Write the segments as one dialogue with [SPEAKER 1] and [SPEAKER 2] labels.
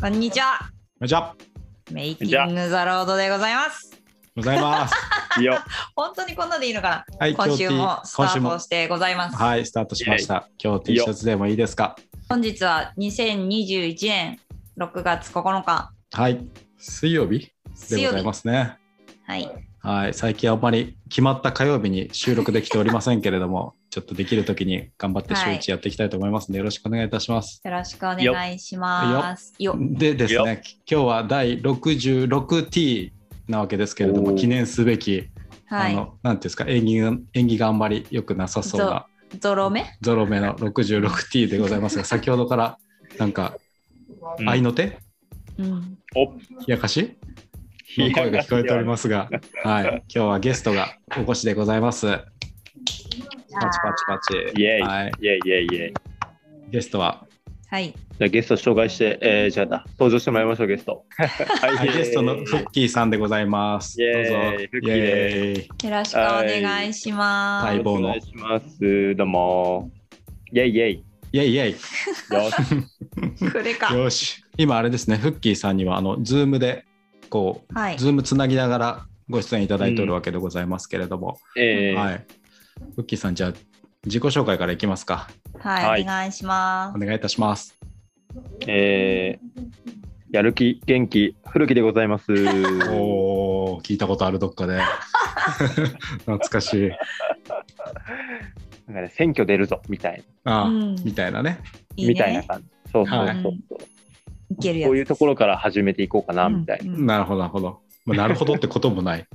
[SPEAKER 1] こんにちは。
[SPEAKER 2] こんにちは。
[SPEAKER 1] メイキングザロードでございます。
[SPEAKER 2] ござ います。
[SPEAKER 3] いいよ。
[SPEAKER 1] 本当にこんなでいいのか
[SPEAKER 2] は
[SPEAKER 1] な。
[SPEAKER 2] い、
[SPEAKER 1] 今週もスタ
[SPEAKER 2] 今週
[SPEAKER 1] ー
[SPEAKER 2] も
[SPEAKER 1] トしてございます。
[SPEAKER 2] はい、スタートしました。今日 T シャツでもいいですか。
[SPEAKER 1] 本日は2021年6月9日
[SPEAKER 2] はい、水曜日で
[SPEAKER 1] 水
[SPEAKER 2] ご
[SPEAKER 1] 曜
[SPEAKER 2] ざい
[SPEAKER 1] 日。
[SPEAKER 2] ますね。
[SPEAKER 1] はい。
[SPEAKER 2] はい、最近あんまり決まった火曜日に収録できておりませんけれども、 ちょっとできる時に頑張って週
[SPEAKER 1] はい
[SPEAKER 2] 一やっていきたいと思いますので、よろしくお願いいたします。
[SPEAKER 1] よろしくお願いします。よ。
[SPEAKER 2] でですね、今日は第 66T なわけですけれど
[SPEAKER 3] お
[SPEAKER 2] も、
[SPEAKER 3] ー
[SPEAKER 2] 記念すべき、
[SPEAKER 1] は
[SPEAKER 2] あ
[SPEAKER 1] い。
[SPEAKER 2] の、なんていうんですか、縁起が縁起があんまり良くなさそうな
[SPEAKER 1] ゾロ目
[SPEAKER 2] ゾロ目の 66T でございますが、先ほどからなんか、
[SPEAKER 3] うん
[SPEAKER 2] 愛の手
[SPEAKER 1] うん。
[SPEAKER 3] お
[SPEAKER 2] 冷やかしの声が聞こえておりますが、はい、今日はゲストがお越しでございます。パチパチパチ。
[SPEAKER 3] イエイ
[SPEAKER 2] はい、
[SPEAKER 3] イェイイェイイェイ。
[SPEAKER 2] ゲストは、
[SPEAKER 1] はい。
[SPEAKER 3] じゃあゲスト紹介して、えー、じゃあな登場してもらいましょう、ゲスト。は
[SPEAKER 2] はい、ゲストのフ
[SPEAKER 3] イエーイ
[SPEAKER 2] ッキーさんでございます。
[SPEAKER 3] イ
[SPEAKER 2] ど
[SPEAKER 3] エ
[SPEAKER 2] うぞ。
[SPEAKER 3] ーイフッキー
[SPEAKER 2] イエ
[SPEAKER 3] で
[SPEAKER 2] ーイ
[SPEAKER 1] よろしくお願いしま
[SPEAKER 2] は
[SPEAKER 1] す
[SPEAKER 2] い。相棒の
[SPEAKER 3] お願いします。どうも。イェイイェイ。
[SPEAKER 2] イエイイエイ
[SPEAKER 3] よし
[SPEAKER 1] これか。
[SPEAKER 2] よし。今あれですね、フッキーさんには、あの、ズームで、こう、
[SPEAKER 1] はい。
[SPEAKER 2] ズームつなぎながらご出演いただいておるわけでございますけれども、
[SPEAKER 3] えー
[SPEAKER 2] はい。フッキーさん、じゃあ、自己紹介からいきますか。
[SPEAKER 1] は。
[SPEAKER 3] はいい
[SPEAKER 1] お願いしま
[SPEAKER 2] お願いいたします。
[SPEAKER 3] えーやる気、元気、古きでございます。
[SPEAKER 2] おお、聞いたことあるどっかで。 懐かしい。
[SPEAKER 3] なんかね、選挙出るぞ、みたい
[SPEAKER 2] ああ、
[SPEAKER 1] す。うん。
[SPEAKER 2] みたいなね。
[SPEAKER 3] な。
[SPEAKER 1] いい
[SPEAKER 3] みたいな
[SPEAKER 1] ね。
[SPEAKER 3] 感じ。そうそうそうそう。
[SPEAKER 1] いけるやつ。
[SPEAKER 3] こういうところから始めていこうかな、みたいな。
[SPEAKER 1] うんうん
[SPEAKER 2] なるほど、なるほど。まあ、なるほどってこともない。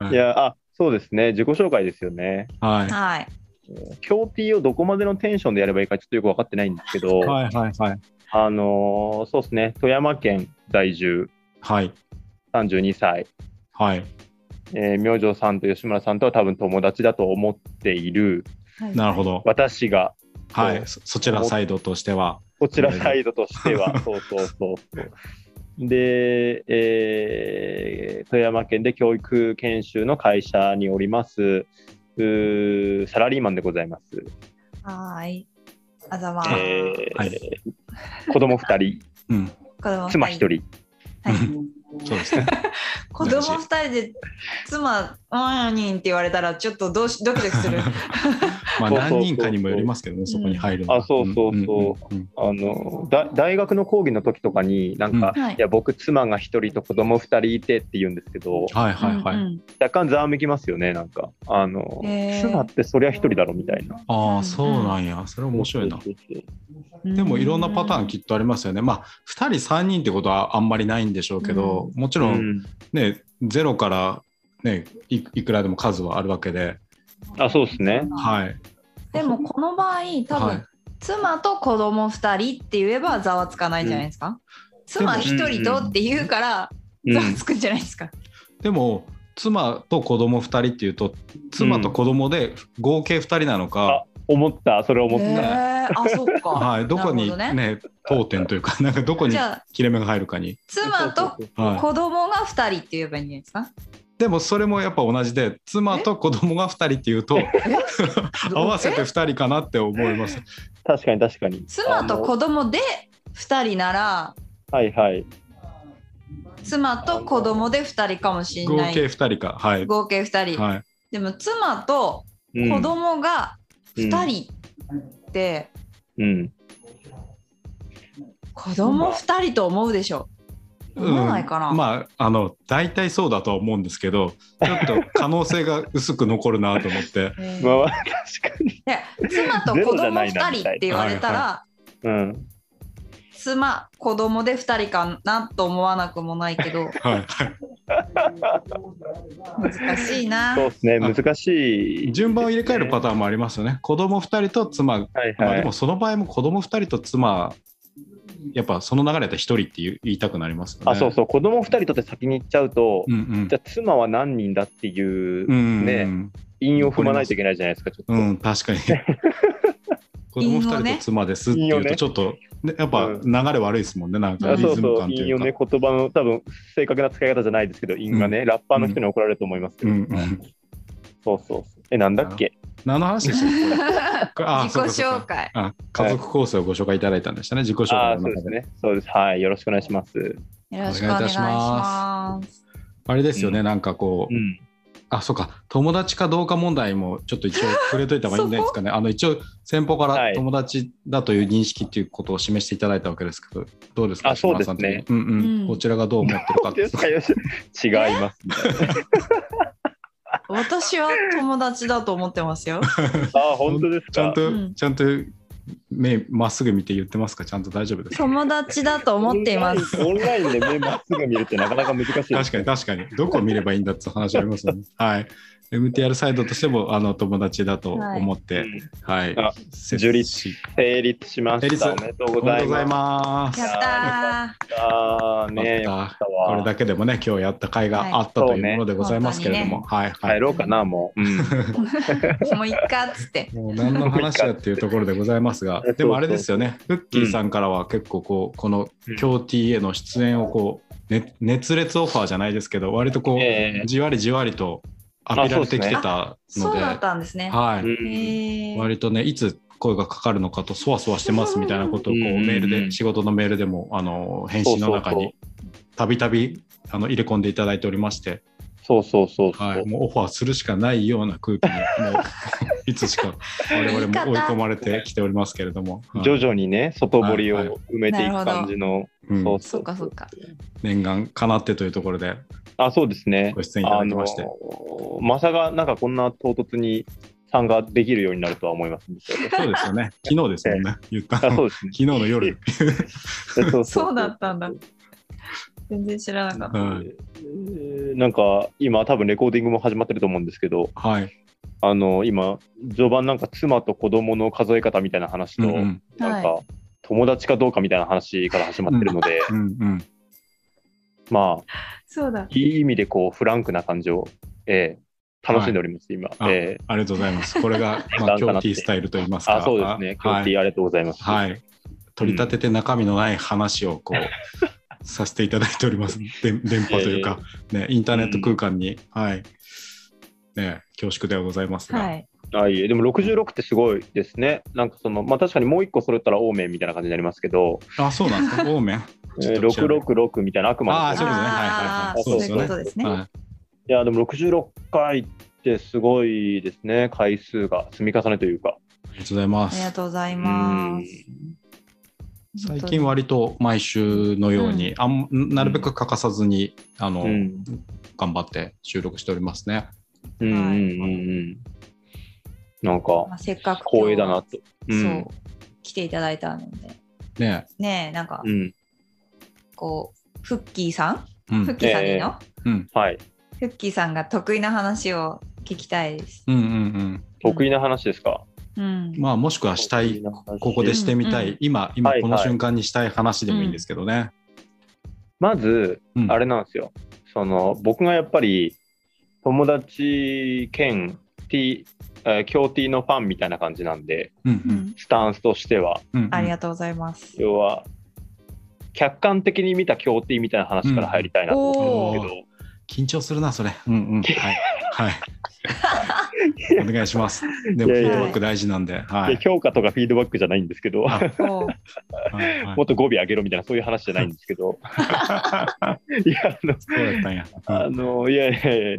[SPEAKER 2] うん
[SPEAKER 3] いや、あ、そうですね。自己紹介ですよね。
[SPEAKER 2] はい。
[SPEAKER 1] はい。
[SPEAKER 3] 今日 T をどこまでのテンションでやればいいかちょっとよく分かってないんですけど、
[SPEAKER 2] はいはいはい。
[SPEAKER 3] あのーそうですね、富山県在住、
[SPEAKER 2] はい。
[SPEAKER 3] 32歳、
[SPEAKER 2] はい。
[SPEAKER 3] えー明星さんと吉村さんとは多分友達だと思っている
[SPEAKER 1] はい
[SPEAKER 2] なるほど。
[SPEAKER 3] 私が、
[SPEAKER 2] はい。そそちらサイドとしては。
[SPEAKER 3] こちらサイドとしては、そうそうそうそう。で、えー富山県で教育研修の会社におります、うーサラリーマンでございます。
[SPEAKER 1] はい。あざま。
[SPEAKER 3] えー
[SPEAKER 2] はい
[SPEAKER 3] 子供2
[SPEAKER 2] う
[SPEAKER 3] 人、
[SPEAKER 2] ん。
[SPEAKER 1] 子供
[SPEAKER 3] 妻
[SPEAKER 1] 二
[SPEAKER 3] 1
[SPEAKER 1] 人
[SPEAKER 3] 人。
[SPEAKER 1] はい
[SPEAKER 2] そうです ね。
[SPEAKER 1] 子供二人で妻何人って言われたらちょっとどうしドキドキす る。
[SPEAKER 2] まあ、
[SPEAKER 3] そうそうそうそう
[SPEAKER 2] 何人かにもよりますけどね、そこに入るのは
[SPEAKER 3] あそうそうそ
[SPEAKER 2] うんうん
[SPEAKER 3] あのだ大学の講義の時とかになんか、
[SPEAKER 1] うんはい
[SPEAKER 3] い、や僕妻が1人と子供2人いてって言うんですけど
[SPEAKER 2] うんはいはいはい。
[SPEAKER 1] うんうん
[SPEAKER 3] 若干ざわめきますよねなんかあの、
[SPEAKER 1] へー
[SPEAKER 3] 妻ってそりゃ1人だろみたいな
[SPEAKER 2] ああ、そうなんや。それ面白いな。
[SPEAKER 3] そうそうそう
[SPEAKER 2] でもいろんなパターンきっとありますよね。まあ2人3人ってことはあんまりないんでしょうけど、もちろ
[SPEAKER 3] うんん
[SPEAKER 2] ねゼロからねいいくらでも数はあるわけで、
[SPEAKER 3] あそうですね
[SPEAKER 2] はい、
[SPEAKER 1] でもこの場合多分、
[SPEAKER 2] はい
[SPEAKER 1] 妻と子供二人って言えばざわつかないじゃないですか。妻一人とって言うから
[SPEAKER 3] うん
[SPEAKER 1] ざわつくんじゃないですか。
[SPEAKER 2] でも妻と子供2人っていうと妻と子供で合計2人なのか、
[SPEAKER 3] 思ったそれ思っ
[SPEAKER 1] へ
[SPEAKER 3] た、
[SPEAKER 1] えあそ っか。
[SPEAKER 2] はい、どこ
[SPEAKER 1] な
[SPEAKER 2] に
[SPEAKER 1] るほど
[SPEAKER 2] ね
[SPEAKER 1] ね
[SPEAKER 2] 当点というか なんかどこに
[SPEAKER 1] じゃあ
[SPEAKER 2] 切れ目が入るかに、
[SPEAKER 1] 妻と
[SPEAKER 2] はい、
[SPEAKER 1] 子供が二人って言えばいいんじゃないですか。
[SPEAKER 2] でもそれもやっぱ同じで妻と子供が2人っていうと合わせて
[SPEAKER 1] え
[SPEAKER 2] 2人かなって思います。
[SPEAKER 3] 確かに確かに
[SPEAKER 1] 妻と子供で二人なら
[SPEAKER 3] あのはいはい
[SPEAKER 1] 妻と子供で二人かもしれ
[SPEAKER 2] 合
[SPEAKER 1] ない。
[SPEAKER 2] 計2人か、はい、
[SPEAKER 1] 合計二人。
[SPEAKER 2] はい、
[SPEAKER 1] でも妻と
[SPEAKER 3] うん
[SPEAKER 1] 子供が2人って、
[SPEAKER 3] うん
[SPEAKER 1] 子供2人と思うでしょ思わないかな、
[SPEAKER 2] うんまああの大体そうだとは思うんですけどちょっと可能性が薄く残るなと思って
[SPEAKER 1] えー
[SPEAKER 3] まあ確かに、
[SPEAKER 1] で妻と子供2人って言われたら、
[SPEAKER 3] うん、
[SPEAKER 1] 妻子供で2人かなと思わなくもないけど
[SPEAKER 2] はい、はい
[SPEAKER 1] 難しいな
[SPEAKER 3] そうですね難しい
[SPEAKER 2] 順番を入れ替えるパターンもありますよね子供2人と妻、
[SPEAKER 3] はい
[SPEAKER 2] まあ、
[SPEAKER 3] は
[SPEAKER 2] で
[SPEAKER 3] い
[SPEAKER 2] もその場合も子供2人と妻やっぱその流れだと1人って言う言いたくなりますよね
[SPEAKER 3] あそうそう子供2人とって先に行っちゃうと、
[SPEAKER 2] うんうん
[SPEAKER 3] じゃあ妻は何人だってい
[SPEAKER 2] う
[SPEAKER 3] う
[SPEAKER 2] んうん
[SPEAKER 3] ね韻を踏まないといけないじゃないですか、ちょっと。
[SPEAKER 2] うん、うん、確 かに子供2人と妻ですっていうとちょっと、ね、やっぱ流れ悪いですもんねなんか
[SPEAKER 3] あ
[SPEAKER 2] リ
[SPEAKER 3] そう
[SPEAKER 2] ズム
[SPEAKER 3] そう、
[SPEAKER 2] 感とい
[SPEAKER 3] 韻
[SPEAKER 2] う
[SPEAKER 3] を
[SPEAKER 2] か
[SPEAKER 3] ね、言葉の多分正確な使い方じゃないですけど、韻がね、ラッパーの人に怒られると思いますけ
[SPEAKER 2] う
[SPEAKER 3] ど、
[SPEAKER 2] んうん
[SPEAKER 3] そうそうそう。え、なんだっけ
[SPEAKER 2] 何の話でしたっけ これあ
[SPEAKER 1] 自
[SPEAKER 2] そうか
[SPEAKER 1] 己
[SPEAKER 2] そう
[SPEAKER 1] 紹
[SPEAKER 2] か
[SPEAKER 1] 介。
[SPEAKER 2] あ家族構成をご紹介いただいたんでしたね、自己紹
[SPEAKER 3] あ
[SPEAKER 2] 介
[SPEAKER 3] あ、
[SPEAKER 2] の中
[SPEAKER 3] そうで
[SPEAKER 2] です
[SPEAKER 3] ね。そうです。はい。よろしくお願いします。
[SPEAKER 1] よろしくお願いします。
[SPEAKER 2] あれですよね、
[SPEAKER 3] うん
[SPEAKER 2] なんかこう、
[SPEAKER 3] うん。
[SPEAKER 2] あそうか友達かどうか問題もちょっと一応触れといた方がいいんじゃないです かねあの一応先方か
[SPEAKER 3] は
[SPEAKER 2] ら
[SPEAKER 3] い
[SPEAKER 2] 友達だという認識ということを示していただいたわけですけどどうですか
[SPEAKER 3] あそうです
[SPEAKER 2] 島田さん
[SPEAKER 3] ね
[SPEAKER 2] 的にうんう
[SPEAKER 1] うんん
[SPEAKER 2] こちらがどう思ってるか
[SPEAKER 3] どうですかよし違います。
[SPEAKER 1] 私は友達だと思ってますよ。
[SPEAKER 3] ああ、本当ですか。
[SPEAKER 2] ちゃんと、
[SPEAKER 1] うん
[SPEAKER 2] ちゃんと目まっすぐ見て言ってますかちゃんと大丈夫ですか
[SPEAKER 1] 友達だと思ってい ます。
[SPEAKER 3] オンラインオンラインで目まっすぐ見るってなかなか難しいです。
[SPEAKER 2] 確かに確かにどこを見ればいいんだって話ありますよ ねはい MTR サイドとしてもあの友達だと思って
[SPEAKER 3] うん
[SPEAKER 2] はい、
[SPEAKER 3] あ
[SPEAKER 2] 接
[SPEAKER 3] 樹立
[SPEAKER 2] し
[SPEAKER 3] 成立しま
[SPEAKER 2] 成
[SPEAKER 3] し
[SPEAKER 2] 立
[SPEAKER 3] た。おめでとう
[SPEAKER 2] お
[SPEAKER 3] ご
[SPEAKER 2] めで
[SPEAKER 3] ざい
[SPEAKER 2] とうござい
[SPEAKER 3] ま
[SPEAKER 2] ます
[SPEAKER 1] やった
[SPEAKER 3] す。ああ、ねえ、
[SPEAKER 2] よ
[SPEAKER 3] よ
[SPEAKER 2] か
[SPEAKER 3] か
[SPEAKER 2] った
[SPEAKER 3] った
[SPEAKER 2] これ
[SPEAKER 3] わ。
[SPEAKER 2] だけでもね、今日やった回があった
[SPEAKER 3] はい
[SPEAKER 2] というものでございますけれども、はい、は
[SPEAKER 3] 帰
[SPEAKER 2] い。
[SPEAKER 3] ろうかな、もう。うん
[SPEAKER 1] ー。 もういっかっつって。
[SPEAKER 2] もう何の話だっていうところでございます が
[SPEAKER 3] そう、
[SPEAKER 2] でもあれですよね、フッキーさんからは結構こう、この
[SPEAKER 3] うん
[SPEAKER 2] 京 T への出演をこう、ね、熱烈オファーじゃないですけど、割とこ
[SPEAKER 3] ええ
[SPEAKER 2] う、じわりじわりとアピられてきてたの
[SPEAKER 1] そうだっ
[SPEAKER 2] で、
[SPEAKER 1] たんですね。
[SPEAKER 2] は
[SPEAKER 3] う
[SPEAKER 2] い、
[SPEAKER 3] ん
[SPEAKER 1] へー
[SPEAKER 2] 割とね、いつ声がかかるのかと、そわそわしてますみたいなことをこう
[SPEAKER 3] うんうんうん
[SPEAKER 2] メールで、仕事のメールでも、あの、返信の中
[SPEAKER 3] そうそうそう
[SPEAKER 2] に、たびたび、あの入れ込んでいただいておりまして、
[SPEAKER 3] そうそうそうそ
[SPEAKER 2] は
[SPEAKER 3] う
[SPEAKER 2] い、。もうオファーするしかないような空気に、も ういつしか我々も追い込まれてきておりますけれども、はい
[SPEAKER 3] 徐々にね、外堀を
[SPEAKER 2] はいは
[SPEAKER 3] 埋めていく感じ
[SPEAKER 2] う
[SPEAKER 3] の。
[SPEAKER 2] ん
[SPEAKER 3] そう
[SPEAKER 1] そうかそうか。
[SPEAKER 2] 念願かなってというところで
[SPEAKER 3] あ、そうですね。
[SPEAKER 2] ご出演いただきまして、
[SPEAKER 3] あのまさかなんかこんな唐突に参加できるようになるとは思いますんで。
[SPEAKER 2] そうですよね、昨日ですもんね、言った
[SPEAKER 3] あ、
[SPEAKER 2] の。昨
[SPEAKER 3] そうで すね。
[SPEAKER 2] 日の夜、
[SPEAKER 3] そうそう
[SPEAKER 1] そうだったんだ。全然知らなかっ
[SPEAKER 2] うん
[SPEAKER 3] えーなんか今多分レコーディングも始まってると思うんですけど
[SPEAKER 2] はい、
[SPEAKER 3] あの今序盤なんか妻と子供の数え方みたいな話
[SPEAKER 2] う
[SPEAKER 3] と、
[SPEAKER 2] んうん、
[SPEAKER 1] た。
[SPEAKER 3] なん
[SPEAKER 1] は
[SPEAKER 3] か友達かどうかみたいな話から始まってるので、
[SPEAKER 2] うんうん、
[SPEAKER 3] まあ
[SPEAKER 1] い。そうだ。
[SPEAKER 3] いい意味でこうフランクな感じを、えー楽しんでおります、今、
[SPEAKER 2] あ
[SPEAKER 3] え
[SPEAKER 2] ありがとうございます。これが、まあ、
[SPEAKER 3] 念願か
[SPEAKER 2] 今
[SPEAKER 3] な
[SPEAKER 2] 日
[SPEAKER 3] って
[SPEAKER 2] T スタイルと言います
[SPEAKER 3] ー
[SPEAKER 2] か。
[SPEAKER 3] あそうですね
[SPEAKER 2] あは
[SPEAKER 3] 今日
[SPEAKER 2] い、
[SPEAKER 3] ありがとうございます、
[SPEAKER 2] はい、取り立てて中身のない話をこう、させていただいております。で電波というか、ね、インターネット空間に、はい、ね、恐縮ではございますが、
[SPEAKER 1] はい。
[SPEAKER 3] あいえでも66ってすごいですねなんかそのまあ確かにもう一個それたらオーメンみたいな感じになりますけど、
[SPEAKER 2] あ、そうなんです か、オーメン。
[SPEAKER 3] え
[SPEAKER 2] ちょ
[SPEAKER 3] ー
[SPEAKER 2] っと調べ
[SPEAKER 3] 666みたいな悪魔の
[SPEAKER 2] あーそうですね
[SPEAKER 1] あーそうい
[SPEAKER 2] はいはいはい
[SPEAKER 3] そうですよね
[SPEAKER 1] うことですね。
[SPEAKER 2] はい
[SPEAKER 3] や、でも66回ってすごいですね、回数が積み重ねというか。
[SPEAKER 2] い、ありがとうございま
[SPEAKER 1] ありが
[SPEAKER 2] す。
[SPEAKER 1] とうござい
[SPEAKER 3] うん
[SPEAKER 1] ます。
[SPEAKER 2] 最近割と毎週のように、あんなるべく欠かさずに、あの、
[SPEAKER 3] うん
[SPEAKER 2] 頑張って収録しておりますね。
[SPEAKER 3] うんうんうんうん。なん
[SPEAKER 1] ま
[SPEAKER 3] か
[SPEAKER 1] あ、せっかく今日
[SPEAKER 3] 光栄だなと。うん
[SPEAKER 1] そう来ていただいたので
[SPEAKER 2] ね、
[SPEAKER 1] ねえなんか
[SPEAKER 3] うん。
[SPEAKER 1] こうフッキーさん
[SPEAKER 2] う
[SPEAKER 1] フッ
[SPEAKER 2] ん、
[SPEAKER 1] キーさんでいいの、
[SPEAKER 2] うん、
[SPEAKER 3] はい。
[SPEAKER 1] フッキーさんが得意な話を聞きたいです。
[SPEAKER 2] うん、うん、うん。
[SPEAKER 3] 得意な話ですか。
[SPEAKER 1] うん。
[SPEAKER 2] まあ、もしくはしたいここでしてみたい、
[SPEAKER 1] うんうん
[SPEAKER 2] 今今
[SPEAKER 3] はい
[SPEAKER 2] この瞬間にしたい話でもいいんですけどね。
[SPEAKER 3] まず、
[SPEAKER 2] うん
[SPEAKER 3] あれなんですよ。その、僕がやっぱり、友達兼 T、えー、京 T のファンみたいな感じなんで、
[SPEAKER 2] うん
[SPEAKER 1] う
[SPEAKER 2] うんん
[SPEAKER 3] スタンスとしては、
[SPEAKER 2] うんうん
[SPEAKER 1] ありがとうございます。
[SPEAKER 3] 要は、客観的に見た京 T みたいな話から入りたいなと思うんですけど、
[SPEAKER 2] 緊張するなそれ。うんうんはいはい。 お願いします。でも
[SPEAKER 3] い
[SPEAKER 2] フィー
[SPEAKER 3] やいや
[SPEAKER 2] ドバック大事なんで。はいい
[SPEAKER 3] や。評価とかフィードバックじゃないんですけど、
[SPEAKER 2] あは
[SPEAKER 1] おう
[SPEAKER 2] いはい
[SPEAKER 3] もっと語尾上げろみたいな、そういう話じゃないんですけど、いや、あの、
[SPEAKER 2] そうだったんや。
[SPEAKER 3] あのいやいやいや、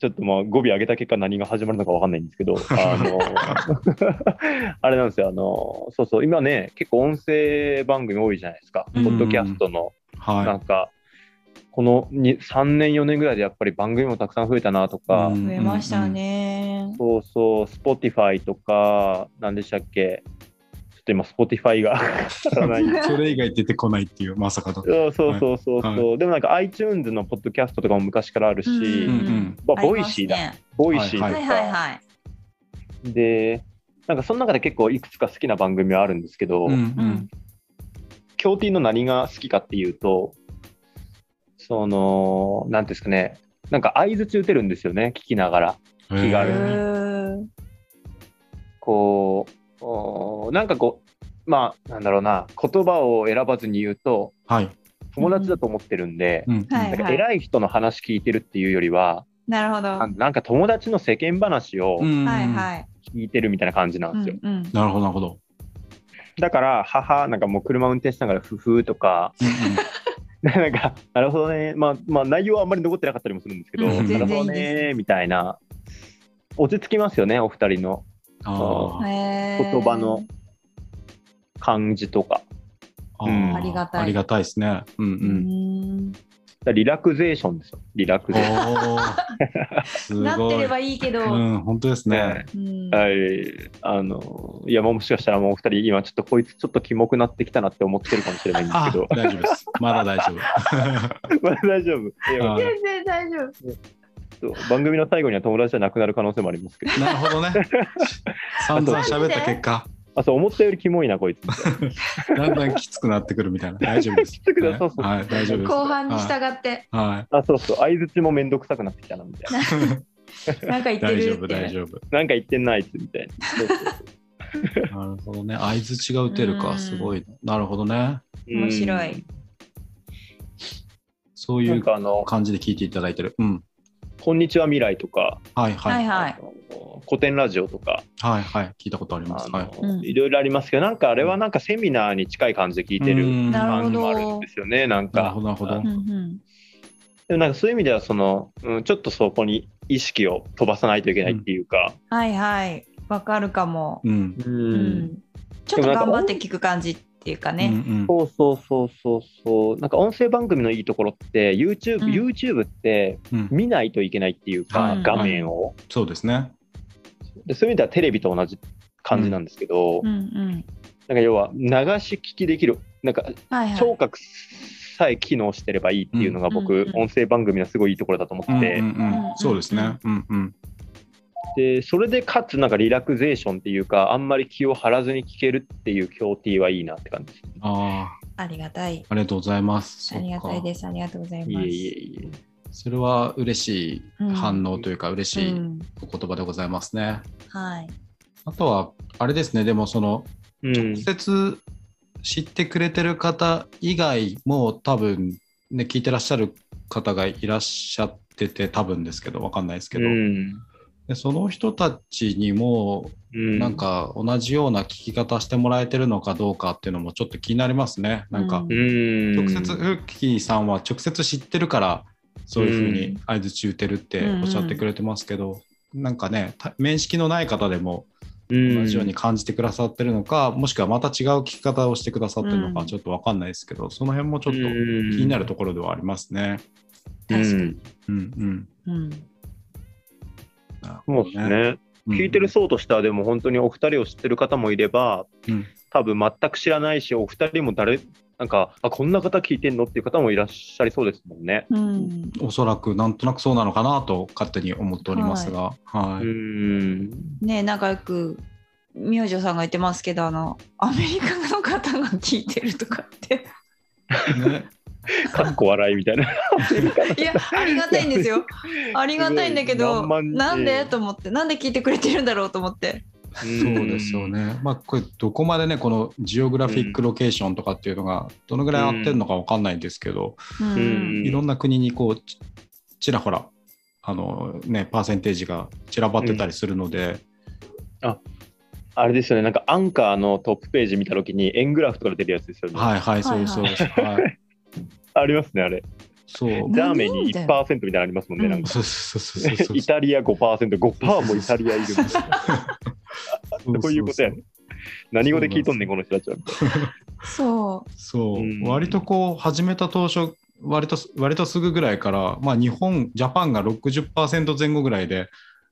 [SPEAKER 3] ちょっとまあ語尾上げた結果、何が始まるのかわかんないんですけど、あの あれなんですよ、あの、そうそう、今ね、結構音声番組多いじゃないですか、ポ
[SPEAKER 2] うん
[SPEAKER 3] ッドキャストの、な
[SPEAKER 2] は
[SPEAKER 3] んか、このに3年、4年ぐらいでやっぱり番組もたくさん増えたなと
[SPEAKER 2] い。
[SPEAKER 3] か、
[SPEAKER 2] うん
[SPEAKER 1] 増えました。ね。
[SPEAKER 3] そうそう、Spotify とか、なんでしたっけ、ちょっと今、Spotify が 足らな
[SPEAKER 2] う
[SPEAKER 3] い
[SPEAKER 2] んうんそれ以外出てこないっていうまさかだ。
[SPEAKER 3] そうそうそうそうそう、
[SPEAKER 2] はい
[SPEAKER 3] でもなんか iTunes のポッドキャストとかも昔からあるし、
[SPEAKER 2] うんうん。
[SPEAKER 3] まあ、ボ
[SPEAKER 1] り
[SPEAKER 3] イ
[SPEAKER 1] ます
[SPEAKER 3] シーだ、
[SPEAKER 1] ね
[SPEAKER 3] ボイシーとか、
[SPEAKER 1] はいはいはい。
[SPEAKER 3] でなんかその中で結構いくつか好きな番組はあるんですけど、
[SPEAKER 2] うん
[SPEAKER 1] う
[SPEAKER 2] う
[SPEAKER 1] んん。
[SPEAKER 3] 京ティの何が好きかっていうとそのなんていうんですかねなんか相槌打てるんですよね聞きながら気
[SPEAKER 1] う
[SPEAKER 2] へ
[SPEAKER 3] 軽
[SPEAKER 1] ーん
[SPEAKER 3] こうおーなんかこうまあなんだろうな言葉を選ばずに言うと
[SPEAKER 2] ーはい。
[SPEAKER 3] 友達だと思ってるんで、
[SPEAKER 2] うん
[SPEAKER 1] は
[SPEAKER 3] ないんか偉い人の話聞いてるっていうよりは、
[SPEAKER 1] なるほど。
[SPEAKER 3] あなんか友達の世間話を
[SPEAKER 2] うんうん
[SPEAKER 1] はいはい。
[SPEAKER 3] 聞いてるみたいな感じなん
[SPEAKER 1] う
[SPEAKER 3] で
[SPEAKER 1] ん
[SPEAKER 3] すよ。
[SPEAKER 1] うん
[SPEAKER 2] なるほど、なるほど。
[SPEAKER 3] だから、母、なんかもう車運転しながら、ふふとか、 なんか、なるほどね、まあ、まあ、内容はあんまり残ってなかったりもするんですけど、
[SPEAKER 2] うん
[SPEAKER 3] なるほど
[SPEAKER 1] 全然いいで
[SPEAKER 3] ね、みたいな、落ち着きますよね、お二人の
[SPEAKER 2] あー
[SPEAKER 1] へー
[SPEAKER 3] 言葉の感じとか。
[SPEAKER 2] あ
[SPEAKER 3] うん
[SPEAKER 2] ー。
[SPEAKER 1] ありがたい
[SPEAKER 2] ありがたいですね。うんう。
[SPEAKER 1] うんん
[SPEAKER 3] だからリラクゼーションですよ、リラクゼーション。
[SPEAKER 2] おーすご い。
[SPEAKER 1] なってればいいけど、
[SPEAKER 2] うん、本当ですね。
[SPEAKER 1] うん
[SPEAKER 3] はい、あのいやもうもしかしたらもうお二人今ちょっとこいつちょっとキモくなってきたなって思ってるかもしれないんです
[SPEAKER 2] あ
[SPEAKER 3] けど、
[SPEAKER 2] 大丈夫です。まだ大丈夫。
[SPEAKER 3] まあ大丈夫いや
[SPEAKER 2] あー
[SPEAKER 1] 全然大丈夫
[SPEAKER 3] そう番組の最後には友達じゃなくなる可能性もありますけど
[SPEAKER 2] なるほどね。散々喋った結果、
[SPEAKER 3] あそう思ったよりキモいなこいつみたいな
[SPEAKER 2] だんだんきつくなってくるみたいな。大丈夫です。
[SPEAKER 3] きつくなそうそう
[SPEAKER 2] はい、大丈夫です。
[SPEAKER 1] 後半に従って
[SPEAKER 2] は。
[SPEAKER 3] あそうそう相づちもめんどくさくなってきたなみたいない
[SPEAKER 1] なんか言って
[SPEAKER 2] 大丈
[SPEAKER 1] る
[SPEAKER 2] 夫、
[SPEAKER 1] って、
[SPEAKER 2] 大丈夫。
[SPEAKER 3] なんか言ってんないっつみたいなそうそう
[SPEAKER 2] なるほどね。相づちが打てる
[SPEAKER 1] う
[SPEAKER 2] か、
[SPEAKER 1] ん
[SPEAKER 2] すごい。なるほどね。
[SPEAKER 3] うん
[SPEAKER 1] 面白い
[SPEAKER 2] そうい
[SPEAKER 3] なん
[SPEAKER 2] う
[SPEAKER 3] かあの
[SPEAKER 2] 感じで聞いていただいてる。うん。
[SPEAKER 3] 「こんにちは未来」とか、
[SPEAKER 2] はい
[SPEAKER 1] は
[SPEAKER 2] はいい。
[SPEAKER 1] はい
[SPEAKER 3] あの古典ラジオとか
[SPEAKER 2] はいはい。聞いたことありま
[SPEAKER 3] あ
[SPEAKER 2] す。はい。
[SPEAKER 3] の、
[SPEAKER 1] うん
[SPEAKER 3] いろいろありますけどなんかあれはなんかセミナーに近い感じで聞いて
[SPEAKER 2] う
[SPEAKER 3] る
[SPEAKER 2] ん
[SPEAKER 1] なるほど
[SPEAKER 3] 感じもあるんですよねな
[SPEAKER 2] な
[SPEAKER 3] ん
[SPEAKER 2] る
[SPEAKER 3] か
[SPEAKER 2] ほ。ど、なるほど
[SPEAKER 1] うん。うん
[SPEAKER 3] でもなんかそういう意味ではその、うん、ちょっとそこに意識を飛ばさないといけないっていうか、
[SPEAKER 1] はいはいわかるかも、
[SPEAKER 2] うん。
[SPEAKER 1] う
[SPEAKER 3] う
[SPEAKER 1] ん
[SPEAKER 3] ん
[SPEAKER 1] ちょっと頑張って聞く感じっていうか
[SPEAKER 2] うんう
[SPEAKER 1] ね、
[SPEAKER 2] ん
[SPEAKER 3] そうそうそうそうそうなんか音声番組のいいところって YouTube,、
[SPEAKER 1] うん
[SPEAKER 3] YouTube って
[SPEAKER 2] うん。
[SPEAKER 3] 見ないといけないっていうか、
[SPEAKER 1] うん
[SPEAKER 3] 画面を
[SPEAKER 2] そうですね。
[SPEAKER 3] でそういう意味ではテレビと同じ感じなんですけど、
[SPEAKER 1] うん、うん
[SPEAKER 3] なんか要は流し聞きできるなんか
[SPEAKER 1] はいはい
[SPEAKER 3] 聴覚さえ機能してればいいっていうのが僕、
[SPEAKER 1] うんうん
[SPEAKER 3] 音声番組のすごいいいところだと思
[SPEAKER 2] うん
[SPEAKER 3] っ
[SPEAKER 2] うん
[SPEAKER 3] てて、
[SPEAKER 2] うん。そうですね。うんうん。
[SPEAKER 3] でそれでかつなんかリラクゼーションっていうかあんまり気を張らずに聞けるっていう協定はいいなって感じですね。
[SPEAKER 2] ああ、
[SPEAKER 1] ありがたい
[SPEAKER 2] ありがとうございます。
[SPEAKER 1] ありがたい
[SPEAKER 2] す
[SPEAKER 1] ですありがとうござい
[SPEAKER 3] い
[SPEAKER 1] ます
[SPEAKER 3] えいえい
[SPEAKER 2] それは嬉しい反応というか、嬉し
[SPEAKER 1] う
[SPEAKER 2] い
[SPEAKER 1] ん、
[SPEAKER 2] お言葉でございますね。
[SPEAKER 1] はい
[SPEAKER 2] あとは、あれですね、でもその、
[SPEAKER 3] え。うん
[SPEAKER 2] 直接知ってくれてる方以外も多分、ね、聞いてらっしゃる方がいらっしゃってて、多分ですけど、わかんないですけど、でその人たちにも、
[SPEAKER 3] うん、
[SPEAKER 2] なんか同じような聞き方してもらえてるのかどうかっていうのもちょっと気になりますね。なんか、
[SPEAKER 1] うん
[SPEAKER 3] うん、
[SPEAKER 2] 直接ウッキーさんは直接知ってるからそういうふうに相づち打てるっておっしゃってくれてますけど、なんかねた面識のない方でも同じように感じてくださってるのか、もしくはまた違う聞き方をしてくださってるの
[SPEAKER 1] う
[SPEAKER 2] か
[SPEAKER 1] ん
[SPEAKER 2] ちょっと分かんないですけど、その辺もちょっと
[SPEAKER 3] 気
[SPEAKER 2] 気になるところではありますね。
[SPEAKER 1] 確かに、
[SPEAKER 2] うんうん
[SPEAKER 1] うん
[SPEAKER 3] そうですね、
[SPEAKER 2] うん
[SPEAKER 3] 聞いてる層としてはでも本当にお二人を知ってる方もいれば、
[SPEAKER 2] うん
[SPEAKER 3] 多分全く知らないしお二人も誰なんかあこんな方聞いてんのっていう方もいらっしゃりそうですもんね。
[SPEAKER 1] うん
[SPEAKER 2] おそらくなんとなくそうなのかなと勝手に思っておりますが、はい
[SPEAKER 3] うん
[SPEAKER 1] ねえ仲良く明星さんが言ってますけどあのアメリカの方が聞いてるとかって
[SPEAKER 2] ね、
[SPEAKER 3] かっこ笑いみたいな。
[SPEAKER 1] いやありがたいんですよありがたいんだけ
[SPEAKER 3] すご
[SPEAKER 1] ど
[SPEAKER 3] い何万人
[SPEAKER 1] なんでと思ってなんで聞いてくれてるんだろうと思って
[SPEAKER 2] そうですよね。まあ、これ、どこまでね、このジオグラフィックロケーションとかっていうのが、どのぐらい合ってるのかわかんないんですけど、
[SPEAKER 1] うん、
[SPEAKER 3] うん
[SPEAKER 2] いろんな国にこう、ちちらほら、あのね、パーセンテージが散らばってたりするので、
[SPEAKER 3] あれですよねなんかアンカーのトップページ見た時に円グラフとかで出るやつですよね。
[SPEAKER 2] はいはい、そうそう、はい、
[SPEAKER 3] ありますねあれ。
[SPEAKER 2] そう、
[SPEAKER 3] ラーメン
[SPEAKER 1] 何
[SPEAKER 3] に
[SPEAKER 1] みたいな
[SPEAKER 3] 1%みたいなのありますもんね、
[SPEAKER 1] うん
[SPEAKER 3] なんか。
[SPEAKER 2] そうそうそうそう そう
[SPEAKER 3] イタリア5%、5%もイタリアいる。
[SPEAKER 2] そうそうそう
[SPEAKER 3] そういうことやね。何語で聞いとんねん、この人たちは。
[SPEAKER 1] そ
[SPEAKER 2] そう、
[SPEAKER 3] うん
[SPEAKER 2] 割とこう始めた当初割とす割とすぐぐらいから、まあ、日本ジャパンが60%前後ぐらいで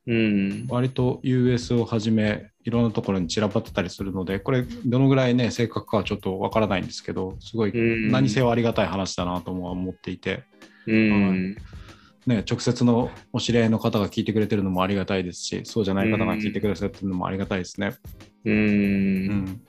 [SPEAKER 3] うん。
[SPEAKER 2] 割と US をはじめいろんなところに散らばってたりするのでこれどのぐらいね正確かはちょっとわからないんですけどすごい
[SPEAKER 3] うん
[SPEAKER 2] 何せよありがたい話だなとも思っていて、
[SPEAKER 3] うん。
[SPEAKER 2] ね、直接のお知り合いの方が聞いてくれてるのもありがたいですしそうじゃない方が聞いてくださってるのもありがたいですね。
[SPEAKER 3] う。
[SPEAKER 2] うんん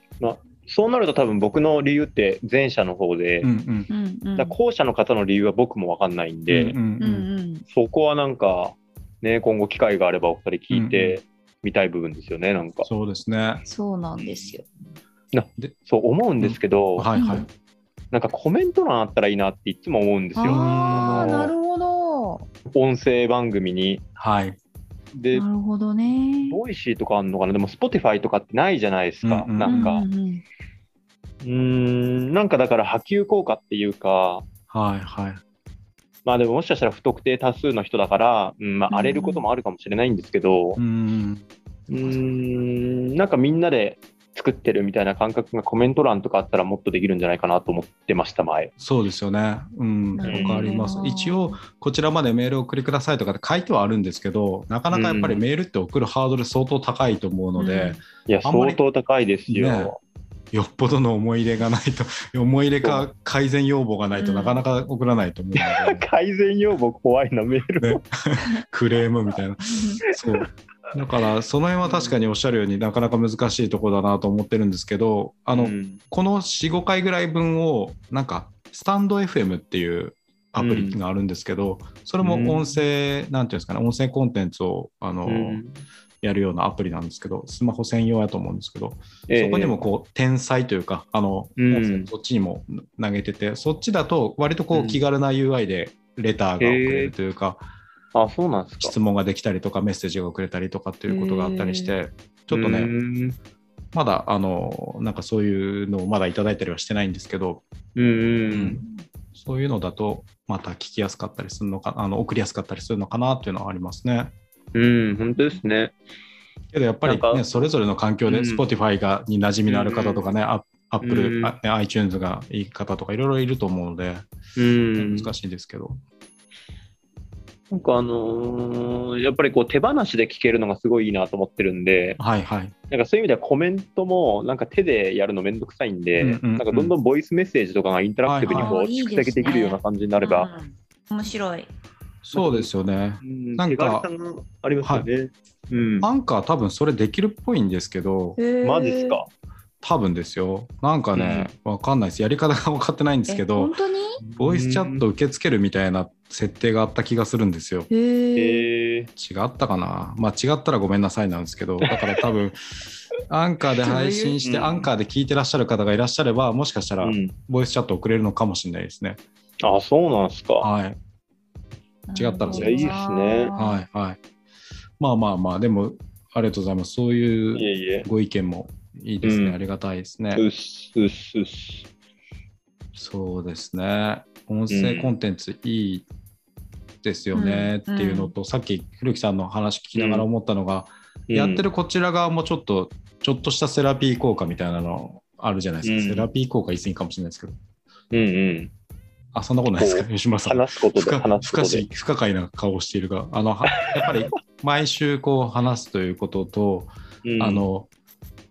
[SPEAKER 3] そうなると多分僕の理由って前者の方で、
[SPEAKER 2] うんうん
[SPEAKER 1] う、うんうん、
[SPEAKER 3] だから後者の方の理由は僕も分かんないんで、
[SPEAKER 2] うんうん
[SPEAKER 1] う
[SPEAKER 2] うんん
[SPEAKER 1] うん
[SPEAKER 3] そこはなんか、ね、今後機会があればお二人聞いてみたい部分ですよね、なんか。
[SPEAKER 2] そうですね。
[SPEAKER 1] そうなんですよ
[SPEAKER 3] そう思うんですけど、
[SPEAKER 2] はいは
[SPEAKER 1] う
[SPEAKER 2] い
[SPEAKER 1] ん。
[SPEAKER 3] なんかコメント欄あったらいいなっていつも思うんですよ。
[SPEAKER 1] あ
[SPEAKER 2] あ
[SPEAKER 1] あ
[SPEAKER 2] の
[SPEAKER 1] なるほど
[SPEAKER 3] 音声番組に
[SPEAKER 2] はい。
[SPEAKER 3] で、
[SPEAKER 1] なるほどね。
[SPEAKER 3] ボイシーとかあんのかなでも Spotify とかってないじゃないですか。
[SPEAKER 2] うんうん
[SPEAKER 3] なんか、
[SPEAKER 1] う
[SPEAKER 3] うん
[SPEAKER 1] うん
[SPEAKER 3] ーん、なんかだから波及効果っていうか、
[SPEAKER 2] はいはい。
[SPEAKER 3] まあでももしかしたら不特定多数の人だから、うんまあ、荒れることもあるかもしれないんですけど、
[SPEAKER 2] うん。
[SPEAKER 3] うーん、なんかみんなで作ってるみたいな感覚がコメント欄とかあったらもっとできるんじゃないかなと思ってました、前。
[SPEAKER 2] そうですよね。うん。
[SPEAKER 1] な
[SPEAKER 3] るほど
[SPEAKER 2] わかります。一応、こちらまでメールを送りくださいとかって書いてはあるんですけど、なかなかやっぱりメールって送るハードル相当高いと思うので、
[SPEAKER 3] いや、
[SPEAKER 2] あんまり
[SPEAKER 3] 相当高いですよ。
[SPEAKER 2] ねよっぽどの思い入れがないと、 思い入れか改善要望がないとなかなか送らないと思う ので、
[SPEAKER 3] 改善要望怖いな、メール。
[SPEAKER 2] ね、クレームみたいな。そう。だから、その辺は確かにおっしゃるようになかなか難しいところだなと思ってるんですけど、あ
[SPEAKER 3] あ
[SPEAKER 2] の、この4、5回ぐらい分を、なんか、スタンド FM っていうアプリがあるんですけど、それも音声、なんていうんですかね、音声コンテンツを、あの、やるようなアプリなんですけど、スマホ専用やと思うんですけど、そこにもこう、天才というか、あの、
[SPEAKER 3] うん
[SPEAKER 2] 音声そっちにも投げてて、そっちだと、割とこ
[SPEAKER 3] う
[SPEAKER 2] う、
[SPEAKER 3] ん
[SPEAKER 2] 気軽な UI で、レターが送れるというか、
[SPEAKER 3] あ、そうなんですか。
[SPEAKER 2] 質問ができたりとか、メッセージが送れたりとかっていうことがあったりして、ちょっとね、
[SPEAKER 3] ね。
[SPEAKER 2] まだ、あの、なんかそういうのをまだいただいたりはしてないんですけど、
[SPEAKER 3] うんう。
[SPEAKER 2] うんんそういうのだと、また聞きやすかったりするのか、あの送りやすかったりするのかなっていうのはありますね。
[SPEAKER 3] うん、本当ですね。
[SPEAKER 2] けどやっぱり、
[SPEAKER 3] なん
[SPEAKER 2] ね、
[SPEAKER 3] か
[SPEAKER 2] それぞれの環境で、
[SPEAKER 3] うん
[SPEAKER 2] Spotify がに馴染みのある方とかね、アップ
[SPEAKER 3] う
[SPEAKER 2] ル、
[SPEAKER 3] ん
[SPEAKER 2] あね iTunes がいい方とか、いろいろいると思うので、
[SPEAKER 3] うん。
[SPEAKER 2] 難しいですけど。
[SPEAKER 3] なんかあのーやっぱりこう手放しで聞けるのがすごいいいなと思ってるんで、
[SPEAKER 2] はいはい。
[SPEAKER 3] なんかそういう意味ではコメントもなんか手でやるのめんどくさいんで、
[SPEAKER 2] うんうんうん
[SPEAKER 3] なんかどんどんボイスメッセージとかがインタラクティブにこ
[SPEAKER 1] は
[SPEAKER 3] う
[SPEAKER 1] いはい
[SPEAKER 3] 蓄積できるような感じになれば、
[SPEAKER 1] うん面白い。
[SPEAKER 2] そうですよね。
[SPEAKER 3] うん
[SPEAKER 2] なんか
[SPEAKER 3] 手軽さがありますよね。うん、
[SPEAKER 2] アンカー多分それできるっぽいんですけど、
[SPEAKER 3] マジっすか。
[SPEAKER 2] 多分ですよ。なんかね、わかんないです。やり方が分かってないんですけ
[SPEAKER 1] え
[SPEAKER 2] ど
[SPEAKER 1] 本、当に
[SPEAKER 2] ボイスチャット受け付けるみたいな設定があった気がするんですよ。
[SPEAKER 1] へえ。
[SPEAKER 3] えー
[SPEAKER 2] 違ったかなまあ違ったらごめんなさいなんですけどだから多 分アンカーで配信して
[SPEAKER 3] うん
[SPEAKER 2] アンカーで聞いてらっしゃる方がいらっしゃればもしかした
[SPEAKER 3] う
[SPEAKER 2] ら
[SPEAKER 3] ん、
[SPEAKER 2] ボイスチャット送れるのかもしれないですね、
[SPEAKER 3] あ、そうなんですか。
[SPEAKER 2] はい違ったら
[SPEAKER 1] なるほど
[SPEAKER 2] そ
[SPEAKER 1] な
[SPEAKER 2] れ
[SPEAKER 3] いいっすね
[SPEAKER 2] はいはいまあまあまあでもありがとうございますそう
[SPEAKER 3] い
[SPEAKER 2] いう
[SPEAKER 3] えいえ。
[SPEAKER 2] ご意見もいいですね、
[SPEAKER 3] うん
[SPEAKER 2] ありがたいですね、
[SPEAKER 3] うっすうっすうっす。
[SPEAKER 2] そうですね音声コンテンツいいですよねっていうのと、さっき古木さんの話聞きながら思ったのが、やってるこちら側もちょっと、ちょっとしたセラピー効果みたいなのあるじゃないですか。
[SPEAKER 3] うん
[SPEAKER 2] セラピー効果言い過ぎかもしれないですけど。
[SPEAKER 3] うんうん。
[SPEAKER 2] あ、そんなことないですか、
[SPEAKER 3] こ
[SPEAKER 2] 吉村さん。
[SPEAKER 3] 話すこと
[SPEAKER 2] 不
[SPEAKER 3] で
[SPEAKER 2] 可
[SPEAKER 3] 話す
[SPEAKER 2] 不
[SPEAKER 3] こ
[SPEAKER 2] 可
[SPEAKER 3] と
[SPEAKER 2] 思
[SPEAKER 3] で
[SPEAKER 2] 議。不可解な顔をしているが、あの、はやっ ぱり毎週こう話すということと、
[SPEAKER 3] うん
[SPEAKER 2] あ、の、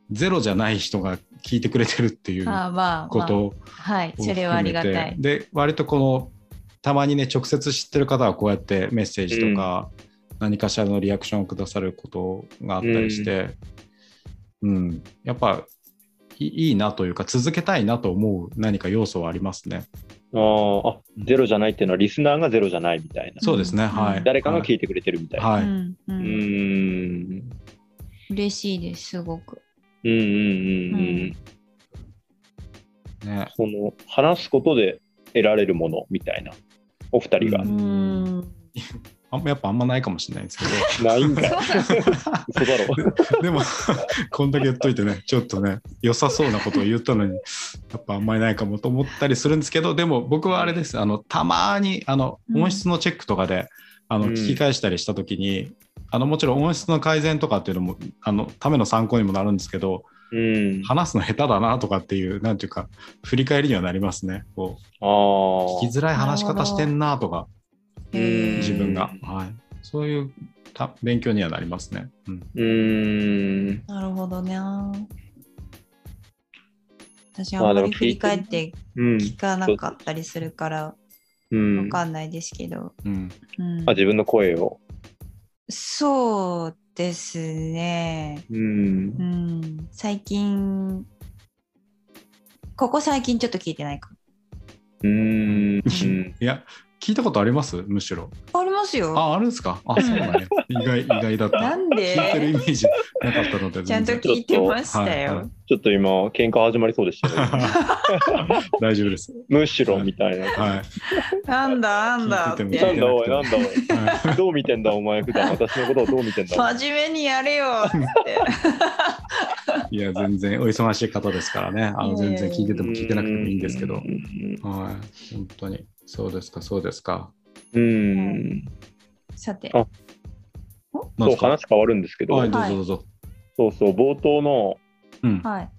[SPEAKER 2] ゼロじゃない人が聞いてくれてるっていう
[SPEAKER 1] あーまあ、
[SPEAKER 2] こ
[SPEAKER 1] まあ
[SPEAKER 2] と、を
[SPEAKER 1] はい、そ
[SPEAKER 2] 含
[SPEAKER 1] れはあり
[SPEAKER 2] め
[SPEAKER 1] が
[SPEAKER 2] て、
[SPEAKER 1] たい。
[SPEAKER 2] で、割とこの、たまにね、直接知ってる方はこうやってメッセージとか、何かしらのリアクションをくださることがあったりして、うん、やっぱいいいなというか、続けたいなと思う何か要素はありますね。
[SPEAKER 3] あーあ、ゼロじゃないっていうのはリスナーがゼロじゃないみたいな。
[SPEAKER 2] そうですね、
[SPEAKER 1] うん
[SPEAKER 2] はい。
[SPEAKER 3] 誰かが聞いてくれてるみたいな。
[SPEAKER 2] はい、
[SPEAKER 1] うんう、
[SPEAKER 3] うんん。
[SPEAKER 1] 嬉しいです、すごく。
[SPEAKER 3] うんうんうんう
[SPEAKER 1] うん
[SPEAKER 3] ん。
[SPEAKER 2] ね。
[SPEAKER 3] その話すことで得られるものみたいな。お二人が
[SPEAKER 2] う
[SPEAKER 1] う。ん。
[SPEAKER 2] あんまやっぱあんまないかもしれないですけ
[SPEAKER 3] ないんか い。
[SPEAKER 1] そう
[SPEAKER 3] 嘘だろ。
[SPEAKER 2] ど、 でも、こんだけ言っといてね、ちょっとね、良さそうなことを言ったのに、やっぱあんまりないかもと思ったりするんですけど、でも僕はあれです、あのたまにあの
[SPEAKER 1] うん
[SPEAKER 2] 音質のチェックとかで、あの
[SPEAKER 3] うん
[SPEAKER 2] 聞き返したりしたときに、あのもちろん音質の改善とかっていうのもあのための参考にもなるんですけど
[SPEAKER 3] うん。あ
[SPEAKER 2] 話すの下手だなとかっていうなんていうか振り返りにはなりますねこ
[SPEAKER 3] あ
[SPEAKER 2] う
[SPEAKER 3] ー。
[SPEAKER 2] 聞きづらい話し方してんなとか
[SPEAKER 1] へー
[SPEAKER 2] 自分が、
[SPEAKER 3] うん
[SPEAKER 2] はい、そういうた勉強にはなりますね、うん、
[SPEAKER 3] うーん。
[SPEAKER 1] なるほどね。私
[SPEAKER 3] ま
[SPEAKER 1] は
[SPEAKER 3] あ
[SPEAKER 1] あま
[SPEAKER 3] で
[SPEAKER 1] り
[SPEAKER 3] も聞いて
[SPEAKER 1] 振り返って
[SPEAKER 3] うん。
[SPEAKER 1] 聞かなかったりするから
[SPEAKER 3] うん
[SPEAKER 1] わかんないですけど、
[SPEAKER 2] うん、
[SPEAKER 1] うん
[SPEAKER 3] あ、自分の声を。
[SPEAKER 1] そうですね。
[SPEAKER 3] うん
[SPEAKER 1] う。ん、最近、ここ最近ちょっと聞いてないかも。
[SPEAKER 3] うーん。
[SPEAKER 2] いや聞いたことありますむしろ。
[SPEAKER 1] ありますよ。
[SPEAKER 2] あ、あるんですかあ、そうなんや。意外、意外だった。
[SPEAKER 1] なん
[SPEAKER 2] 聞いてるイ
[SPEAKER 1] で
[SPEAKER 2] メージなかったので、
[SPEAKER 1] ちゃんと
[SPEAKER 2] 全然
[SPEAKER 1] 聞いてました
[SPEAKER 2] はいは
[SPEAKER 1] よ
[SPEAKER 2] い。
[SPEAKER 3] ちょっと今、喧嘩始まりそうでしたね。
[SPEAKER 2] 大丈夫です。
[SPEAKER 3] むしろみたいな。
[SPEAKER 2] はい。
[SPEAKER 1] なんだなんだっ
[SPEAKER 2] 聞い
[SPEAKER 3] な
[SPEAKER 2] て
[SPEAKER 3] ん
[SPEAKER 1] て
[SPEAKER 2] も。
[SPEAKER 3] だおい、なんだおい。
[SPEAKER 2] は
[SPEAKER 3] どう見てんだお前、普段私のことをどう見てんだお前
[SPEAKER 1] 真面目にやれよっつって。
[SPEAKER 2] い、いや、全然お忙しい方ですからね。あ
[SPEAKER 1] い
[SPEAKER 2] の
[SPEAKER 1] やい
[SPEAKER 2] 全
[SPEAKER 1] や
[SPEAKER 2] 然聞いてても聞いてなくてもいいんですけど。
[SPEAKER 3] う
[SPEAKER 2] はい。
[SPEAKER 3] ん
[SPEAKER 2] 本当に。そうですか、そうですか。
[SPEAKER 3] うん。
[SPEAKER 1] さて。
[SPEAKER 3] あ
[SPEAKER 2] な
[SPEAKER 3] そ
[SPEAKER 2] ん
[SPEAKER 3] う、
[SPEAKER 2] ですか
[SPEAKER 3] 話変わるんですけど、
[SPEAKER 2] はい、どうぞどうぞ。
[SPEAKER 3] そうそう、冒頭の、
[SPEAKER 2] うん。
[SPEAKER 1] はい。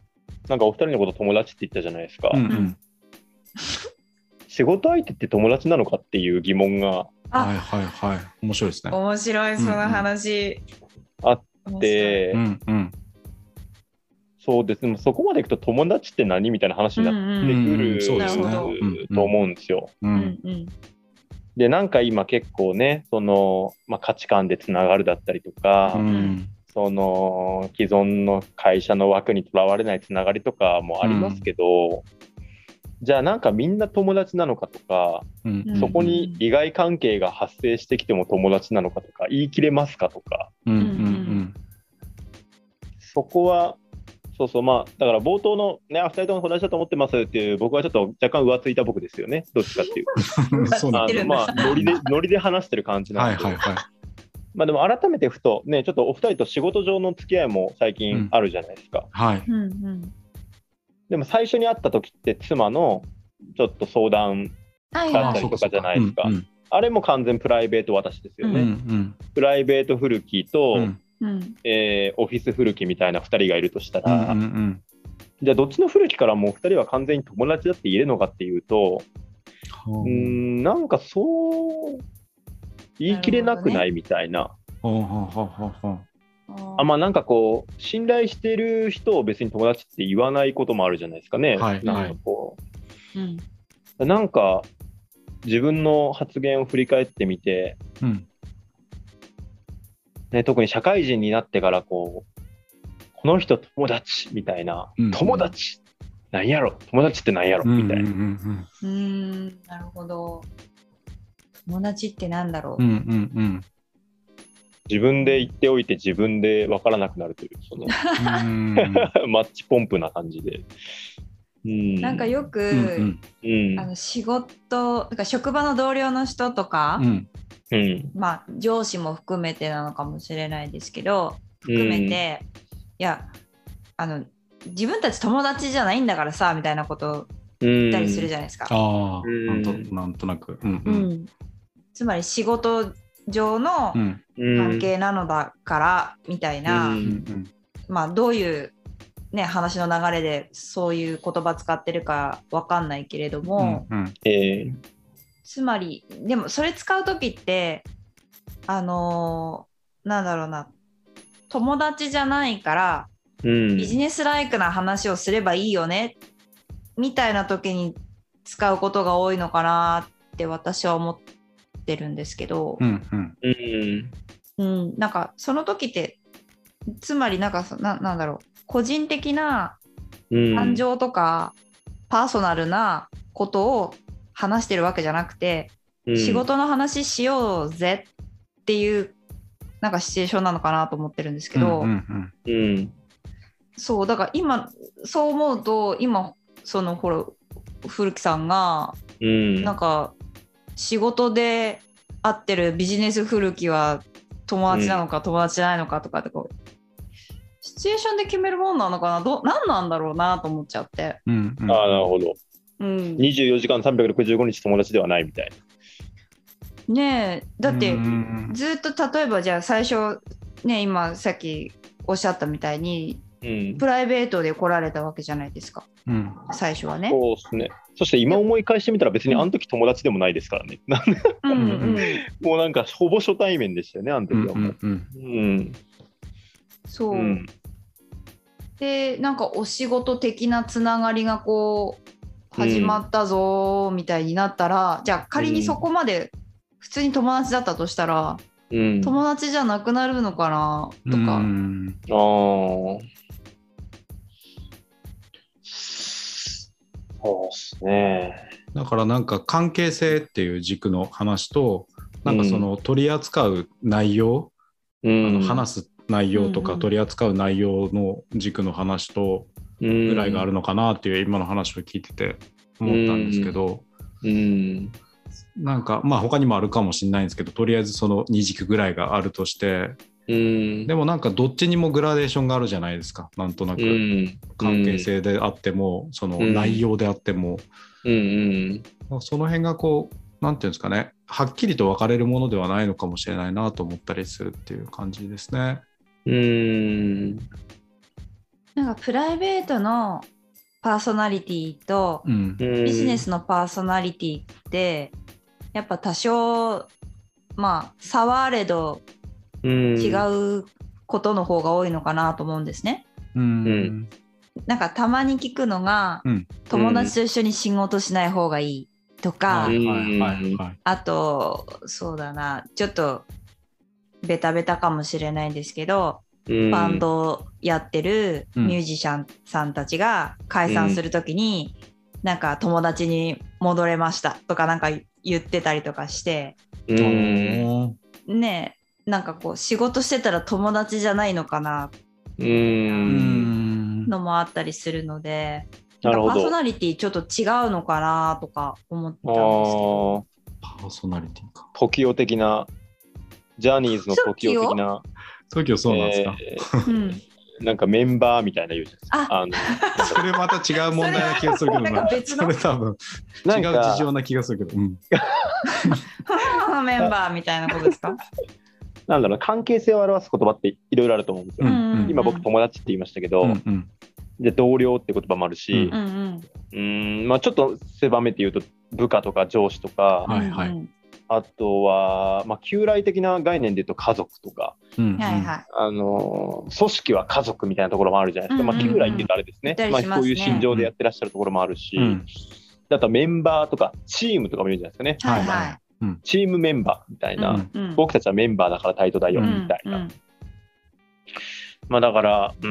[SPEAKER 3] なんかお二人のこと友達って言ったじゃないですか。
[SPEAKER 2] うんうん。
[SPEAKER 3] 仕事相手って友達なのかっていう疑問が
[SPEAKER 1] あ
[SPEAKER 2] はいはいはい。面白いですね。
[SPEAKER 1] 面白いその話。
[SPEAKER 3] あってあって、
[SPEAKER 2] うんうん。
[SPEAKER 3] そうですね、そこまでいくと友達って何みたいな話に
[SPEAKER 1] うん
[SPEAKER 3] な
[SPEAKER 1] う
[SPEAKER 3] って
[SPEAKER 2] うん
[SPEAKER 3] く
[SPEAKER 2] う
[SPEAKER 3] る
[SPEAKER 2] んそうです
[SPEAKER 1] ね
[SPEAKER 3] と思うんですよ。
[SPEAKER 2] う。
[SPEAKER 1] うんんうん
[SPEAKER 3] でなんか今結構ねその、まあ、価値観でつながるだったりとか、
[SPEAKER 2] うん。
[SPEAKER 3] その既存の会社の枠にとらわれないつながりとかもありますけど、じゃあなんかみんな友達なのかとか、
[SPEAKER 2] うん
[SPEAKER 1] うん
[SPEAKER 3] そこに利害関係が発生してきても友達なのかとか言い切れますかとか
[SPEAKER 2] うんうん
[SPEAKER 3] そこは。そうそうまあ、だから冒頭の、ね、あ2人とも友達だと思ってますっていう僕はちょっと若干浮ついた僕ですよねどっちかっていう
[SPEAKER 2] うん。そうな
[SPEAKER 3] あ
[SPEAKER 2] んだ。
[SPEAKER 3] の、まあ、ノリで ノリで話してる感じな
[SPEAKER 2] は
[SPEAKER 3] んで
[SPEAKER 2] いはいはい。
[SPEAKER 3] まあでも改めてふとねちょっとお二人と仕事上の付き合いも最近あるじゃないですか、
[SPEAKER 2] はい。
[SPEAKER 1] うんうん。
[SPEAKER 3] でも最初に会った時って妻のちょっと相談
[SPEAKER 1] はい
[SPEAKER 3] だ
[SPEAKER 1] は
[SPEAKER 3] っ
[SPEAKER 1] い
[SPEAKER 3] たりとかじゃないですか
[SPEAKER 2] うんうん
[SPEAKER 3] あれも完全プライベート私ですよ
[SPEAKER 2] うんう
[SPEAKER 3] ね、
[SPEAKER 2] ん
[SPEAKER 3] プライベート古木と、
[SPEAKER 2] うん
[SPEAKER 1] うん。
[SPEAKER 3] えーオフィス古木みたいな2人がいるとした
[SPEAKER 2] うん
[SPEAKER 3] ら、
[SPEAKER 2] うんうん
[SPEAKER 3] じゃあどっちの古木からもう2人は完全に友達だって言えるのかっていうとうーんなんかそう言い切れなくないみたいな
[SPEAKER 2] ほうほうほうほうほう
[SPEAKER 3] あまあなんかこう信頼してる人を別に友達って言わないこともあるじゃないですかね。
[SPEAKER 2] はい
[SPEAKER 3] なんかこ
[SPEAKER 1] うん
[SPEAKER 3] うなんか自分の発言を振り返ってみて、
[SPEAKER 2] うん
[SPEAKER 3] ね、特に社会人になってからこうこの人友達みたいな、
[SPEAKER 2] うん
[SPEAKER 3] 友達なんやろ友達ってなんやろ
[SPEAKER 2] うん
[SPEAKER 3] みたいな、
[SPEAKER 2] うん
[SPEAKER 1] うーんなるほど。友達ってなんだろ
[SPEAKER 2] う
[SPEAKER 1] う。
[SPEAKER 2] んうんうん
[SPEAKER 3] 自分で言っておいて自分で分からなくなるというその
[SPEAKER 2] うんうん
[SPEAKER 3] マッチポンプな感じで。うん
[SPEAKER 1] なんかよく、
[SPEAKER 2] うん
[SPEAKER 3] うん
[SPEAKER 1] あの仕事なんか職場の同僚の人とか
[SPEAKER 2] う、ん
[SPEAKER 3] うん
[SPEAKER 1] まあ上司も含めてなのかもしれないですけど含めて、いやあの自分たち友達じゃないんだからさみたいなことを
[SPEAKER 3] 言
[SPEAKER 1] 言ったりするじゃないですか。
[SPEAKER 2] ああ
[SPEAKER 3] う
[SPEAKER 2] なんんとなんとなくう
[SPEAKER 1] う
[SPEAKER 2] んうんん
[SPEAKER 1] つまり仕事上の
[SPEAKER 2] うん
[SPEAKER 1] 関係なのだからみたいな、
[SPEAKER 3] うん
[SPEAKER 2] うん
[SPEAKER 1] まあどういう、ね、話の流れでそういう言葉使ってるかわかんないけれども、
[SPEAKER 2] うんうん
[SPEAKER 3] えー
[SPEAKER 1] つまりでもそれ使う時ってあのーなんだろうな友達じゃないから
[SPEAKER 3] うん
[SPEAKER 1] ビジネスライクな話をすればいいよね、みたいな時に使うことが多いのかなって私は思ってるんですけど、
[SPEAKER 2] うんうん
[SPEAKER 3] うん
[SPEAKER 1] うん、なんかその時ってつまりなんかそななんだろう個人的な
[SPEAKER 3] うん
[SPEAKER 1] 感情とか、パーソナルなことを話してるわけじゃなくて、
[SPEAKER 3] うん
[SPEAKER 1] 仕事の話しようぜっていうなんかシチュエーションなのかなと思ってるんですけど、
[SPEAKER 2] うんうん
[SPEAKER 3] うん
[SPEAKER 1] そうだから今そう思うと今そのほら古木さんが
[SPEAKER 3] うん
[SPEAKER 1] なんか仕事で会ってるビジネス古木は友達なのか友達じゃないのかとかってこうシチュエーションで決めるもんなのかなど何なんだろうなと思っちゃって、
[SPEAKER 2] うんうん
[SPEAKER 3] ああなるほど
[SPEAKER 1] うん、
[SPEAKER 3] 24時間365日友達ではないみたい
[SPEAKER 1] ねえだって
[SPEAKER 2] うんうん
[SPEAKER 1] ずっと例えばじゃあ最初ね今さっきおっしゃったみたいに
[SPEAKER 3] なうん
[SPEAKER 1] プライベートで来られたわけじゃないですか
[SPEAKER 2] うん
[SPEAKER 1] 最初はね。
[SPEAKER 3] そうですねそして今思い返してみたら別にあの時友達でもないですからね
[SPEAKER 1] うんうん、
[SPEAKER 3] もうなんかほぼ初対面でしたよねあの
[SPEAKER 2] う
[SPEAKER 3] 時
[SPEAKER 2] ん
[SPEAKER 3] は
[SPEAKER 2] うんうん
[SPEAKER 3] うん
[SPEAKER 1] そう、
[SPEAKER 3] うん
[SPEAKER 1] でなんかお仕事的なつながりがこう
[SPEAKER 3] うん
[SPEAKER 1] 始まったぞーみたいになったら、じゃあ仮にそこまで普通に友達だったとしたら、
[SPEAKER 3] うん
[SPEAKER 1] 友達じゃなくなるのかなとか、
[SPEAKER 2] うん
[SPEAKER 3] あーそうですね
[SPEAKER 2] だからなんか関係性っていう軸の話となんかその取り扱う内容、
[SPEAKER 3] う
[SPEAKER 2] あの
[SPEAKER 3] ん、
[SPEAKER 2] 話す内容と
[SPEAKER 1] う
[SPEAKER 2] か
[SPEAKER 1] ん
[SPEAKER 2] 取り扱う内容の軸の話とぐ
[SPEAKER 3] ぐ
[SPEAKER 2] らいがあるのかなっていう今の話を聞いてて思ったんですけど、
[SPEAKER 3] うん
[SPEAKER 2] なんかまあ他にもあるかもしれないんですけどとりあえずその2軸ぐらいがあるとして
[SPEAKER 3] うん
[SPEAKER 2] でもなんかどっちにもグラデーションがあるじゃないですかなんとな
[SPEAKER 3] う
[SPEAKER 2] く
[SPEAKER 3] ん
[SPEAKER 2] 関係性であってもその
[SPEAKER 3] うん
[SPEAKER 2] 内容であっても
[SPEAKER 3] うんうん
[SPEAKER 2] その辺がこうなんていうんですかねはっきりと分かれるものではないのかもしれないなと思ったりするっていう感じですね。
[SPEAKER 3] うん
[SPEAKER 1] なんかプライベートのパーソナリティと
[SPEAKER 2] うん
[SPEAKER 3] うん
[SPEAKER 1] ビジネスのパーソナリティってやっぱ多少まあ差はあれど
[SPEAKER 3] うん
[SPEAKER 1] 違うことの方が多いのかなと思うんですね。
[SPEAKER 2] うん
[SPEAKER 1] なんかたまに聞くのが、
[SPEAKER 2] うん
[SPEAKER 1] 友達と一緒に仕事しない方がいいとか、
[SPEAKER 2] はいはいはいはい
[SPEAKER 1] あとそうだなちょっとベタベタかもしれないんですけど、
[SPEAKER 3] うん
[SPEAKER 1] バンドやってる
[SPEAKER 2] うん
[SPEAKER 1] ミュージシャンさんたちが解散する時に、なんか友達に戻れましたとかなんか言ってたりとかして
[SPEAKER 3] うん
[SPEAKER 1] ねえなんかこう仕事してたら友達じゃないのかな
[SPEAKER 3] う
[SPEAKER 2] うんん
[SPEAKER 1] のもあったりするので
[SPEAKER 3] なるほ
[SPEAKER 1] パーソ
[SPEAKER 3] ど
[SPEAKER 1] ナリティちょっと違うのかなとか思ったんですけど
[SPEAKER 3] ああ
[SPEAKER 2] パーソナリティか。
[SPEAKER 3] トキオ的なジャニーズのトキオ的な
[SPEAKER 2] 東京そうなんですか、
[SPEAKER 3] え
[SPEAKER 1] うん
[SPEAKER 3] ーなんかメンバーみたいな言うじゃないですか
[SPEAKER 2] それまた違う問題な気がするけど
[SPEAKER 1] それは
[SPEAKER 2] な。
[SPEAKER 1] 別
[SPEAKER 2] そ
[SPEAKER 1] の
[SPEAKER 2] れ多分
[SPEAKER 3] あの
[SPEAKER 2] 違
[SPEAKER 3] なん
[SPEAKER 2] う事
[SPEAKER 3] か
[SPEAKER 2] 情な気がするけど。うん。
[SPEAKER 1] メンバーみたいなことですか、
[SPEAKER 3] なんだろう関係性を表す言葉っていろいろあると思うんですよ、
[SPEAKER 2] うん
[SPEAKER 3] 今僕友達って言いましたけど、
[SPEAKER 2] うんうん
[SPEAKER 3] で同僚って言葉もあるし
[SPEAKER 1] う、んうん
[SPEAKER 3] うん、まあちょっと狭めて言うと部下とか上司とか、
[SPEAKER 2] はいはい
[SPEAKER 1] うん
[SPEAKER 3] あとは、まあ、旧来的な概念で言うと家族とか、
[SPEAKER 2] うん
[SPEAKER 1] はいはい
[SPEAKER 3] あのー組織は家族みたいなところもあるじゃないですか、
[SPEAKER 1] うんうんうん
[SPEAKER 3] まあ、旧来って言うとあれですね
[SPEAKER 1] 言ったりしますね
[SPEAKER 3] あ、こういう心情でやってらっしゃるところもあるし、
[SPEAKER 2] うん
[SPEAKER 3] あとはメンバーとかチームとかも言うんじゃないですかね
[SPEAKER 1] はいは
[SPEAKER 2] は
[SPEAKER 1] い
[SPEAKER 3] チームメンバーみたいな、
[SPEAKER 2] うん
[SPEAKER 1] うん
[SPEAKER 3] 僕たちはメンバーだからタイトだよみたいな、
[SPEAKER 1] うん
[SPEAKER 3] まあだから、うー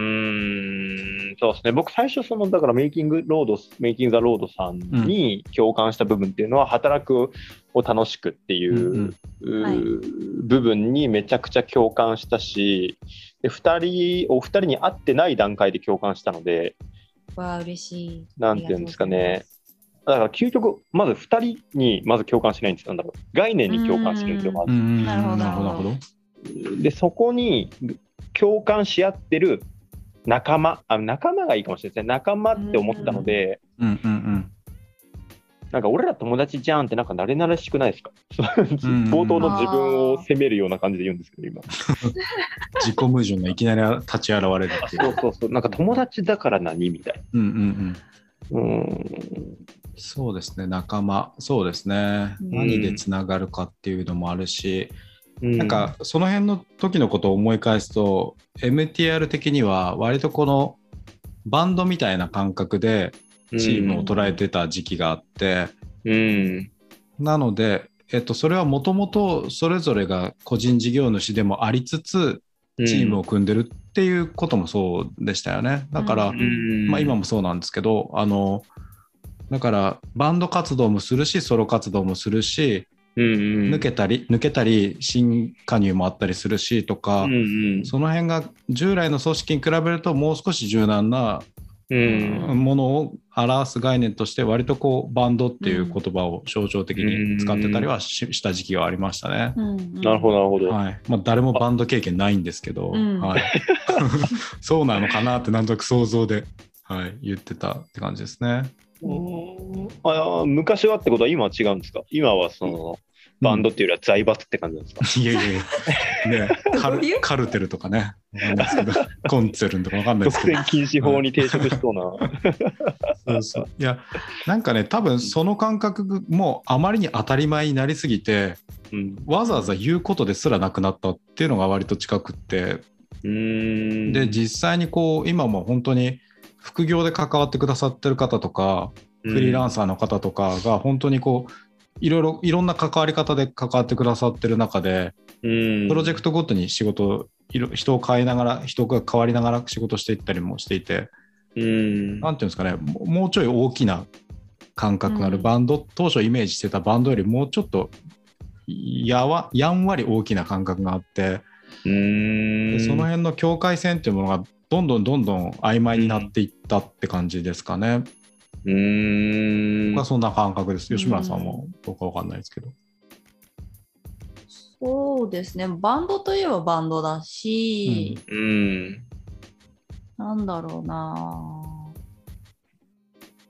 [SPEAKER 3] ん、そうですね、僕、最初、その、だから、メイキングロード、メイキング・ザ・ロードさんに共感した部分っていうのは、働くを楽しくっていう、
[SPEAKER 2] うん
[SPEAKER 3] うー
[SPEAKER 1] はい
[SPEAKER 3] 部分にめちゃくちゃ共感したし、で2人、お二人に会ってない段階で共感したので、
[SPEAKER 1] わあ嬉しい
[SPEAKER 3] なんていうんですかねだから、究極、まず2人にまず共感しないんですよ、なんだろう、概念に共感するんですよ、
[SPEAKER 1] うん
[SPEAKER 3] ま
[SPEAKER 2] うんう
[SPEAKER 3] ず。
[SPEAKER 2] ん
[SPEAKER 1] なるほど
[SPEAKER 2] なるほどなるほど。
[SPEAKER 3] で、そこに共感し合ってる仲間あ、仲間がいいかもしれないですね、仲間って思ったので、
[SPEAKER 2] うんうん
[SPEAKER 3] なんか俺ら友達じゃんってなんか慣れ慣れしくないですか
[SPEAKER 2] ん
[SPEAKER 3] 冒頭の自分を責めるような感じで言うんですけど今
[SPEAKER 2] 自己矛盾がいきなり立ち現れるってい
[SPEAKER 3] そう
[SPEAKER 2] う。
[SPEAKER 3] そうそうなんか友達だから何みたい
[SPEAKER 2] うんうんうん。
[SPEAKER 3] なうん
[SPEAKER 2] そうですね仲間そうですね、
[SPEAKER 1] うん
[SPEAKER 2] 何でつながるかっていうのもあるし、
[SPEAKER 3] うん
[SPEAKER 2] なんかその辺の時のことを思い返すと MTR 的には割とこのバンドみたいな感覚でチームを捉えてた時期があって、
[SPEAKER 3] うん
[SPEAKER 2] なので、えっと、それはもともとそれぞれが個人事業主でもありつつチームを組んでるっていうこともそうでしたよねだから、
[SPEAKER 1] うん
[SPEAKER 2] まあ、今もそうなんですけどあのだからバンド活動もするしソロ活動もするし抜
[SPEAKER 3] 抜
[SPEAKER 2] けたり抜けたり新加入もあったりするしとか、
[SPEAKER 3] うんうん
[SPEAKER 2] その辺が従来の組織に比べるともう少し柔軟な
[SPEAKER 3] うん
[SPEAKER 2] ものを表す概念として割とこうバンドっていう言葉を象徴的に使ってたりはしした時期がありましたね。
[SPEAKER 1] な
[SPEAKER 3] なるほどなるほど、
[SPEAKER 2] はいまあ、誰もバンド経験ないんですけど、
[SPEAKER 1] うん
[SPEAKER 2] はい、 そうなのかなってなんとなく想像で、はい、言ってたって感じですね。
[SPEAKER 3] うんあ昔はってことは今は違うんですか今はそのバンドっていうよりは財閥って感じなんですか、
[SPEAKER 2] いやいやいや、ね、カル
[SPEAKER 1] どういう
[SPEAKER 2] カルテルとかね、わかんないですけどコンツェルンとかわかんないです
[SPEAKER 3] 独
[SPEAKER 2] けど
[SPEAKER 3] 占禁止法に抵触しそうな
[SPEAKER 2] そうそう、いや、なんかね、多分その感覚もあまりに当たり前になりすぎて、
[SPEAKER 3] うん
[SPEAKER 2] わざわざ言うことですらなくなったっていうのが割と近くって、
[SPEAKER 3] うん
[SPEAKER 2] で、実際にこう、今も本当に副業で関わってくださってる方とか、フリーラン
[SPEAKER 3] ス
[SPEAKER 2] サーの方とかが本当にこう、いろいろいろんな関わり方で関わってくださってる中で、プ
[SPEAKER 3] プ
[SPEAKER 2] ロジェクトごとに仕事をいろ人を変えながら人が変わりながら仕事していったりもしていて
[SPEAKER 3] うん
[SPEAKER 2] 何ていうんですかねももうちょい大きな感覚のあるバンド、当初イメージしてたバンドよりもうちょっとやわやんわり大きな感覚があって、
[SPEAKER 3] うーん
[SPEAKER 2] でその辺の境界線っていうものがどんどんどんどん曖昧になっていったって感じですかね。
[SPEAKER 3] うーん
[SPEAKER 2] 僕はそんな感覚です。
[SPEAKER 1] うん
[SPEAKER 2] 吉村さんもどうかわかんないですけど。
[SPEAKER 1] そうですねバンドといえばバンドだし、
[SPEAKER 3] うん
[SPEAKER 1] なんだろうな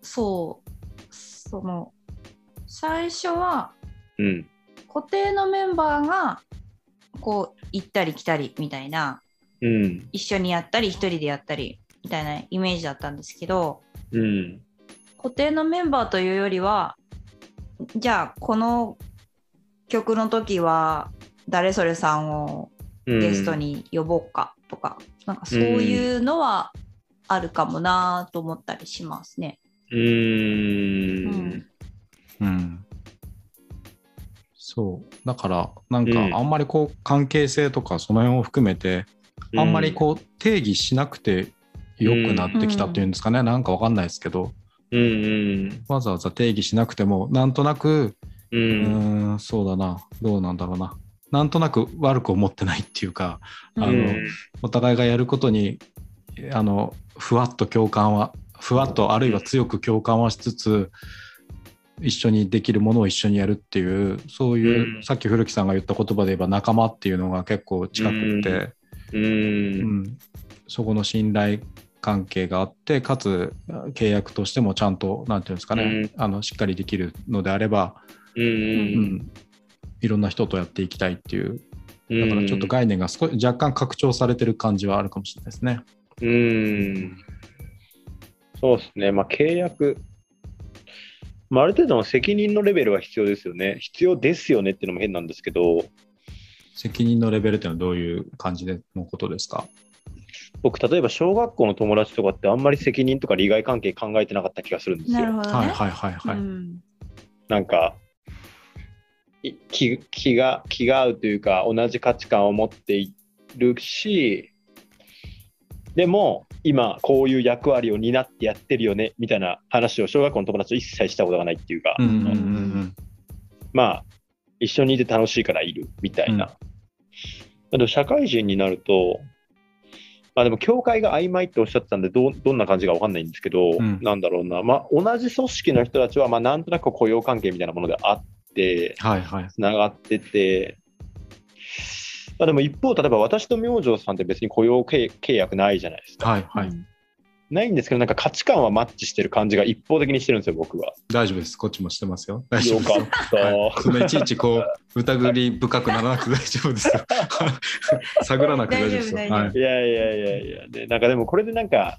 [SPEAKER 1] そうその最初は
[SPEAKER 3] うん
[SPEAKER 1] 固定のメンバーがこう行ったり来たりみたいな
[SPEAKER 3] うん
[SPEAKER 1] 一緒にやったり一人でやったりみたいなイメージだったんですけど
[SPEAKER 3] うん
[SPEAKER 1] 固定のメンバーというよりはじゃあこの曲の時は誰それさんを
[SPEAKER 3] うん
[SPEAKER 1] ゲストに呼ぼうかとか、なんかそういうのはあるかもなと思ったりしますね。
[SPEAKER 3] うーん
[SPEAKER 2] うんそうだからなんか
[SPEAKER 3] うん
[SPEAKER 2] あんまりこう関係性とかその辺を含めて、あんまりこう定義しなくて良くなってきたっていうんですかね、なんかわかんないですけど
[SPEAKER 3] うんうん
[SPEAKER 2] わざわざ定義しなくてもなんとなく
[SPEAKER 3] う
[SPEAKER 2] うんーんそうだなどうなんだろうななんとなく悪く思ってないっていうかあ
[SPEAKER 3] う
[SPEAKER 2] の
[SPEAKER 3] ん
[SPEAKER 2] お互いがやることにあのふわっと共感はふわっとあるいは強く共感はしつつ一緒にできるものを一緒にやるっていうそういう、
[SPEAKER 3] うん
[SPEAKER 2] さっき古木さんが言った言葉で言えば仲間っていうのが結構近くって、
[SPEAKER 3] う
[SPEAKER 2] うん
[SPEAKER 3] ん
[SPEAKER 2] そこの信頼関係があってかつ契約としてもちゃんとなんていうんですかね、あのしっかりできるのであれば、
[SPEAKER 3] うん
[SPEAKER 2] う
[SPEAKER 3] うん
[SPEAKER 2] んいろんな人とやっていきたいっていう
[SPEAKER 3] うん
[SPEAKER 2] だからちょっと概念が少し若干拡張されてる感じはあるかもしれないですね。
[SPEAKER 3] うんそうですね、まあ、契約、まあ、ある程度の責任のレベルは必要ですよね、必要ですよねっていうのも変なんですけど、
[SPEAKER 2] 責任のレベルってのはどういう感じでのことですか
[SPEAKER 3] 僕、例えば小学校の友達とかって、あんまり責任とか利害関係考えてなかった気がするんです
[SPEAKER 1] なる
[SPEAKER 3] よ。
[SPEAKER 1] ほどね。
[SPEAKER 2] はいはいはいはい。
[SPEAKER 1] うん
[SPEAKER 3] なんかい気気が気が合うというか、同じ価値観を持っているし、でも、今、こういう役割を担ってやってるよねみたいな話を小学校の友達と一切したことがないっていうか。
[SPEAKER 2] うんうんうん
[SPEAKER 3] まあ、一緒にいて楽しいからいるみたいな。あと社会人になると、まあでも、教会が曖昧っておっしゃってたんで、どうどんな感じかわかんないんですけど、
[SPEAKER 2] うん
[SPEAKER 3] なんだろうな、まあ、同じ組織の人たちは、まあ、なんとなく雇用関係みたいなものであって、
[SPEAKER 2] はいはい。
[SPEAKER 3] つながってて、まあ、でも一方、例えば私と明星さんって別に雇用契契約ないじゃないですか。
[SPEAKER 2] はいはい。
[SPEAKER 3] ないんですけど、なんか価値観はマッチしてる感じが一方的にしてるんですよ、僕は。
[SPEAKER 2] 大丈夫です。こっちもしてますよ。大丈
[SPEAKER 3] よ
[SPEAKER 2] 夫です
[SPEAKER 3] か
[SPEAKER 2] よ
[SPEAKER 3] っ。た。
[SPEAKER 2] はいそんないちいちこう疑り深くならなくて大丈夫ですよ。 探らなくて大丈夫ですよ。
[SPEAKER 1] 大丈夫
[SPEAKER 2] はい
[SPEAKER 3] いやいやいやいや、でなんかでもこれでなんか、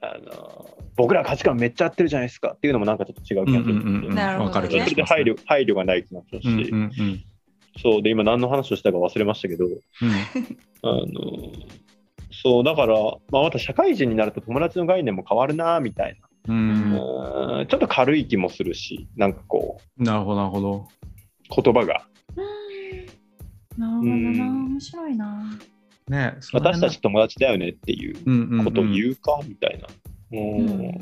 [SPEAKER 3] あの僕ら価値観めっちゃ合ってるじゃないですかっていうのもなんかちょっと違う
[SPEAKER 2] う
[SPEAKER 3] 気
[SPEAKER 2] んう
[SPEAKER 3] が
[SPEAKER 2] ん
[SPEAKER 3] する。
[SPEAKER 2] うんうん。
[SPEAKER 1] なるほどね
[SPEAKER 2] わかる気
[SPEAKER 3] そ
[SPEAKER 2] が
[SPEAKER 3] れ
[SPEAKER 2] し
[SPEAKER 3] で
[SPEAKER 2] ます
[SPEAKER 3] 配
[SPEAKER 2] ね。
[SPEAKER 3] 慮配慮がない気がするし、
[SPEAKER 2] うんうんうん
[SPEAKER 3] そうで今何の話をしたか忘れましたけど、
[SPEAKER 2] うん
[SPEAKER 3] あのそうだから、まあ、また社会人になると友達の概念も変わるなみたい
[SPEAKER 2] う
[SPEAKER 3] な、
[SPEAKER 2] ん
[SPEAKER 3] うんちょっと軽い気もするし、なんかこ
[SPEAKER 2] なるほどなるほど。
[SPEAKER 3] う、言葉が、
[SPEAKER 1] うんなるほどな、
[SPEAKER 3] うん
[SPEAKER 1] 面白いな。
[SPEAKER 2] ねその
[SPEAKER 3] 私
[SPEAKER 2] 辺
[SPEAKER 3] た
[SPEAKER 2] ね
[SPEAKER 3] ち友達だよねっていう
[SPEAKER 2] うんうんうん
[SPEAKER 3] ことを言うかみたいな。うん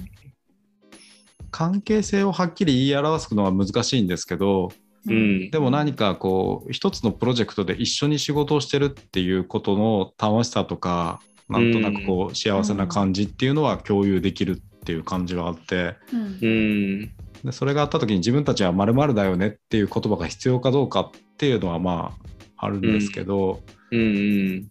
[SPEAKER 2] 関係性をはっきり言い表すのは難しいんですけど、
[SPEAKER 3] う。ん
[SPEAKER 2] でも何かこう一つのプロジェクトで一緒に仕事をしてるっていうことの楽しさとかなんとなくこう幸せな感じっていうのは共有できるっていう感じはあって
[SPEAKER 1] うん
[SPEAKER 3] うん
[SPEAKER 2] でそれがあった時に自分たちはまるだよねっていう言葉が必要かどうかっていうのはまああるんですけど、
[SPEAKER 3] うん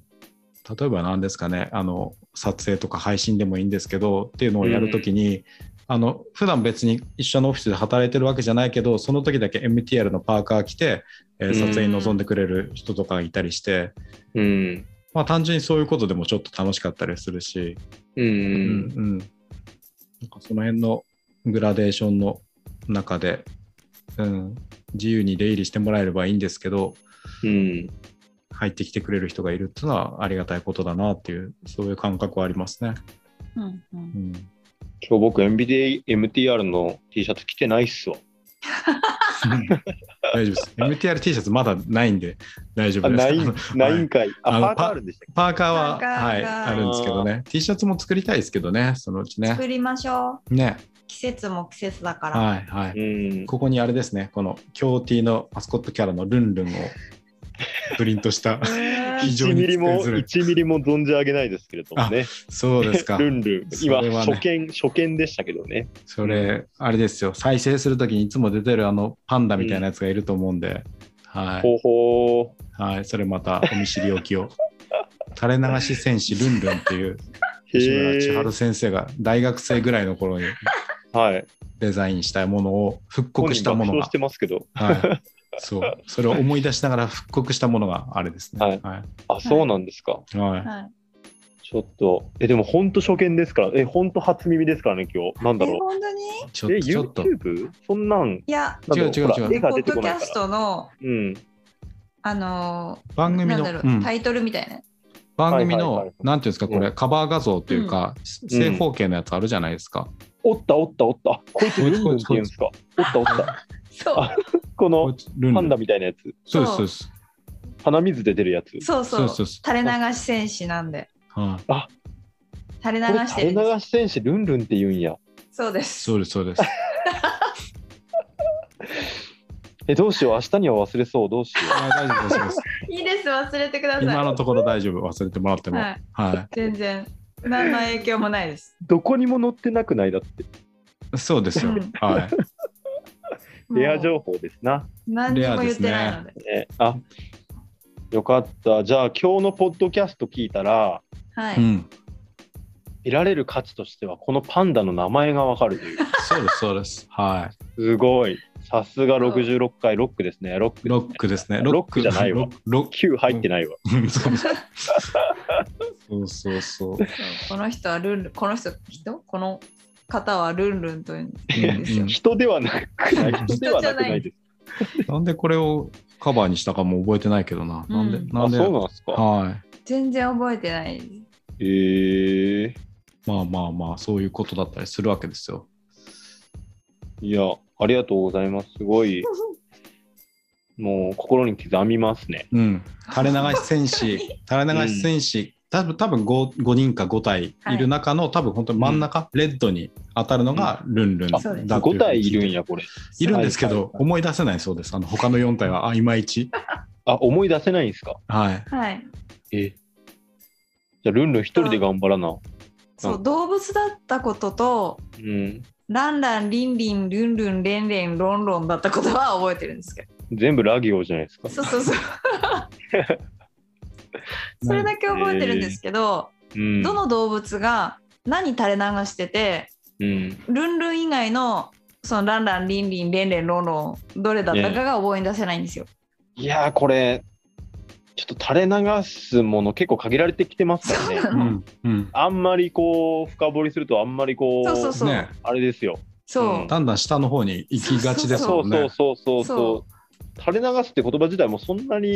[SPEAKER 2] 例えば何ですかねあの撮影とか配信でもいいんですけどっていうのをやるときに、あの普段別に一緒のオフィスで働いてるわけじゃないけどその時だけ MTR のパーカー着て、えー
[SPEAKER 3] うん
[SPEAKER 2] 撮影に臨んでくれる人とかがいたりして、
[SPEAKER 3] うん
[SPEAKER 2] まあ、単純にそういうことでもちょっと楽しかったりするし、
[SPEAKER 3] うん
[SPEAKER 2] う
[SPEAKER 3] うん
[SPEAKER 2] うんなんかその辺のグラデーションの中で、うん、自由に出入りしてもらえればいいんですけど
[SPEAKER 3] うん
[SPEAKER 2] 入ってきてくれる人がいるっていうのはありがたいことだなっていうそういう感覚はありますね。
[SPEAKER 1] うんうん
[SPEAKER 2] うん
[SPEAKER 3] 今日僕 MBA MTR の T シャツ着てないっすわ。
[SPEAKER 2] 大丈夫 です。MTR T シャツまだないんで大丈
[SPEAKER 3] あ
[SPEAKER 2] 夫です。
[SPEAKER 3] ない
[SPEAKER 2] あの
[SPEAKER 3] ないんかい。
[SPEAKER 2] あ
[SPEAKER 3] あ、
[SPEAKER 2] の
[SPEAKER 3] パーカーあるんでしたっ
[SPEAKER 2] パーカーは
[SPEAKER 1] パーカーが
[SPEAKER 2] はい、あるんですけどね。T シャツも作りたいですけどね、そのうちね。
[SPEAKER 1] 作りましょう。
[SPEAKER 2] ね。
[SPEAKER 1] 季節も季節だから。
[SPEAKER 2] はいはい
[SPEAKER 3] け。うん。
[SPEAKER 2] ここにあれですね、この京 T のマスコットキャラのルンルンをプリント した。
[SPEAKER 1] え
[SPEAKER 2] 非
[SPEAKER 1] ー
[SPEAKER 2] 常
[SPEAKER 3] 1
[SPEAKER 2] に
[SPEAKER 3] ミリも、
[SPEAKER 2] 作りづらい
[SPEAKER 3] 1ミリも存じ上げないですけれどもね。
[SPEAKER 2] そうですか。
[SPEAKER 3] ルンルン。
[SPEAKER 2] それ
[SPEAKER 3] 今、
[SPEAKER 2] はね
[SPEAKER 3] 初見、初見でしたけどね。
[SPEAKER 2] それ、あれですよ、再生するときにいつも出てるあのパンダみたいなやつがいると思うんで、はい、
[SPEAKER 3] ほうほ
[SPEAKER 2] はい、それまたお見知りおきを。垂れ流し戦士ルンルンっていう
[SPEAKER 3] う。
[SPEAKER 2] 吉村千
[SPEAKER 3] へ
[SPEAKER 2] 春
[SPEAKER 3] ー
[SPEAKER 2] 先生が大学生ぐらいの頃に
[SPEAKER 3] はい。
[SPEAKER 2] デザインしたものを復刻したもの
[SPEAKER 3] 本人爆笑
[SPEAKER 2] が
[SPEAKER 3] し、てますけど。
[SPEAKER 2] はい、そうそれを思い出しながら復刻したものがあれですね。
[SPEAKER 3] は
[SPEAKER 2] はいい
[SPEAKER 3] あ、そうなんですか。
[SPEAKER 2] はい
[SPEAKER 1] はい
[SPEAKER 3] ちょっと。え、でも本当初見ですから。え、本当初耳ですからね、今日。なん
[SPEAKER 1] え
[SPEAKER 3] だろ
[SPEAKER 1] 本当に
[SPEAKER 2] ちょ
[SPEAKER 3] う。え、
[SPEAKER 2] ちょっと
[SPEAKER 3] YouTube? そんなん。
[SPEAKER 1] いや、
[SPEAKER 3] なんだろ
[SPEAKER 2] 違う違う
[SPEAKER 3] ほら
[SPEAKER 2] 違う
[SPEAKER 3] 絵
[SPEAKER 1] ポ
[SPEAKER 3] が出
[SPEAKER 1] ッ
[SPEAKER 3] て
[SPEAKER 1] ド
[SPEAKER 3] こ
[SPEAKER 1] キ
[SPEAKER 3] ない
[SPEAKER 1] ャ
[SPEAKER 3] か
[SPEAKER 1] ス
[SPEAKER 3] ら。
[SPEAKER 1] トの、
[SPEAKER 3] うん。
[SPEAKER 1] あの
[SPEAKER 2] 番
[SPEAKER 1] ー、
[SPEAKER 2] 組
[SPEAKER 1] なん
[SPEAKER 2] の
[SPEAKER 1] だろう、
[SPEAKER 2] うん
[SPEAKER 1] タイトルみたいな。
[SPEAKER 2] 番組
[SPEAKER 3] はいはいは
[SPEAKER 2] の
[SPEAKER 3] い
[SPEAKER 2] なんていうんですかこれカバー画像というか正方形のやつあるじゃないですか。
[SPEAKER 3] おったおったおった。あこいつ
[SPEAKER 2] こ
[SPEAKER 3] ル
[SPEAKER 2] いつ
[SPEAKER 3] ンルンって言うんですか。おったおった。
[SPEAKER 1] そう
[SPEAKER 3] あこの
[SPEAKER 2] ルン
[SPEAKER 3] パ
[SPEAKER 2] ル
[SPEAKER 3] ン
[SPEAKER 2] ン
[SPEAKER 3] ダみたいなやつ。
[SPEAKER 2] そうですそうです。
[SPEAKER 3] 鼻水出てるやつ。
[SPEAKER 1] そうそう
[SPEAKER 2] そうそうそ
[SPEAKER 1] 垂れ流し戦士なんで
[SPEAKER 2] はい
[SPEAKER 1] 垂れ流
[SPEAKER 3] これ
[SPEAKER 1] してる
[SPEAKER 3] 垂
[SPEAKER 1] んで
[SPEAKER 3] れ
[SPEAKER 1] す
[SPEAKER 3] 流し戦士ルンルンって言うんや。
[SPEAKER 1] そうです
[SPEAKER 2] そうですそうです。
[SPEAKER 3] え、どうしよう。明日には忘れそう。どうしよ
[SPEAKER 2] あ大丈夫 です大丈夫です。
[SPEAKER 1] いいです忘れてください
[SPEAKER 2] 今のところ大丈夫忘れてもらっても。
[SPEAKER 1] は
[SPEAKER 2] はいい。
[SPEAKER 1] 全然何の影響もないです、
[SPEAKER 3] う。どこにも載ってなくないだって。
[SPEAKER 2] そうですよ
[SPEAKER 1] うん。
[SPEAKER 2] はい。
[SPEAKER 3] レア
[SPEAKER 1] もう
[SPEAKER 3] 情報ですな。
[SPEAKER 1] 何にも言ってないので
[SPEAKER 3] ね、あよかった。じゃあ今日のポッドキャスト聞いたら、
[SPEAKER 1] は
[SPEAKER 2] う
[SPEAKER 1] い、
[SPEAKER 2] ん。
[SPEAKER 3] 得られる価値としてはこのパンダの名前がわか るという。
[SPEAKER 2] そうですそうです。は
[SPEAKER 3] すごい。さすが66回ロックですね。ロッ
[SPEAKER 2] い。
[SPEAKER 3] ク。
[SPEAKER 2] ロックですね。
[SPEAKER 3] ロックじゃないわ
[SPEAKER 2] ロックロック
[SPEAKER 3] 9入ってないわ。
[SPEAKER 2] うんそうそうそうそう。
[SPEAKER 1] そうこの人はルンルンこの人人この方はルンルンというんです
[SPEAKER 2] う
[SPEAKER 1] よ
[SPEAKER 2] ん
[SPEAKER 3] 人ではな くない。人ではなくないです。
[SPEAKER 2] なんでこれをカバーにしたかも覚えてないけどな。なんで、
[SPEAKER 1] うん
[SPEAKER 2] なんで。
[SPEAKER 3] あ、そうなんですか。
[SPEAKER 2] はい。
[SPEAKER 1] 全然覚えてない
[SPEAKER 3] えー、
[SPEAKER 2] まあまあまあ、そういうことだったりするわけですよ。
[SPEAKER 3] いや、ありがとうございます。すごい、もう心に刻みますね。
[SPEAKER 2] うん。垂れ流し戦士、垂れ流
[SPEAKER 3] うん
[SPEAKER 2] し戦士、多分多分 5, 5人か5体いる中の、多分本当に真ん中、レッドに当たるのがルンルンだ
[SPEAKER 1] そうです
[SPEAKER 2] というふう
[SPEAKER 3] 5
[SPEAKER 2] に
[SPEAKER 3] 体い
[SPEAKER 2] 聞
[SPEAKER 3] るん
[SPEAKER 2] て。
[SPEAKER 3] や、これ。
[SPEAKER 2] いるんですけ
[SPEAKER 3] はいは
[SPEAKER 2] ど
[SPEAKER 3] い、はい
[SPEAKER 2] 思い出せないそうです。あの他の4体は、あ、いまいち。
[SPEAKER 3] あ、思い出せないんですか。
[SPEAKER 2] はい。
[SPEAKER 1] はい
[SPEAKER 3] えじゃあ、ルンルン一人で頑張らな。
[SPEAKER 1] そうう動物だったことと
[SPEAKER 3] うん。
[SPEAKER 1] ランランリンリンルンルンレンレンロンロンだったことは覚えてるんです けど
[SPEAKER 3] 全部ラ行じゃないですか。
[SPEAKER 1] そう そうそう。それだけ覚えてるんですけど、
[SPEAKER 3] うん。
[SPEAKER 1] どの動物が何垂れ流してて、
[SPEAKER 3] うん。
[SPEAKER 1] ルンルン以外のそのランラン、リンリン、レンレン、ロンロン、どれだったかが覚え出せないんですよ。
[SPEAKER 3] いやー、これ、ちょっと垂れ流すもの結構限られてきてますからね
[SPEAKER 1] そう。なの
[SPEAKER 2] うん。うん。
[SPEAKER 3] あんまりこう、深掘りすると、あんまりこう、
[SPEAKER 1] そうそうそう。
[SPEAKER 2] ね
[SPEAKER 3] あれですよ。。
[SPEAKER 1] そううん
[SPEAKER 2] だんだん下の方に行きがちです
[SPEAKER 3] そ
[SPEAKER 2] も
[SPEAKER 3] うんそう
[SPEAKER 2] ね。
[SPEAKER 3] そうそ
[SPEAKER 1] そ
[SPEAKER 3] うそう。垂れ流すって言葉自体もそんなに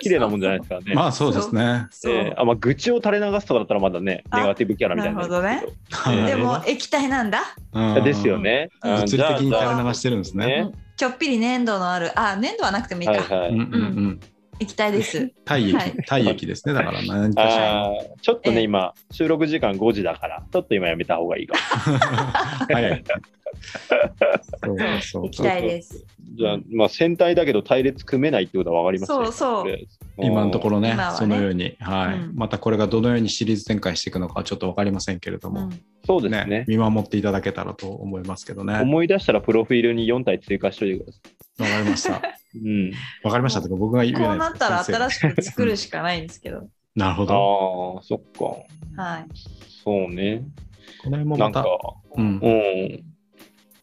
[SPEAKER 3] 綺麗なもんじゃないですからね。
[SPEAKER 2] まあそうですね。
[SPEAKER 1] そう
[SPEAKER 3] えーあまあ、愚痴を垂れ流すとかだったらまだね、
[SPEAKER 1] あ
[SPEAKER 3] ネガティブキャラみたいな。
[SPEAKER 1] なる
[SPEAKER 3] えー
[SPEAKER 1] でも液体なんだ、
[SPEAKER 2] うん
[SPEAKER 3] ですよね。
[SPEAKER 1] うん
[SPEAKER 3] うん
[SPEAKER 2] 物理的に
[SPEAKER 3] じゃあ
[SPEAKER 2] 垂れ流してるんですね。
[SPEAKER 3] え
[SPEAKER 1] うんちょっぴり粘土のあるあ粘土はなくてもいいか、
[SPEAKER 3] はいは
[SPEAKER 2] う
[SPEAKER 3] い。
[SPEAKER 2] んうんうん。
[SPEAKER 1] 液体です
[SPEAKER 2] 体
[SPEAKER 1] は
[SPEAKER 2] 液
[SPEAKER 1] い、
[SPEAKER 2] 体液ですね。だから何かしら。
[SPEAKER 3] あーちょっとね、
[SPEAKER 1] ええ
[SPEAKER 3] 今、収録時間5時だから、ちょっと今やめた方がいいかも。
[SPEAKER 2] 早い。そうそう
[SPEAKER 1] 液
[SPEAKER 2] そう。
[SPEAKER 1] 体です
[SPEAKER 3] じゃあ、まあ、戦隊だけど隊列組めないってことは分かりますね
[SPEAKER 1] そうそう
[SPEAKER 3] れ
[SPEAKER 2] 今のところね
[SPEAKER 1] 今はね
[SPEAKER 2] そのように、はい
[SPEAKER 1] うん
[SPEAKER 2] またこれがどのようにシリーズ展開していくのかはちょっと分かりませんけれど
[SPEAKER 1] う
[SPEAKER 2] も、
[SPEAKER 1] ん
[SPEAKER 3] そうですね
[SPEAKER 2] ね見守っていただけたらと思いますけどね。分か
[SPEAKER 3] 思い出したらプロフィールに4体追加しといてくださ
[SPEAKER 2] りました。
[SPEAKER 3] い。うん、
[SPEAKER 2] 分かりましたとか僕が言え
[SPEAKER 1] こ
[SPEAKER 2] な
[SPEAKER 1] う
[SPEAKER 2] い
[SPEAKER 1] なったら
[SPEAKER 2] 先生
[SPEAKER 1] 新しく作るしかないんですけど
[SPEAKER 2] なるほ
[SPEAKER 3] あ
[SPEAKER 2] ど。
[SPEAKER 3] あ、そっか。
[SPEAKER 1] はい
[SPEAKER 3] そうね。
[SPEAKER 2] この辺も
[SPEAKER 3] な
[SPEAKER 2] ま
[SPEAKER 3] んか
[SPEAKER 2] た、、うん
[SPEAKER 3] うん、い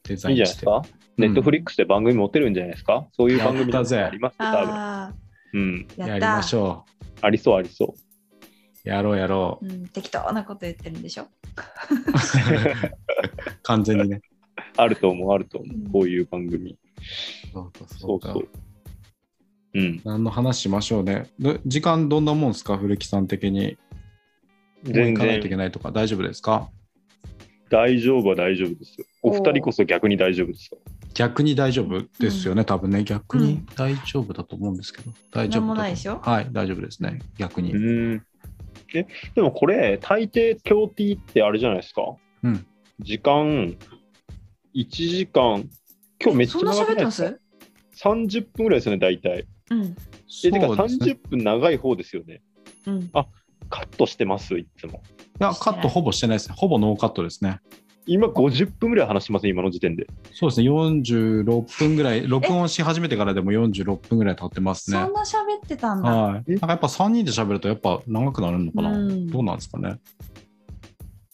[SPEAKER 2] デザ
[SPEAKER 3] い
[SPEAKER 2] イン
[SPEAKER 3] んじゃないで
[SPEAKER 2] し
[SPEAKER 3] す
[SPEAKER 2] て。
[SPEAKER 3] か。
[SPEAKER 2] うん
[SPEAKER 3] ネットフリックスで番組持ってるんじゃないですか。そういう番組
[SPEAKER 2] やったぜ
[SPEAKER 3] ありますよ多分。
[SPEAKER 1] あ
[SPEAKER 3] うん、
[SPEAKER 1] あや
[SPEAKER 2] や
[SPEAKER 1] っ
[SPEAKER 2] り
[SPEAKER 1] た
[SPEAKER 2] ましょ。
[SPEAKER 3] ありそうありそう
[SPEAKER 2] やろうやろ
[SPEAKER 1] う、ん、適当なこと言ってるんでしょ
[SPEAKER 2] う。 完全にね。
[SPEAKER 3] う。あると思う、あると思
[SPEAKER 1] うん
[SPEAKER 3] う。こういう番組。
[SPEAKER 2] そうか
[SPEAKER 3] そう
[SPEAKER 2] か
[SPEAKER 3] そう。うん、
[SPEAKER 2] 何の話しましょうね。ど時間どんなもんですか古木さん的に。もう
[SPEAKER 3] 全
[SPEAKER 2] 行かないといけ
[SPEAKER 3] 然
[SPEAKER 2] ないとか大丈夫ですか
[SPEAKER 3] 大丈夫は大丈夫ですよ。お二人こそ逆に大丈夫ですよ。
[SPEAKER 2] 逆に大丈夫ですよね、多分ね逆
[SPEAKER 1] う
[SPEAKER 2] に
[SPEAKER 1] ん
[SPEAKER 2] 大丈夫だと思うんですけど、大丈夫
[SPEAKER 1] なんも
[SPEAKER 2] だと
[SPEAKER 1] ないでしょ
[SPEAKER 2] はい大丈夫ですね逆に、
[SPEAKER 3] うんえでもこれ大抵競艇ってあれじゃないですか、
[SPEAKER 2] うん
[SPEAKER 3] 時間1時間今日めっちゃ
[SPEAKER 1] そんな
[SPEAKER 3] 長
[SPEAKER 1] 喋っ
[SPEAKER 3] くな
[SPEAKER 1] て
[SPEAKER 3] いで
[SPEAKER 1] ます
[SPEAKER 3] か
[SPEAKER 1] す
[SPEAKER 3] 30分ぐらいですよね大体
[SPEAKER 1] うん
[SPEAKER 2] そ
[SPEAKER 3] えてか
[SPEAKER 2] うですねい
[SPEAKER 3] 30分長い方ですよね
[SPEAKER 1] うん
[SPEAKER 3] カットしてますいつも
[SPEAKER 2] やカットほぼしてないですねほぼノーカットですね
[SPEAKER 3] 今50分ぐらい話してますね今の時点で
[SPEAKER 2] そうですね46分ぐらい録音し始めてからでも46分ぐらい経ってます
[SPEAKER 1] そ
[SPEAKER 2] ね
[SPEAKER 1] んな喋ってたんだ
[SPEAKER 2] はい、なんかやっぱ3人で喋るとやっぱ長くなるのかな、
[SPEAKER 1] うん
[SPEAKER 2] どうなんですかね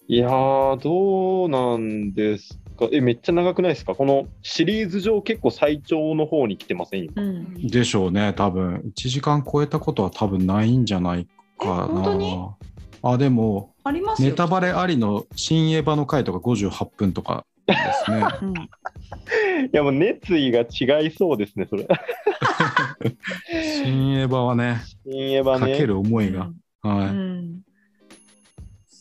[SPEAKER 3] いやーどうなんですかえめっちゃ長くないですかこのシリーズ上結構最長の方に来てません今
[SPEAKER 1] うん
[SPEAKER 2] でしょうね多分1時間超えたことは多分ないんじゃないかな
[SPEAKER 1] え本当に
[SPEAKER 2] あでも
[SPEAKER 1] ありますよ
[SPEAKER 2] ネタバレありの新エヴァの回とか58分とかです ね
[SPEAKER 1] うん
[SPEAKER 3] いやもう熱意が違いそうですねそれ
[SPEAKER 2] 新エヴァはね
[SPEAKER 3] 新エヴァ
[SPEAKER 2] か
[SPEAKER 3] ね
[SPEAKER 2] ける思いが、
[SPEAKER 1] う
[SPEAKER 2] はい、
[SPEAKER 1] ん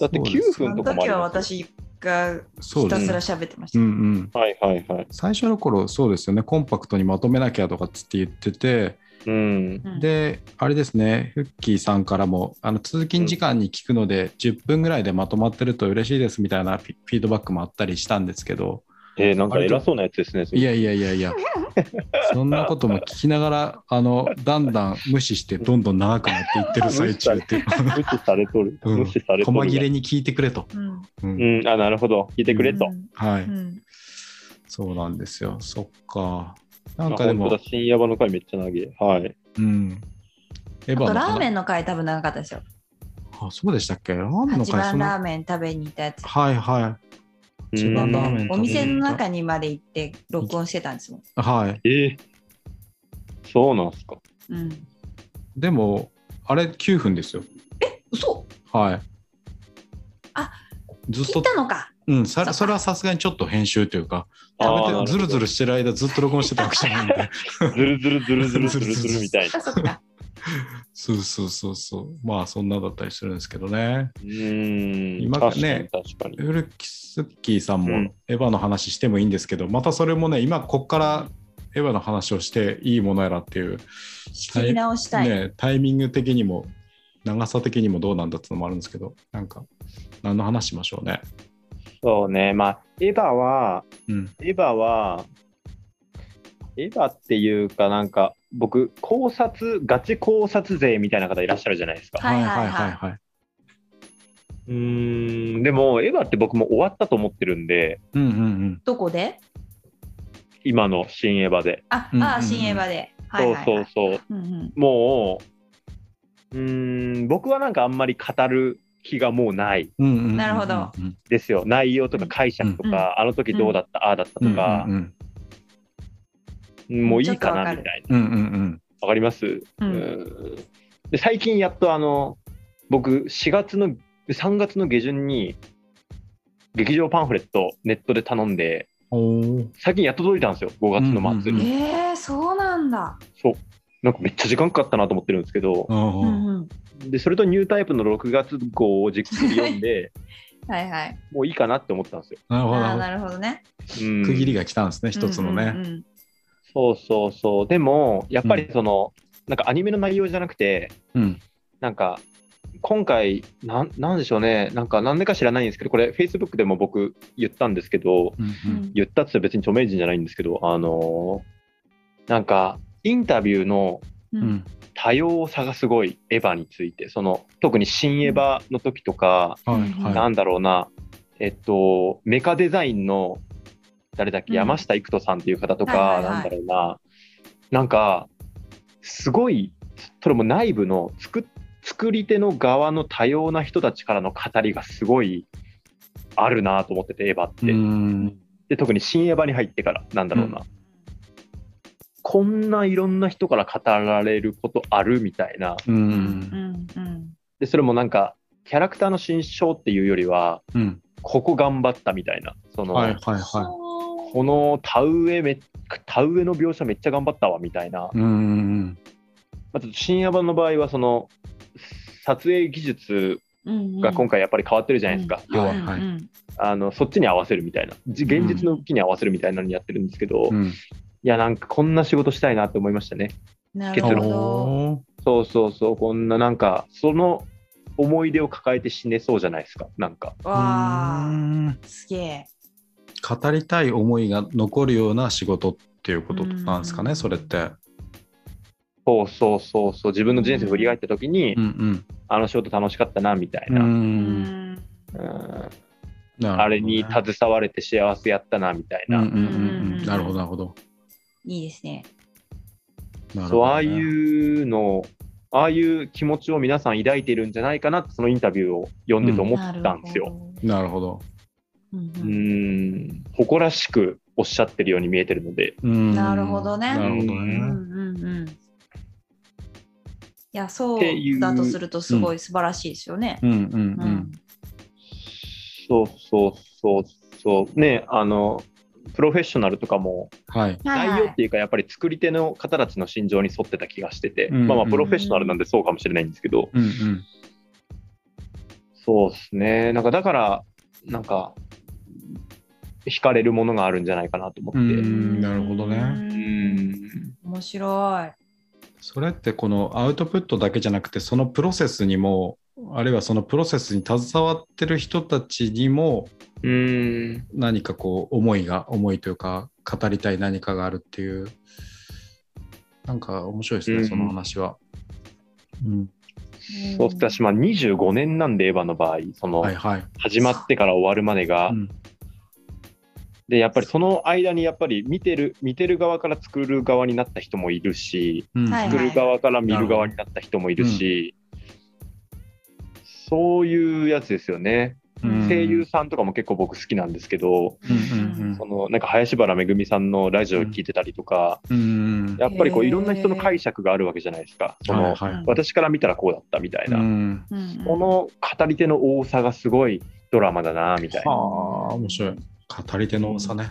[SPEAKER 3] だって
[SPEAKER 2] そう
[SPEAKER 3] 9
[SPEAKER 2] です
[SPEAKER 1] あ
[SPEAKER 3] 分
[SPEAKER 1] の
[SPEAKER 3] とかもあ
[SPEAKER 1] 時
[SPEAKER 3] り
[SPEAKER 1] は
[SPEAKER 3] ますよ
[SPEAKER 1] 私が
[SPEAKER 2] そう
[SPEAKER 1] ひ
[SPEAKER 2] で
[SPEAKER 1] た
[SPEAKER 2] す
[SPEAKER 1] す
[SPEAKER 2] ね
[SPEAKER 1] ら喋ってまし
[SPEAKER 2] う
[SPEAKER 1] た
[SPEAKER 2] んうん
[SPEAKER 3] はいはいはい。
[SPEAKER 2] 最初の頃そうですよねコンパクトにまとめなきゃとかっつって言ってて、
[SPEAKER 3] うん。
[SPEAKER 1] うん
[SPEAKER 2] で、あれですね、フッキーさんからも、あの通勤時間に聞くので、10分ぐらいでまとまってると嬉しいですみたいなフィフィードバックもあったりしたんですけど、
[SPEAKER 3] えー、なんか偉そうなやつですね。それ
[SPEAKER 2] いやいやいやいや、そんなことも聞きながら、あのだんだん無視して、どんどん長くなっていってる最中っていう、
[SPEAKER 3] 無視されとる。
[SPEAKER 2] うん
[SPEAKER 3] 無視されとる。
[SPEAKER 2] 細切れに聞いてくれと。
[SPEAKER 1] うん
[SPEAKER 2] うん
[SPEAKER 3] うん、あ、なるほど。聞いてくれと。
[SPEAKER 2] は
[SPEAKER 1] う
[SPEAKER 2] い、
[SPEAKER 1] ん
[SPEAKER 2] そうなんですよ、そっか。な
[SPEAKER 3] あ
[SPEAKER 2] んかで
[SPEAKER 3] 本当
[SPEAKER 2] も、
[SPEAKER 3] だ深夜場の回めっちゃ長い。はい。
[SPEAKER 2] うん。
[SPEAKER 1] あ
[SPEAKER 2] エヴァ
[SPEAKER 1] と
[SPEAKER 2] の
[SPEAKER 1] ラーメ
[SPEAKER 2] ン
[SPEAKER 1] ンの回多分長かったですよ
[SPEAKER 2] あそうでしたっけラーメ
[SPEAKER 1] 八
[SPEAKER 2] ンの回そ
[SPEAKER 1] 番
[SPEAKER 2] の
[SPEAKER 1] ラーメン食べに行ったやつ
[SPEAKER 2] はいは
[SPEAKER 3] うん
[SPEAKER 2] 一番ラーメン食べに行った
[SPEAKER 1] お店の中にまで行って録音してたんですもん、
[SPEAKER 2] いはい
[SPEAKER 3] えー、そうなんすか。
[SPEAKER 1] うん、
[SPEAKER 2] でもあれ9分ですよ
[SPEAKER 1] 嘘
[SPEAKER 2] はい。
[SPEAKER 1] あ
[SPEAKER 2] ずっ
[SPEAKER 1] 切
[SPEAKER 2] と
[SPEAKER 1] っ、たのか
[SPEAKER 2] うん、そ
[SPEAKER 1] そっ
[SPEAKER 2] れ
[SPEAKER 1] か
[SPEAKER 2] それはさすがにちょっと編集というか、
[SPEAKER 3] あ
[SPEAKER 2] 食
[SPEAKER 3] ー
[SPEAKER 2] べてずるずる。してる間ずっと録音してたわけじゃないんで、
[SPEAKER 3] なるほどずるずるずるずるずるずるみたい
[SPEAKER 1] あ
[SPEAKER 3] な。
[SPEAKER 1] そっか
[SPEAKER 2] そうそうそうそう、まあそんなだったりするんですけどね。
[SPEAKER 3] うん。
[SPEAKER 2] 今
[SPEAKER 3] 確かに
[SPEAKER 2] ね
[SPEAKER 3] 確かに。
[SPEAKER 2] ウルキスッキーさん
[SPEAKER 3] う
[SPEAKER 2] も
[SPEAKER 3] ん
[SPEAKER 2] エヴァの話してもいいんですけど、またそれもね、今こっからエヴァの話をしていいものやらっていう、
[SPEAKER 1] 仕切り直したい、
[SPEAKER 2] ね、タイミング的にも長さ的にもどうなんだってのもあるんですけど、なんか何の話しましょうね。
[SPEAKER 3] そうね。まあ、エヴァは、
[SPEAKER 2] うん、
[SPEAKER 3] エヴァは、エヴァっていうかなんか、僕、考察、ガチ考察勢みたいな方いらっしゃるじゃないですか。
[SPEAKER 1] はいはいはい
[SPEAKER 2] はい。
[SPEAKER 3] うーんでもエヴァって僕も終わったと思ってるんで
[SPEAKER 2] うんうんうん。
[SPEAKER 1] どこで
[SPEAKER 3] 今の新エヴァで、
[SPEAKER 1] あ、
[SPEAKER 2] うん
[SPEAKER 1] あ
[SPEAKER 2] うん
[SPEAKER 1] 新エヴァで、はいはいはい、
[SPEAKER 3] そうそうそう
[SPEAKER 1] うんうん
[SPEAKER 3] もううーん僕はなんかあんまり語る気がもうない
[SPEAKER 2] うんうんうんうん
[SPEAKER 1] なるほど
[SPEAKER 2] うん
[SPEAKER 3] ですよ内容とか解釈とか、
[SPEAKER 1] うん
[SPEAKER 3] あの時どうだった、ああだったとか
[SPEAKER 2] うん、うん
[SPEAKER 3] もういいか
[SPEAKER 1] ちょっとわか
[SPEAKER 3] な
[SPEAKER 1] る
[SPEAKER 3] みたいな
[SPEAKER 2] うんうん
[SPEAKER 3] わかります、う
[SPEAKER 1] うん
[SPEAKER 3] ーんで最近やっとあの僕4月の3月の下旬に劇場パンフレットネットで頼んで
[SPEAKER 2] うん。おお。
[SPEAKER 3] 最近やっと届いたんですよ5月の末に、
[SPEAKER 2] うん
[SPEAKER 1] えー、そうなんだ、
[SPEAKER 3] そうなんかめっちゃ時間かかったなと思ってるんですけど、
[SPEAKER 2] うん
[SPEAKER 1] う
[SPEAKER 2] うんん
[SPEAKER 1] うん、
[SPEAKER 3] でそれとニュータイプの6月号をじっくり読 んで
[SPEAKER 1] はいはい
[SPEAKER 3] もういいかなって思ったんですよ。
[SPEAKER 2] なる
[SPEAKER 1] あ
[SPEAKER 2] ほどな
[SPEAKER 1] ー
[SPEAKER 2] るほ
[SPEAKER 1] なるほどね
[SPEAKER 3] う
[SPEAKER 2] ど。
[SPEAKER 3] ん
[SPEAKER 2] 区切りが来たんですね、一つの
[SPEAKER 1] うん
[SPEAKER 2] ね。
[SPEAKER 1] うんうん
[SPEAKER 3] そうそうそうでもやっぱりその、なんかアニメの内容じゃなくて
[SPEAKER 2] うん。
[SPEAKER 3] なんか今回なんなんでしょうねなんか何でか知らないんですけどこれ Facebook でも僕言ったんですけど
[SPEAKER 2] うんうん
[SPEAKER 3] 言ったっつって別に著名人じゃないんですけどあのーなんかインタビューの
[SPEAKER 1] うんう
[SPEAKER 2] う
[SPEAKER 1] ん
[SPEAKER 2] ん
[SPEAKER 3] 多様さがすごいエヴァについてその特に新エヴァの時とか、
[SPEAKER 2] はい
[SPEAKER 3] な
[SPEAKER 2] は
[SPEAKER 3] んだろうな、えっと、メカデザインの誰だっけ、
[SPEAKER 1] うん
[SPEAKER 3] 山下育人さんっていう方とか、
[SPEAKER 1] はいはいはい
[SPEAKER 3] なんだろうな、なんか、すごい、それも内部の作作り手の側の多様な人たちからの語りがすごいあるなと思ってて、エヴァっ
[SPEAKER 2] い。
[SPEAKER 3] て。
[SPEAKER 2] うん。
[SPEAKER 3] で特に新エヴァに入ってから、なんだろう
[SPEAKER 2] う
[SPEAKER 3] な、こんないろんな人から語られることあるみたいな。
[SPEAKER 2] う
[SPEAKER 1] うん
[SPEAKER 2] ん。
[SPEAKER 1] うん
[SPEAKER 3] で、それもなんか、キャラクターの心象っていうよりは、
[SPEAKER 2] うん。
[SPEAKER 3] ここ頑張ったみたいな、その、
[SPEAKER 2] はいはいは
[SPEAKER 1] は
[SPEAKER 3] この田植えめ田植えの描写めっちゃ頑張ったわみたいな、
[SPEAKER 2] い。うんうん
[SPEAKER 3] まあ、ちょっと深夜版の場合はその撮影技術
[SPEAKER 1] うん
[SPEAKER 3] が今回やっぱり変わってるじゃないですか、
[SPEAKER 2] うん
[SPEAKER 3] 要は、
[SPEAKER 2] はいはい
[SPEAKER 1] うん
[SPEAKER 3] あのそっちに合わせるみたいなじ現実の動きに合わせるみたいなのにやってるんですけど、い
[SPEAKER 2] ん、
[SPEAKER 3] やなんかこんな仕事したいなって思いましたね
[SPEAKER 1] なる
[SPEAKER 3] 結
[SPEAKER 1] ほ
[SPEAKER 3] 論
[SPEAKER 1] ど。
[SPEAKER 2] おー
[SPEAKER 3] そうそうそうこんななんかその思い出を抱えて死ねそうじゃないですかなんか
[SPEAKER 1] わ
[SPEAKER 2] う
[SPEAKER 1] あ、
[SPEAKER 2] ーん
[SPEAKER 1] すげえ。
[SPEAKER 2] 語りたい思いが残るような仕事っていうことなんですか
[SPEAKER 1] う
[SPEAKER 2] ね
[SPEAKER 1] ん
[SPEAKER 2] それって。
[SPEAKER 3] そうそうそうそう自分の人生を振り返った時に、
[SPEAKER 2] うん
[SPEAKER 3] あの仕事楽しかったなみたい
[SPEAKER 2] うんう
[SPEAKER 3] な、
[SPEAKER 2] ん
[SPEAKER 3] うん
[SPEAKER 2] なるほどね
[SPEAKER 3] あれに携われて幸せやったなみたい
[SPEAKER 2] うん
[SPEAKER 3] な、
[SPEAKER 2] うんうんうんなるほどなるほど。
[SPEAKER 1] いいですね。
[SPEAKER 2] なるほどね
[SPEAKER 3] そうああいうのああいう気持ちを皆さん抱いているんじゃないかなってそのインタビューを読んでて思
[SPEAKER 1] な
[SPEAKER 3] っ
[SPEAKER 1] る
[SPEAKER 3] たんですよ。
[SPEAKER 1] ほど。
[SPEAKER 2] なるほど。
[SPEAKER 1] うん
[SPEAKER 3] う
[SPEAKER 1] うん
[SPEAKER 3] ん誇らしくおっしゃってるように見えてるので、
[SPEAKER 2] うん
[SPEAKER 1] なるほどね
[SPEAKER 2] なるほど
[SPEAKER 1] う
[SPEAKER 2] ね。
[SPEAKER 1] んうんうん。いや、そ
[SPEAKER 3] っていう
[SPEAKER 1] うだとするとすごい素晴らしいですよね。
[SPEAKER 2] うんうん
[SPEAKER 3] そうそうそうそうねあのプロフェッショナルとかも
[SPEAKER 2] うん。はい。
[SPEAKER 1] はい
[SPEAKER 3] 内容っていうかやっぱり作り手の方たちの心情に沿ってた気がしてて、
[SPEAKER 2] うんうん
[SPEAKER 3] まあまあプロフェッショナルなんでそうかもしれないんですけど、
[SPEAKER 2] うんうん。
[SPEAKER 3] そうですね。なんかだから、なんか、惹かれるものがあるんじゃないかなと思って。
[SPEAKER 2] う
[SPEAKER 3] うん
[SPEAKER 2] なるほどね
[SPEAKER 3] ん。
[SPEAKER 1] 面白
[SPEAKER 2] それってこのアウトプットだけじゃなくてそのプロセスにもあるいはそのプロセスに携わってる人たちにも
[SPEAKER 3] うん。
[SPEAKER 2] 何かこう思いが思いというか語りたい何かがあるっていうなんか面白いですね、
[SPEAKER 3] うん
[SPEAKER 2] その話は。うん、
[SPEAKER 1] い。
[SPEAKER 3] そうしたし、まあ25年なんで、エヴァの場合、その
[SPEAKER 2] はい、はい。
[SPEAKER 3] 始まってから終わるまでが、
[SPEAKER 2] うん
[SPEAKER 3] で、やっぱりその間に、やっぱり見てる、見てる側から作る側になった人もいるし、
[SPEAKER 2] うん
[SPEAKER 1] はい
[SPEAKER 3] 作る側から見る側になった人もいるし、そういうやつですよね。
[SPEAKER 2] うん
[SPEAKER 3] 声優さんとかも結構僕好きなんですけど、
[SPEAKER 2] うんうんうん
[SPEAKER 3] そのなんか林原めぐみさんのラジオ聞いてたりとか、
[SPEAKER 2] うん
[SPEAKER 3] やっぱりこ
[SPEAKER 1] へ
[SPEAKER 3] う
[SPEAKER 1] ー
[SPEAKER 3] いろんな人の解釈があるわけじゃないですか、その
[SPEAKER 2] はいはい
[SPEAKER 3] 私から見たらこうだったみたいな、
[SPEAKER 2] うん
[SPEAKER 1] うん
[SPEAKER 3] この語り手の多さがすごいドラマだなみたいな、
[SPEAKER 2] はあ面白い語り手の多さね。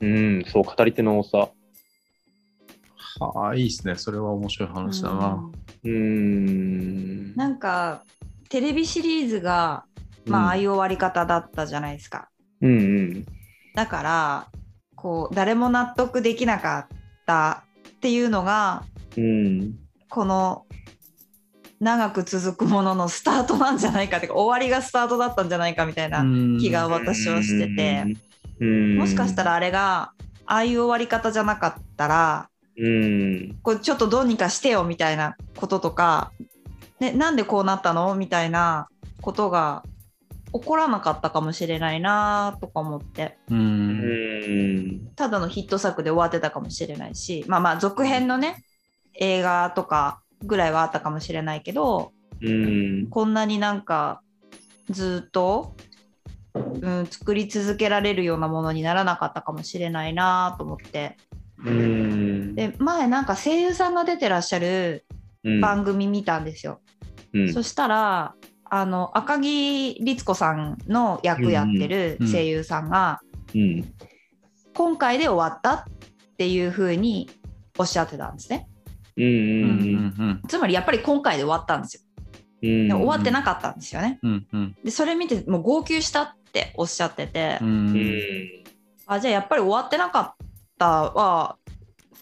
[SPEAKER 3] うん、そう語り手の多さ、
[SPEAKER 2] はあいいですねそれは面白い話だ
[SPEAKER 1] う
[SPEAKER 2] な。
[SPEAKER 1] ん
[SPEAKER 3] うん、
[SPEAKER 1] なんかテレビシリーズが、まあ、ああいう終わり方だったじゃないですか。
[SPEAKER 3] うんうん
[SPEAKER 1] だからこう誰も納得できなかったっていうのが
[SPEAKER 3] うん、
[SPEAKER 1] この長く続くもののスタートなんじゃないかっていうか終わりがスタートだったんじゃないかみたいな気が私はしてて、
[SPEAKER 3] うん、
[SPEAKER 1] もしかしたら、あれがああいう終わり方じゃなかったら
[SPEAKER 3] うん、
[SPEAKER 1] これちょっとどうにかしてよみたいなこととか、ね、なんでこうなったのみたいなことが起こらなかったかもしれないなとか思って
[SPEAKER 2] うん
[SPEAKER 3] うん、
[SPEAKER 1] ただのヒット作で終わってたかもしれないしまあまあ続編のね映画とかぐらいはあったかもしれないけど
[SPEAKER 3] うん、
[SPEAKER 1] こんなになんかずっと、うん、作り続けられるようなものにならなかったかもしれないなと思って
[SPEAKER 3] うん、
[SPEAKER 1] で前なんか声優さんが出てらっしゃる
[SPEAKER 3] うん、
[SPEAKER 1] 番組見たんですよ、
[SPEAKER 3] うん
[SPEAKER 1] そしたらあの赤木律子さんの役やってる声優さんが、
[SPEAKER 3] うん、
[SPEAKER 1] 今回で終わったっていう風におっしゃってたんですね
[SPEAKER 3] うん、うん、
[SPEAKER 2] う
[SPEAKER 3] うん
[SPEAKER 2] うん
[SPEAKER 3] ん、
[SPEAKER 2] うん
[SPEAKER 1] つまりやっぱり今回で終わったんですよ
[SPEAKER 3] うん、
[SPEAKER 1] で終わってなかったんですよね
[SPEAKER 2] うんうん
[SPEAKER 1] でそれ見てもう号泣したっておっしゃってて、
[SPEAKER 2] うん
[SPEAKER 3] うん
[SPEAKER 1] あじゃあやっぱり終わってなかったは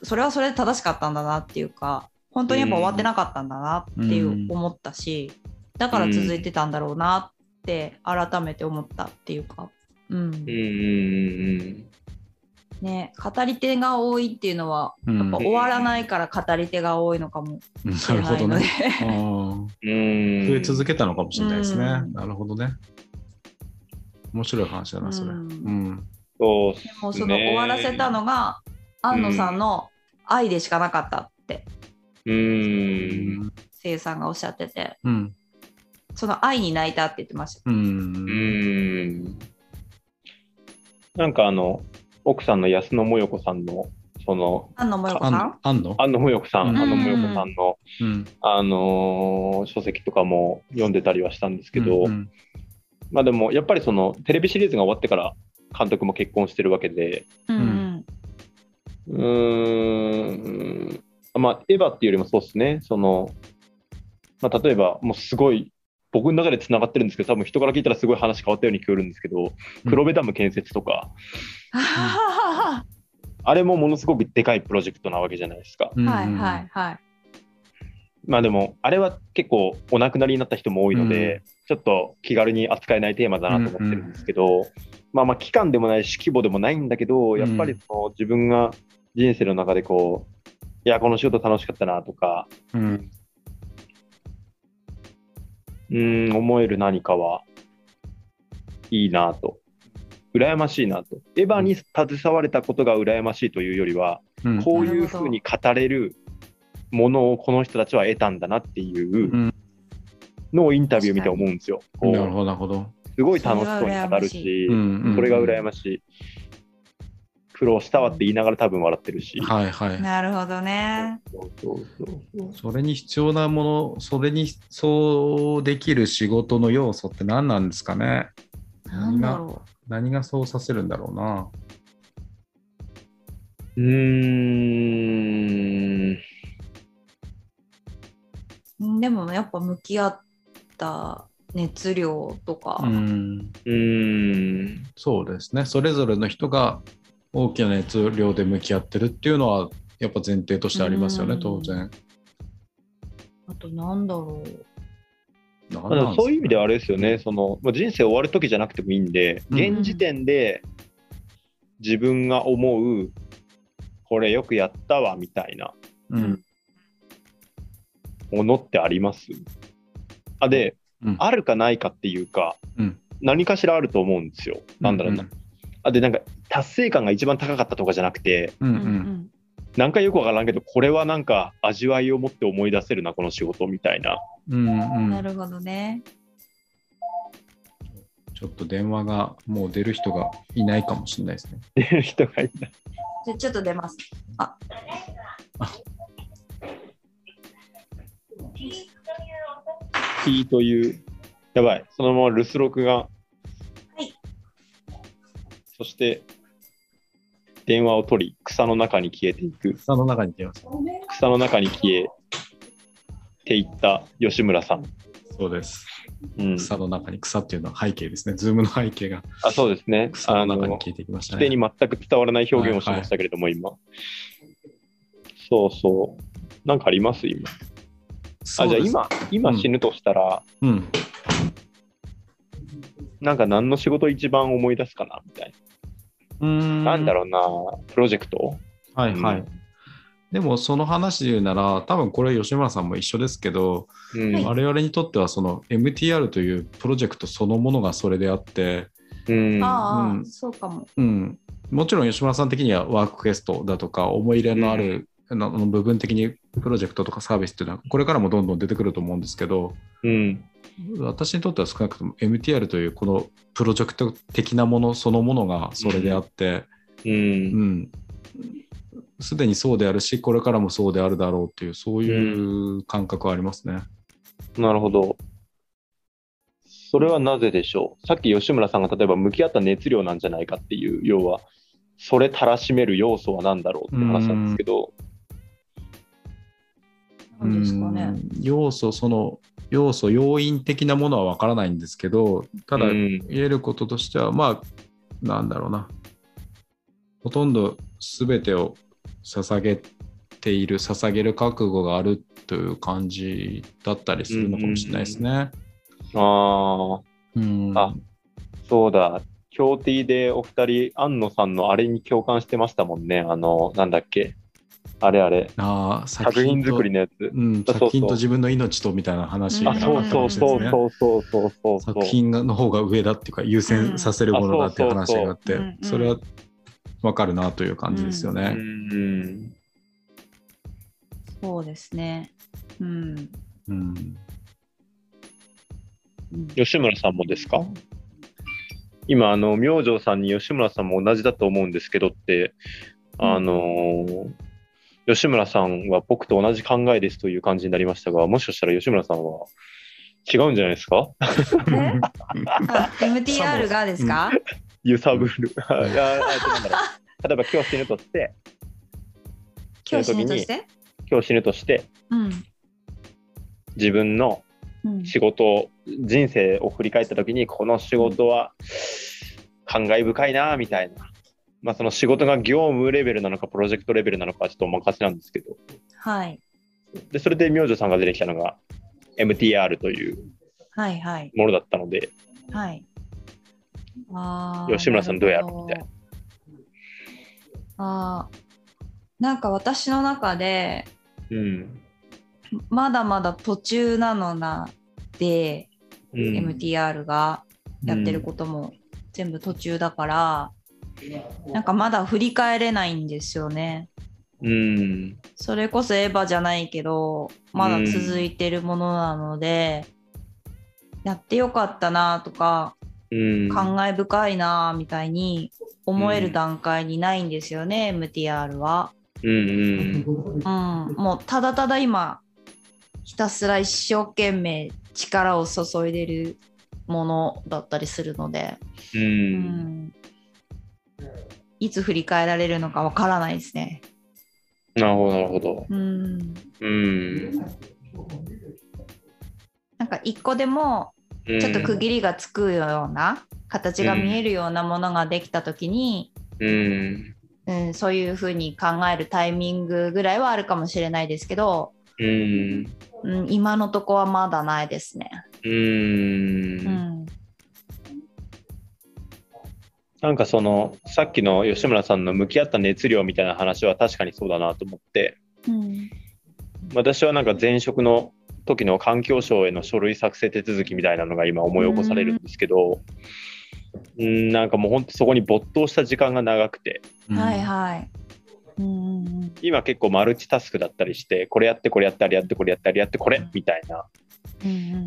[SPEAKER 1] それはそれで正しかったんだなっていうか本当にやっぱ終わってなかったんだなっていう
[SPEAKER 2] うん
[SPEAKER 1] 思ったし、だから続いてたんだろうなって改めて思ったっていうか、うん
[SPEAKER 3] うんうん
[SPEAKER 1] ね、語り手が多いっていうのは
[SPEAKER 2] うん
[SPEAKER 1] やっぱ終わらないから語り手が多いのかもし
[SPEAKER 2] な
[SPEAKER 1] れ
[SPEAKER 2] るほ
[SPEAKER 1] ない
[SPEAKER 2] ど
[SPEAKER 1] ので
[SPEAKER 2] ね。あー
[SPEAKER 3] うんうんうん
[SPEAKER 2] 増え続けたのかもしれないですね。
[SPEAKER 1] うん
[SPEAKER 2] なるほどね。面白い話だな、それ。
[SPEAKER 1] う
[SPEAKER 2] うんん。
[SPEAKER 3] そう
[SPEAKER 1] でもその終わらせたのが安野さんの愛でしかなかったって
[SPEAKER 3] う
[SPEAKER 2] うんん。
[SPEAKER 1] 声優さんがおっしゃってて
[SPEAKER 2] うん。
[SPEAKER 1] その愛に泣いたって言ってました。
[SPEAKER 2] う。
[SPEAKER 3] うんんなんかあの奥さんの安野もよこさんのその
[SPEAKER 1] 安野もよこ
[SPEAKER 2] あ
[SPEAKER 1] さ
[SPEAKER 2] ん
[SPEAKER 1] ん
[SPEAKER 2] あんの
[SPEAKER 3] 安野もよこさん、
[SPEAKER 2] うん
[SPEAKER 3] 安野もよこさんの、
[SPEAKER 2] うん。
[SPEAKER 3] あのー書籍とかも読んでたりはしたんですけど、
[SPEAKER 2] うん
[SPEAKER 3] まあでもやっぱりそのテレビシリーズが終わってから監督も結婚してるわけで
[SPEAKER 1] うん
[SPEAKER 3] うーんまあエヴァっていうよりもそうですねその、まあ、例えばもうすごい僕の中でつながってるんですけど、多分人から聞いたらすごい話変わったように聞こえるんですけど、黒部ダム建設とか、
[SPEAKER 1] は
[SPEAKER 3] あれもものすごくでかいプロジェクトなわけじゃないですか。
[SPEAKER 1] いはいはい。
[SPEAKER 3] まあでも、あれは結構お亡くなりになった人も多いので、ちょっと気軽に扱えないテーマだなと思ってるんですけど、まあまあ期間でもないし規模でもないんだけど、やっぱりその自分が人生の中でこう、いや、この仕事楽しかったなとか、
[SPEAKER 2] うんうん
[SPEAKER 3] うん、思える何かはいいなと。羨ましいなと。エヴァに携われたことが羨ましいというよりは、
[SPEAKER 2] うん
[SPEAKER 3] こういうふうに語れるものをこの人たちは得たんだなっていう
[SPEAKER 2] うん
[SPEAKER 3] のをインタビュー見て思うんですよ。こう
[SPEAKER 2] なるほどなるほど。
[SPEAKER 3] すごい楽しそうに語るし、そ
[SPEAKER 2] そ
[SPEAKER 3] れが羨
[SPEAKER 2] ま
[SPEAKER 3] ましい。苦労したわって言いながら多分笑ってるし。
[SPEAKER 2] はいはい。
[SPEAKER 1] なるほどね。
[SPEAKER 3] そうそうそ
[SPEAKER 2] そ
[SPEAKER 3] う
[SPEAKER 2] れに必要なもの、それにそうできる仕事の要素って何なんですかね。
[SPEAKER 1] なんだろ
[SPEAKER 2] 何がそうさせるんだろうな。
[SPEAKER 3] うー
[SPEAKER 1] う。
[SPEAKER 3] ん。
[SPEAKER 1] でもやっぱ向き合った熱量とか。
[SPEAKER 2] うん、
[SPEAKER 3] うーん。
[SPEAKER 2] そうですね。それぞれの人が大きな熱量で向き合ってるっていうのは、やっぱ前提としてありますよね、
[SPEAKER 1] うん
[SPEAKER 2] 当然。
[SPEAKER 1] あとなんだろう。
[SPEAKER 2] なん
[SPEAKER 3] まあ
[SPEAKER 2] なん
[SPEAKER 3] で
[SPEAKER 2] で
[SPEAKER 3] も
[SPEAKER 2] すかね
[SPEAKER 3] そういう意味ではあれですよね、そのまあ人生終わる時じゃなくてもいいんで、
[SPEAKER 2] うん
[SPEAKER 3] 現時点で自分が思う、これよくやったわみたいな
[SPEAKER 2] うん
[SPEAKER 3] ものってありますあで、
[SPEAKER 2] うん
[SPEAKER 3] あるかないかっていうか、
[SPEAKER 2] うん
[SPEAKER 3] 何かしらあると思うんですよ、なんだろうな。あで、なんか達成感が一番高かったとかじゃなくて、
[SPEAKER 2] うん
[SPEAKER 1] う
[SPEAKER 2] うんうん
[SPEAKER 3] なんかよくわからんけど、これはなんか味わいを持って思い出せるな、この仕事みたいな。
[SPEAKER 2] うんうん
[SPEAKER 1] なるほどね。
[SPEAKER 2] ちょっと電話がもう出る人がいないかもしれないですね。
[SPEAKER 3] っていう人がいた。
[SPEAKER 1] じゃあちょっと出ます。あ。
[SPEAKER 3] T という、やばい、そのまま留守録が。
[SPEAKER 1] い
[SPEAKER 3] そして、電話を取り、草の中に消えていく。
[SPEAKER 2] 草の中に行きます。
[SPEAKER 3] 草の中に消えていった吉村さん。
[SPEAKER 2] そうです。
[SPEAKER 3] うん、
[SPEAKER 2] 草の中に草っていうのは背景ですね。ズームの背景が
[SPEAKER 3] あそうですね。
[SPEAKER 2] 草
[SPEAKER 3] あ
[SPEAKER 2] の
[SPEAKER 3] の
[SPEAKER 2] 中に消えていきました
[SPEAKER 3] すでに
[SPEAKER 2] ね。
[SPEAKER 3] 全く伝わらない表現をしましたけれども、今。そうそう。なんかあります今。
[SPEAKER 2] そ
[SPEAKER 3] あ、
[SPEAKER 2] う
[SPEAKER 3] じゃあ
[SPEAKER 2] です
[SPEAKER 3] 今、今死ぬとしたら、
[SPEAKER 2] うん。
[SPEAKER 3] なんか何の仕事一番思い出すかなみたいな。
[SPEAKER 2] な
[SPEAKER 3] なんだろうな、プロジェクト
[SPEAKER 2] う。はいはい。
[SPEAKER 3] うん
[SPEAKER 2] でもその話で言うなら多分これ吉村さんも一緒ですけど、
[SPEAKER 3] うん
[SPEAKER 1] はい
[SPEAKER 2] 我々にとってはその MTR というプロジェクトそのものがそれであって、
[SPEAKER 3] うん
[SPEAKER 1] ああ、
[SPEAKER 2] うん
[SPEAKER 1] そうかも。
[SPEAKER 2] うん、もちろん吉村さん的にはワーククエストだとか思い入れのある、あの部分的にプロジェクトとかサービスっていうのはこれからもどんどん出てくると思うんですけど、
[SPEAKER 3] うん
[SPEAKER 2] 私にとっては少なくとも MTR というこのプロジェクト的なものそのものがそれであってう
[SPEAKER 3] う
[SPEAKER 2] んんすで、にそうであるしこれからもそうであるだろうっていうそういう感覚はありますね。
[SPEAKER 3] なるほど。それはなぜでしょうさっき吉村さんが例えば向き合った熱量なんじゃないかっていう、要は、それたらしめる要素は何だろうって話なんですけど、
[SPEAKER 1] なんですかね。
[SPEAKER 2] うん要素その要素要因的なものはわからないんですけどただ
[SPEAKER 3] うん
[SPEAKER 2] 言えることとしてはまあなんだろうなほとんど全てを捧げている捧げる覚悟があるという感じだったりするのかもしれないですね。
[SPEAKER 3] ああ、
[SPEAKER 2] うん
[SPEAKER 3] あそうだ、京 T でお二人、安野さんのあれに共感してましたもんね、あの、なんだっけ、あれあれ、
[SPEAKER 2] あー
[SPEAKER 3] 作品
[SPEAKER 2] と
[SPEAKER 3] 作りのやつ。
[SPEAKER 2] うん、
[SPEAKER 3] あそうそ
[SPEAKER 2] 作
[SPEAKER 3] う
[SPEAKER 2] 品と自分の命とみたいな話が
[SPEAKER 3] あ、そうそうそう
[SPEAKER 2] あったかもしれないですね
[SPEAKER 3] そうそうそうそうそう。
[SPEAKER 2] 作品の方が上だっていうか優先させるものだっていう話があっ
[SPEAKER 1] うんあ
[SPEAKER 2] て
[SPEAKER 1] そうそうそ
[SPEAKER 2] そうれはわかるなという感じですよ
[SPEAKER 3] う
[SPEAKER 2] ね。
[SPEAKER 3] ん。
[SPEAKER 1] そうですね。うん。
[SPEAKER 2] うん
[SPEAKER 1] うん
[SPEAKER 3] 吉村さんもですか今あの明星さんに吉村さんも同じだと思うんですけどって
[SPEAKER 1] うん
[SPEAKER 3] あのー吉村さんは僕と同じ考えですという感じになりましたがもしかしたら吉村さんは違うんじゃないですか
[SPEAKER 1] え あ MTR がですか、
[SPEAKER 3] 揺さぶるあああとなんだろ う例えば今日死ぬとして
[SPEAKER 1] 教師として
[SPEAKER 3] 今日死ぬとして
[SPEAKER 1] うん。
[SPEAKER 3] 自分の
[SPEAKER 1] うん
[SPEAKER 3] 仕事人生を振り返った時にこの仕事は感慨深いなみたいな、まあ、その仕事が業務レベルなのかプロジェクトレベルなのかはちょっとお任せなんですけど
[SPEAKER 1] はい。
[SPEAKER 3] でそれで明星さんが出てきたのが MTR という
[SPEAKER 1] はいはい。
[SPEAKER 3] ものだったので
[SPEAKER 1] はい。あー
[SPEAKER 3] 吉村さんどうやるみたい。
[SPEAKER 1] なるほどあーなんか私の中で
[SPEAKER 3] うん、
[SPEAKER 1] まだまだ途中なのなで、
[SPEAKER 3] うん
[SPEAKER 1] MTR がやってることも全部途中だから、なんかまだ振り返れないんですよね。
[SPEAKER 3] うん
[SPEAKER 1] それこそエヴァじゃないけどまだ続いてるものなので、やってよかったなとか
[SPEAKER 3] うん
[SPEAKER 1] 感慨深いなみたいに思える段階にないんですよね、MTR は、
[SPEAKER 3] うんうん
[SPEAKER 1] うん。もうただただ今ひたすら一生懸命力を注いでるものだったりするので、う
[SPEAKER 3] う
[SPEAKER 1] んん、いつ振り返られるのかわからないですね。
[SPEAKER 3] なるほどなるほど
[SPEAKER 1] うん、
[SPEAKER 3] うん
[SPEAKER 1] なんか一個でもちょっと区切りがつくような形が見えるようなものができた時に、
[SPEAKER 3] うん
[SPEAKER 1] うん、そういうふうに考えるタイミングぐらいはあるかもしれないですけど、
[SPEAKER 3] うん
[SPEAKER 1] うん、今のとこはまだないですね。
[SPEAKER 3] うん
[SPEAKER 1] うん、
[SPEAKER 3] なんかそのさっきの吉村さんの向き合った熱量みたいな話は確かにそうだなと思って
[SPEAKER 1] うん、
[SPEAKER 3] 私はなんか前職の時の環境省への書類作成手続きみたいなのが今思い起こされるんですけどうんなんかもうほんとそこに没頭した時間が長くて
[SPEAKER 1] はいはい。うんうんうん
[SPEAKER 3] 今結構マルチタスクだったりしてこれやってこれやってあれやってこれやってあれやってこれみたいな
[SPEAKER 1] うん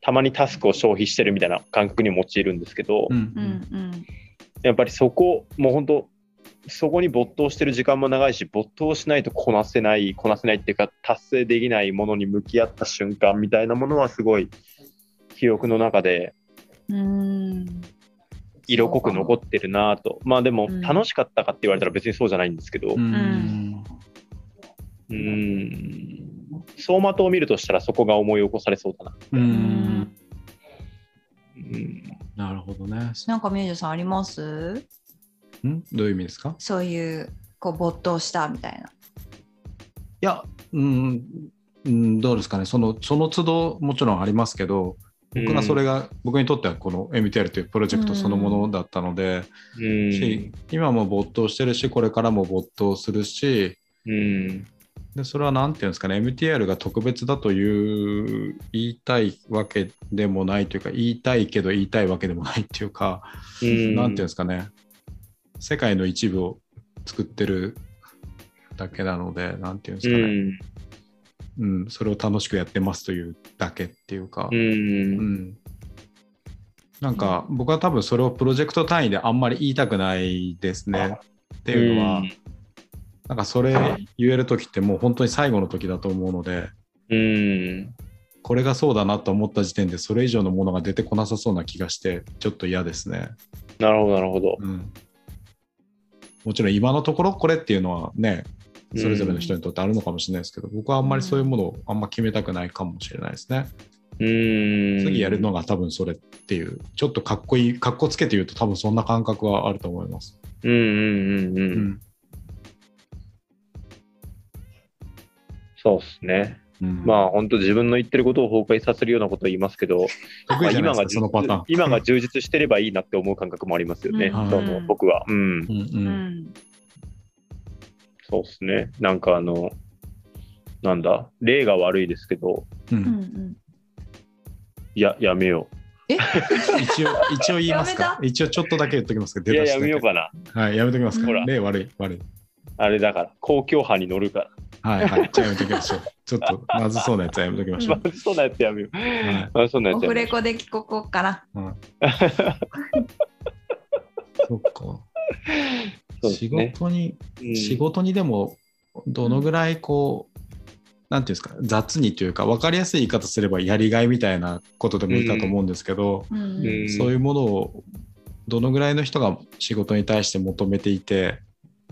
[SPEAKER 3] たまにタスクを消費してるみたいな感覚に陥るんですけど、
[SPEAKER 2] うん
[SPEAKER 1] うんうんうん
[SPEAKER 3] やっぱりそこもう本当そこに没頭してる時間も長いし没頭しないとこなせないこなせないっていうか達成できないものに向き合った瞬間みたいなものはすごい記憶の中で
[SPEAKER 1] うん
[SPEAKER 3] 色濃く残ってるなぁとまあでも
[SPEAKER 1] うん
[SPEAKER 3] 楽しかったかって言われたら別にそうじゃないんですけど
[SPEAKER 2] う
[SPEAKER 3] うん
[SPEAKER 2] ん
[SPEAKER 3] ーん走馬灯を見るとしたらそこが思い起こされそうだな、
[SPEAKER 2] うん
[SPEAKER 3] うん、
[SPEAKER 2] なるほどね。
[SPEAKER 1] なんかミュージさんあります
[SPEAKER 2] んどういう意味ですか
[SPEAKER 1] そういうこう没頭したみたいな。
[SPEAKER 2] いや、うん、うんどうですかねその、その都度もちろんありますけど、僕がそれが、僕にとってはこの MTR というプロジェクトそのものだったので、
[SPEAKER 3] うん
[SPEAKER 2] し今も没頭してるし、これからも没頭するし、
[SPEAKER 3] うん
[SPEAKER 2] でそれは何て言うんですかね MTR が特別だという言いたいわけでもないというか言いたいけど言いたいわけでもないっていうか
[SPEAKER 3] う
[SPEAKER 2] 何、
[SPEAKER 3] ん
[SPEAKER 2] て言うんですかね世界の一部を作ってるだけなので何て言うんですかね、うんそれを楽しくやってますというだけっていうか、
[SPEAKER 3] うんうん
[SPEAKER 2] うんなんか僕は多分それをプロジェクト単位であんまり言いたくないですねっていうのは、
[SPEAKER 3] うん
[SPEAKER 2] なんかそれ言える時ってもう本当に最後の時だと思うので。
[SPEAKER 3] うん
[SPEAKER 2] これがそうだなと思った時点でそれ以上のものが出てこなさそうな気がしてちょっと嫌ですね。
[SPEAKER 3] なるほどなるほど。
[SPEAKER 2] うん、もちろん今のところこれっていうのはねそれぞれの人にとってあるのかもしれないですけど、僕はあんまりそういうものをあんま決めたくないかもしれないですね。
[SPEAKER 3] うん
[SPEAKER 2] 次やるのが多分それっていうちょっとかっこいいかっこつけて言うと多分そんな感覚はあると思います。
[SPEAKER 3] うんうんうんう、
[SPEAKER 2] うん
[SPEAKER 3] そうですね
[SPEAKER 2] うん
[SPEAKER 3] まあ本当自分の言ってることを崩壊させるようなことを言いますけど
[SPEAKER 2] 得意じゃない
[SPEAKER 3] ま
[SPEAKER 2] で
[SPEAKER 3] あ
[SPEAKER 2] すかそのパターン。
[SPEAKER 3] 今が充実してればいいなって思う感覚もありますよね、
[SPEAKER 1] うん
[SPEAKER 3] その僕はうん
[SPEAKER 2] うんう
[SPEAKER 1] うんん
[SPEAKER 3] そうですねなんかあのなんだ例が悪いですけど
[SPEAKER 2] う
[SPEAKER 1] うん
[SPEAKER 2] ん
[SPEAKER 1] うん
[SPEAKER 3] ややめよ
[SPEAKER 2] 一応一応言います
[SPEAKER 1] や
[SPEAKER 2] か一応ちょっとだけ言っときますか
[SPEAKER 3] うい
[SPEAKER 2] 出
[SPEAKER 3] や
[SPEAKER 2] だしだ
[SPEAKER 3] や
[SPEAKER 2] け
[SPEAKER 3] めようかな
[SPEAKER 2] はいやめときますか
[SPEAKER 3] ほら
[SPEAKER 2] 例悪い悪い
[SPEAKER 3] あれだから公共派に乗るか
[SPEAKER 2] はいはい。じゃあやめときましょう。ちょっとまずそうなやつはやめときましょ
[SPEAKER 3] ら
[SPEAKER 2] う。
[SPEAKER 3] まず そうなやつやめよう
[SPEAKER 2] はい
[SPEAKER 3] まずそうなや
[SPEAKER 1] オ
[SPEAKER 3] つや
[SPEAKER 1] フ
[SPEAKER 3] め
[SPEAKER 1] レ
[SPEAKER 3] よ
[SPEAKER 1] コで聞ここうかな。
[SPEAKER 2] そっか。
[SPEAKER 3] う そうっ
[SPEAKER 2] 仕
[SPEAKER 3] すね
[SPEAKER 2] 事に、
[SPEAKER 3] うん
[SPEAKER 2] 仕事にでも、どのぐらいこう、なんていうんですか、雑にというか、分かりやすい言い方すれば、やりがいみたいなことでもいいかと思うんですけど、
[SPEAKER 1] うんうん
[SPEAKER 3] うん
[SPEAKER 2] そういうものを、どのぐらいの人が仕事に対して求めていて、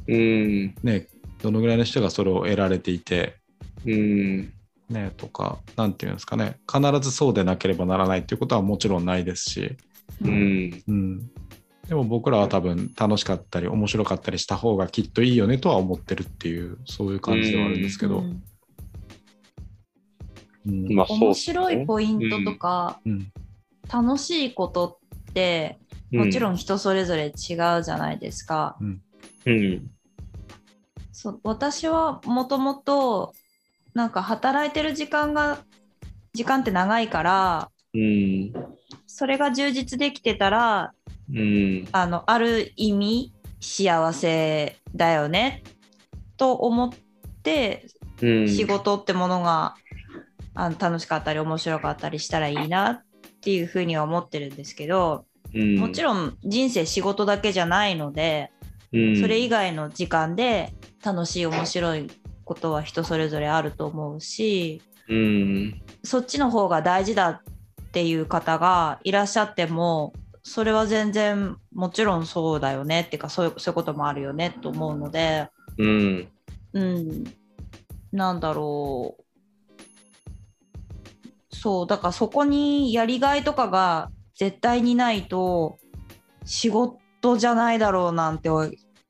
[SPEAKER 3] うん
[SPEAKER 2] ね、どのぐらいの人がそれを得られていて、
[SPEAKER 3] うん
[SPEAKER 2] ねとか何て言うんですかね必ずそうでなければならないっていうことはもちろんないですし、
[SPEAKER 3] うん
[SPEAKER 2] うん、でも僕らは多分楽しかったり面白かったりした方がきっといいよねとは思ってるっていうそういう感じではあるんですけど、
[SPEAKER 1] うん
[SPEAKER 2] うん
[SPEAKER 3] まあそう
[SPEAKER 1] 面
[SPEAKER 3] っすね
[SPEAKER 1] 白いポイントとか、
[SPEAKER 2] うん
[SPEAKER 1] 楽しいことってもちろん人それぞれ違うじゃないですか。
[SPEAKER 3] うん、うん
[SPEAKER 1] そう私はもともとなんか働いてる時間が時間って長いから
[SPEAKER 3] うん
[SPEAKER 1] それが充実できてたら
[SPEAKER 3] うん
[SPEAKER 1] あのある意味幸せだよねと思って
[SPEAKER 3] うん、
[SPEAKER 1] 仕事ってものが、あの楽しかったり面白かったりしたらいいなっていうふうには思ってるんですけど、
[SPEAKER 3] うん、
[SPEAKER 1] もちろん人生仕事だけじゃないので、
[SPEAKER 3] うん、
[SPEAKER 1] それ以外の時間で楽しい面白いことは人それぞれあると思うし
[SPEAKER 3] うん
[SPEAKER 1] そっちの方が大事だっていう方がいらっしゃってもそれは全然もちろんそうだよねっていうかそういうそういうこともあるよねと思うので。
[SPEAKER 3] うん
[SPEAKER 1] うん、なんだろう。そう、だからそこにやりがいとかが絶対にないと、仕事じゃないだろうなんて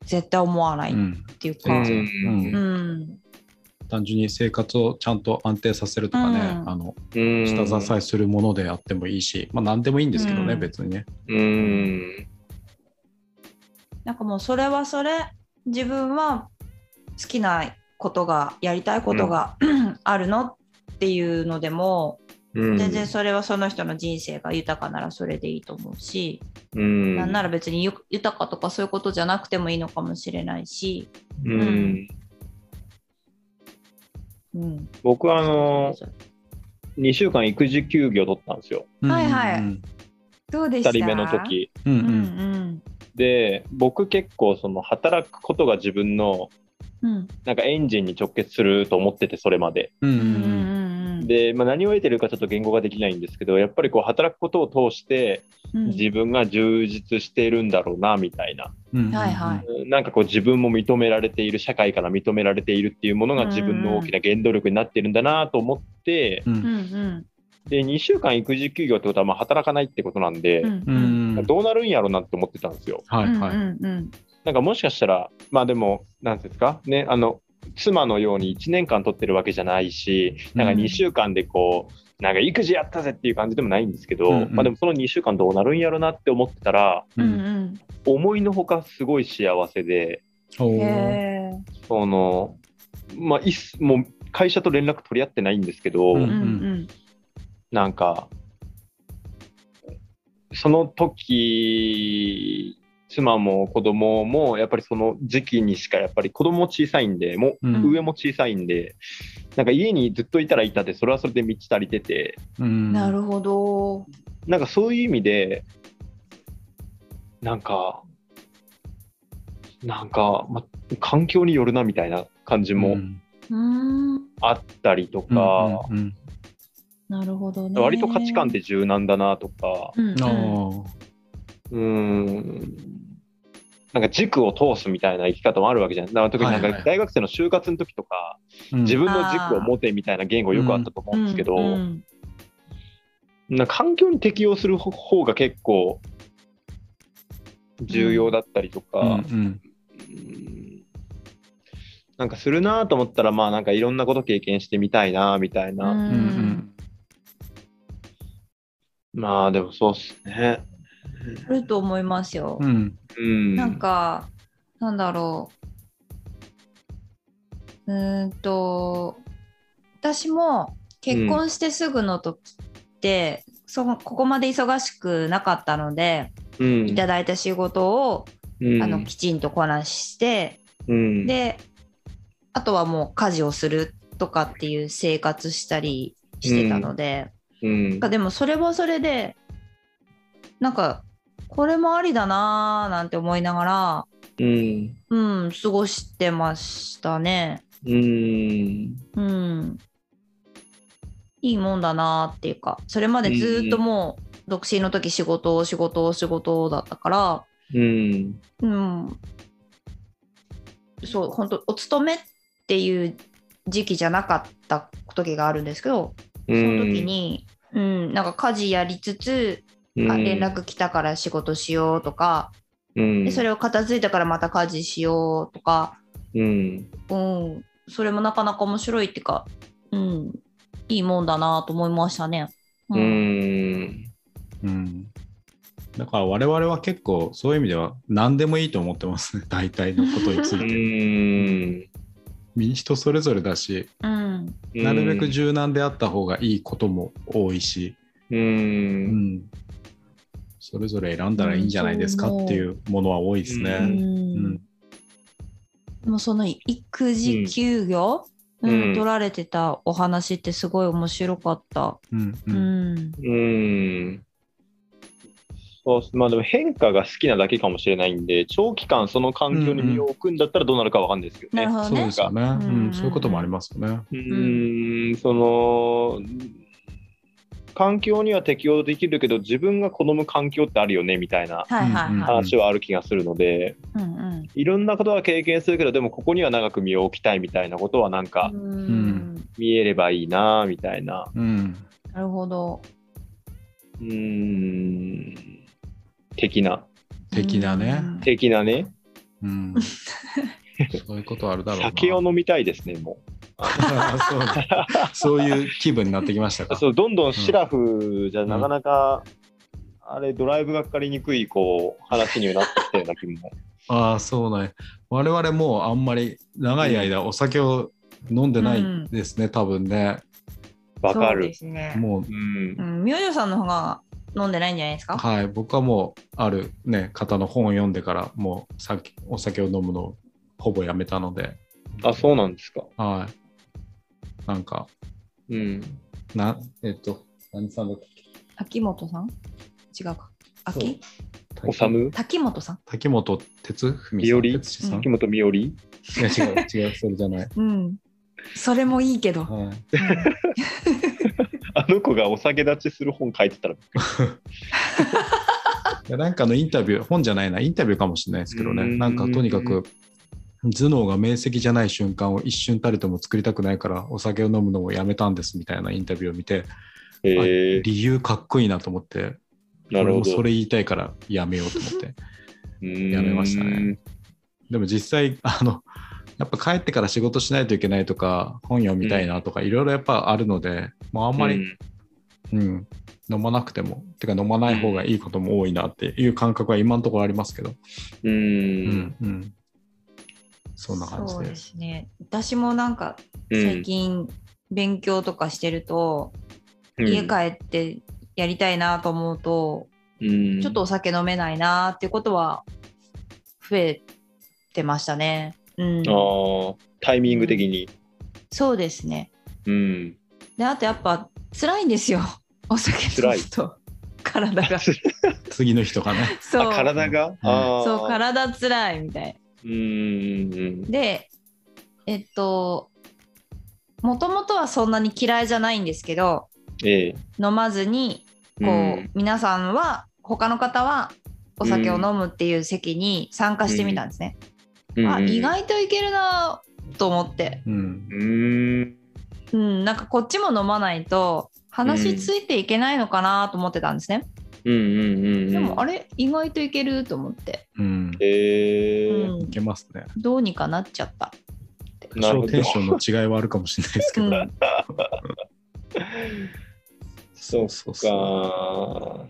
[SPEAKER 1] 絶対思わないっ
[SPEAKER 2] うん
[SPEAKER 1] ていう
[SPEAKER 2] う
[SPEAKER 1] か。
[SPEAKER 2] ん
[SPEAKER 1] うん。
[SPEAKER 2] 単純に生活をちゃんと安定させるとかね、
[SPEAKER 1] うん
[SPEAKER 2] あの
[SPEAKER 3] うん、
[SPEAKER 2] 下支えするものであってもいいし、まあ、何でもいいんですけどね、
[SPEAKER 1] うん
[SPEAKER 2] 別にね。
[SPEAKER 3] うん
[SPEAKER 1] なんかもうそれはそれ、自分は好きなことが、やりたいことが あるのっていうのでも、
[SPEAKER 3] うん、
[SPEAKER 1] 全然それはその人の人生が豊かならそれでいいと思うし。
[SPEAKER 3] うん、
[SPEAKER 1] なんなら別にゆ豊かとかそういうことじゃなくてもいいのかもしれないし、
[SPEAKER 3] うん、
[SPEAKER 1] うん、
[SPEAKER 3] 僕はあの2週間育児休業取ったんですよ
[SPEAKER 1] はいはい
[SPEAKER 2] うん
[SPEAKER 1] どうでし
[SPEAKER 3] 2
[SPEAKER 1] た
[SPEAKER 3] 人目の時
[SPEAKER 2] うん
[SPEAKER 1] うん
[SPEAKER 2] うん
[SPEAKER 3] で僕結構その働くことが自分の
[SPEAKER 1] うんうん
[SPEAKER 3] なんかエンジンに直結すると思っててそれまで
[SPEAKER 2] うん
[SPEAKER 1] うんうん
[SPEAKER 3] で、まあ、何を得てるかちょっと言語ができないんですけどやっぱりこう働くことを通して
[SPEAKER 1] うん
[SPEAKER 3] 自分が充実しているんだろうなみたいな、
[SPEAKER 2] うんうん
[SPEAKER 1] はいはい
[SPEAKER 3] なんかこう自分も認められている社会から認められているっていうものが自分の大きな原動力になってるんだなと思って
[SPEAKER 2] う
[SPEAKER 1] うん
[SPEAKER 2] ん
[SPEAKER 1] うん
[SPEAKER 3] で2週間育児休業ってことはまあ働かないってことなんで
[SPEAKER 1] う、ん
[SPEAKER 2] う
[SPEAKER 1] うん
[SPEAKER 2] ん
[SPEAKER 3] どうなるんやろうなって思ってたんですよ。
[SPEAKER 2] は
[SPEAKER 1] う
[SPEAKER 2] い
[SPEAKER 1] ん
[SPEAKER 2] はい
[SPEAKER 1] うん
[SPEAKER 3] なんかもしかしたら、まあでも、なんていうんですか、ね、あの、妻のように1年間取ってるわけじゃないし、なんか
[SPEAKER 1] うん
[SPEAKER 3] 2週間でこう、なんか育児やったぜっていう感じでもないんですけど、
[SPEAKER 2] うんうん
[SPEAKER 3] まあでもその2週間どうなるんやろなって思ってたら、
[SPEAKER 1] う
[SPEAKER 2] うん
[SPEAKER 1] ん
[SPEAKER 3] 思いのほかすごい幸せで、
[SPEAKER 1] う
[SPEAKER 2] お
[SPEAKER 1] ん
[SPEAKER 2] ー
[SPEAKER 1] へー
[SPEAKER 3] その、まあいっす、もう会社と連絡取り合ってないんですけど、
[SPEAKER 2] うん
[SPEAKER 1] うんうん
[SPEAKER 3] なんか、その時、妻も子供もやっぱりその時期にしかやっぱり子供も小さいんでもう
[SPEAKER 2] うん
[SPEAKER 3] 上も小さいんで、なんか家にずっといたらいたで、それはそれで満ち足りてて、
[SPEAKER 2] うん
[SPEAKER 1] なるほど
[SPEAKER 3] なんかそういう意味で、なんか、なんか、ま、環境によるなみたいな感じ
[SPEAKER 2] う
[SPEAKER 3] も
[SPEAKER 2] ん
[SPEAKER 1] うーん
[SPEAKER 3] あったりとか、
[SPEAKER 2] うんうん
[SPEAKER 1] なるほどね
[SPEAKER 3] 割と価値観って柔軟だなとか、
[SPEAKER 1] うんう
[SPEAKER 2] うん
[SPEAKER 1] ん
[SPEAKER 2] あ
[SPEAKER 3] うーん、なんか軸を通すみたいな生き方もあるわけじゃないだから特になん
[SPEAKER 2] はいは
[SPEAKER 3] か
[SPEAKER 2] い
[SPEAKER 3] 大学生の就活の時とか、
[SPEAKER 2] ーうん
[SPEAKER 3] 自分の軸を持てみたいな言語よくあったと思うんですけど、
[SPEAKER 1] うんうん
[SPEAKER 3] なんか環境に適応する方が結構重要だったりとか、
[SPEAKER 2] うん
[SPEAKER 3] うんなんかするなと思ったらまあなんかいろんなこと経験してみたいなみたいな、
[SPEAKER 2] う
[SPEAKER 1] うん
[SPEAKER 2] うん
[SPEAKER 3] まあでもそうっすね。
[SPEAKER 1] あると思いますよ
[SPEAKER 2] うんうん
[SPEAKER 3] うん、
[SPEAKER 1] なんか、なんだろう。うーんと、私も結婚してすぐの時って、そのここまで忙しくなかったので、
[SPEAKER 3] うん、
[SPEAKER 1] いただいた仕事を、
[SPEAKER 3] うん
[SPEAKER 1] あのきちんとこなして、
[SPEAKER 3] うん、
[SPEAKER 1] で、あとはもう家事をするとかっていう生活したりしてたので、
[SPEAKER 3] うん
[SPEAKER 1] なんかでもそれはそれでなんかこれもありだなーなんて思いながら
[SPEAKER 3] うん
[SPEAKER 1] うん、過ごしてましたね。
[SPEAKER 3] うん
[SPEAKER 1] うん。いいもんだなっていうか、それまでずっともう、独身の時仕事、仕事、仕事だったから、
[SPEAKER 3] うん
[SPEAKER 1] うん。そう、本当お勤めっていう時期じゃなかった時があるんですけどその時に、うんなんか家事やりつつ、あ連絡来たから仕事しようとか、
[SPEAKER 3] うん、
[SPEAKER 1] でそ
[SPEAKER 3] れ、
[SPEAKER 1] れを片付いたからまた家事しようとか、
[SPEAKER 3] うん、
[SPEAKER 1] うん、それもなかなか面白いっていうか、うん、いいもんだなと思いましたね。う
[SPEAKER 3] うんん、
[SPEAKER 2] うん。だから我々は結構そういう意味では何でもいいと思ってますね。 大体のことにつ
[SPEAKER 3] う
[SPEAKER 2] いて。
[SPEAKER 3] ん、
[SPEAKER 2] み人それぞれだし、
[SPEAKER 1] うん
[SPEAKER 2] なるべく柔軟であった方がいいことも多いし、
[SPEAKER 3] う、
[SPEAKER 2] うんん。それぞれ選んだらいいんじゃないですかっていうものは多いです
[SPEAKER 1] う
[SPEAKER 2] ね。うん
[SPEAKER 1] んでもその育児休業、
[SPEAKER 3] うん
[SPEAKER 1] うん
[SPEAKER 3] うん
[SPEAKER 1] 取られてたお話ってすごい面白かった。
[SPEAKER 2] うんう
[SPEAKER 1] うんん
[SPEAKER 3] うん。そうまあでも変化が好きなだけかもしれないんで、長期間その環境に身を置くんだったらどうなるかわかんないですけど
[SPEAKER 1] な
[SPEAKER 3] ね。
[SPEAKER 1] るほど
[SPEAKER 2] そう
[SPEAKER 1] ね
[SPEAKER 2] です。よね。
[SPEAKER 1] んうんう
[SPEAKER 2] うんんそういうこともありますよね。
[SPEAKER 3] うーんその環境には適応できるけど自分が好む環境ってあるよねみたいな
[SPEAKER 1] はいはいはい。
[SPEAKER 3] 話はある気がするので、
[SPEAKER 1] うんうん
[SPEAKER 3] いろんなことは経験するけどでもここには長く身を置きたいみたいなことはなんか
[SPEAKER 1] うん
[SPEAKER 3] 見えればいいなみたいな
[SPEAKER 2] うん。
[SPEAKER 1] なるほど。
[SPEAKER 3] うーん的な
[SPEAKER 2] 的なね
[SPEAKER 1] うん
[SPEAKER 3] 的なね
[SPEAKER 2] うん。そういうことあるだろうな。
[SPEAKER 3] 酒を飲みたいですねも
[SPEAKER 2] そうねそういう気分になってきました
[SPEAKER 3] う
[SPEAKER 2] か。
[SPEAKER 3] そうどんどんシラフじゃなかなか、あれドライブがかかりにくいこう話にはなってきたような気も
[SPEAKER 2] ああそうね我々もうあんまり長い間お酒を飲んでないですね、多分ね
[SPEAKER 3] わか
[SPEAKER 1] そう
[SPEAKER 3] る
[SPEAKER 1] で。すね。
[SPEAKER 2] もう
[SPEAKER 3] うん
[SPEAKER 1] うん、明星さんの方が飲んでないんじゃないですか。
[SPEAKER 2] はい僕はもうある、ね、方の本を読んでからもうさお酒を飲むのをほぼやめたので
[SPEAKER 3] あ、そうなんですか。
[SPEAKER 2] はいなんか
[SPEAKER 3] うん。
[SPEAKER 2] なえっと何さんだっ
[SPEAKER 1] 滝本さん違うか。
[SPEAKER 2] そう
[SPEAKER 1] 秋
[SPEAKER 2] け
[SPEAKER 3] おさむ
[SPEAKER 1] 滝本さん
[SPEAKER 2] 滝本哲文
[SPEAKER 3] 日
[SPEAKER 2] さ
[SPEAKER 3] 和
[SPEAKER 2] ん哲司さん、
[SPEAKER 3] 木本美織
[SPEAKER 2] いや違う違うそれじゃない、
[SPEAKER 1] うん。それもいいけど。
[SPEAKER 2] はい、
[SPEAKER 3] あの子がお酒立ちする本書いてたら。
[SPEAKER 2] いやなんかのインタビュー、本じゃないな、インタビューかもしれないですけどね、
[SPEAKER 3] うん
[SPEAKER 2] なんかとにかく頭脳が明晰じゃない瞬間を一瞬たりとも作りたくないから、お酒を飲むのをやめたんですみたいなインタビューを見て、
[SPEAKER 3] えー、
[SPEAKER 2] 理由かっこいいなと思って、
[SPEAKER 3] なるほ
[SPEAKER 2] 俺も
[SPEAKER 3] ど。
[SPEAKER 2] それ言いたいからやめようと思 って。
[SPEAKER 3] や
[SPEAKER 2] めましたね。でも実際、あの、やっぱ帰ってから仕事しないといけないとか、本読みたいなとか、いろいろやっぱあるので、もうあ
[SPEAKER 3] あ
[SPEAKER 2] んまり、うん、飲まなくても、てか飲まない方がいいことも多いなっていう感覚は今のところありますけど。
[SPEAKER 3] う
[SPEAKER 2] うんん。うんそんな感じ
[SPEAKER 1] そう
[SPEAKER 2] で。
[SPEAKER 1] ですすね。私もなんか
[SPEAKER 3] うん
[SPEAKER 1] 最近勉強とかしてると、家帰ってやりたいなと思うと、
[SPEAKER 3] うん
[SPEAKER 1] ちょっとお酒飲めないなっていうことは増えてましたね。うん。
[SPEAKER 3] ああ、タイミング的に。
[SPEAKER 1] そうですね。
[SPEAKER 3] うん。
[SPEAKER 1] であとやっぱ辛いんですよ。 お酒飲むと体 が。
[SPEAKER 2] 次の日と かね。
[SPEAKER 1] そ
[SPEAKER 3] あ
[SPEAKER 1] う。
[SPEAKER 3] 体があー
[SPEAKER 1] そう体つらいみたい
[SPEAKER 3] うんうん
[SPEAKER 1] でえっともともとはそんなに嫌いじゃないんですけど
[SPEAKER 3] ええ
[SPEAKER 1] 飲まずにこう、
[SPEAKER 3] うん
[SPEAKER 1] 皆さんは他の方はお酒を飲むっていう席に参加してみたんですね、
[SPEAKER 3] うん
[SPEAKER 1] あ意外といけるなと思って、
[SPEAKER 2] うん。
[SPEAKER 3] うん
[SPEAKER 1] うん、なんかこっちも飲まないと話ついていけないのかなと思ってたんですね、
[SPEAKER 3] うんうんうん
[SPEAKER 1] でもあ
[SPEAKER 3] れ
[SPEAKER 1] れ意外といけると思って、
[SPEAKER 2] うん。
[SPEAKER 3] え
[SPEAKER 1] う
[SPEAKER 3] ー
[SPEAKER 1] ん
[SPEAKER 2] い、けますね。
[SPEAKER 1] どうにかなっちゃった、
[SPEAKER 2] 多
[SPEAKER 3] なる
[SPEAKER 2] 少
[SPEAKER 3] ほど
[SPEAKER 2] テンションの違いはあるかもしれないですけ
[SPEAKER 1] う
[SPEAKER 2] ど。
[SPEAKER 1] ん、
[SPEAKER 3] そう
[SPEAKER 2] そうそう。
[SPEAKER 3] か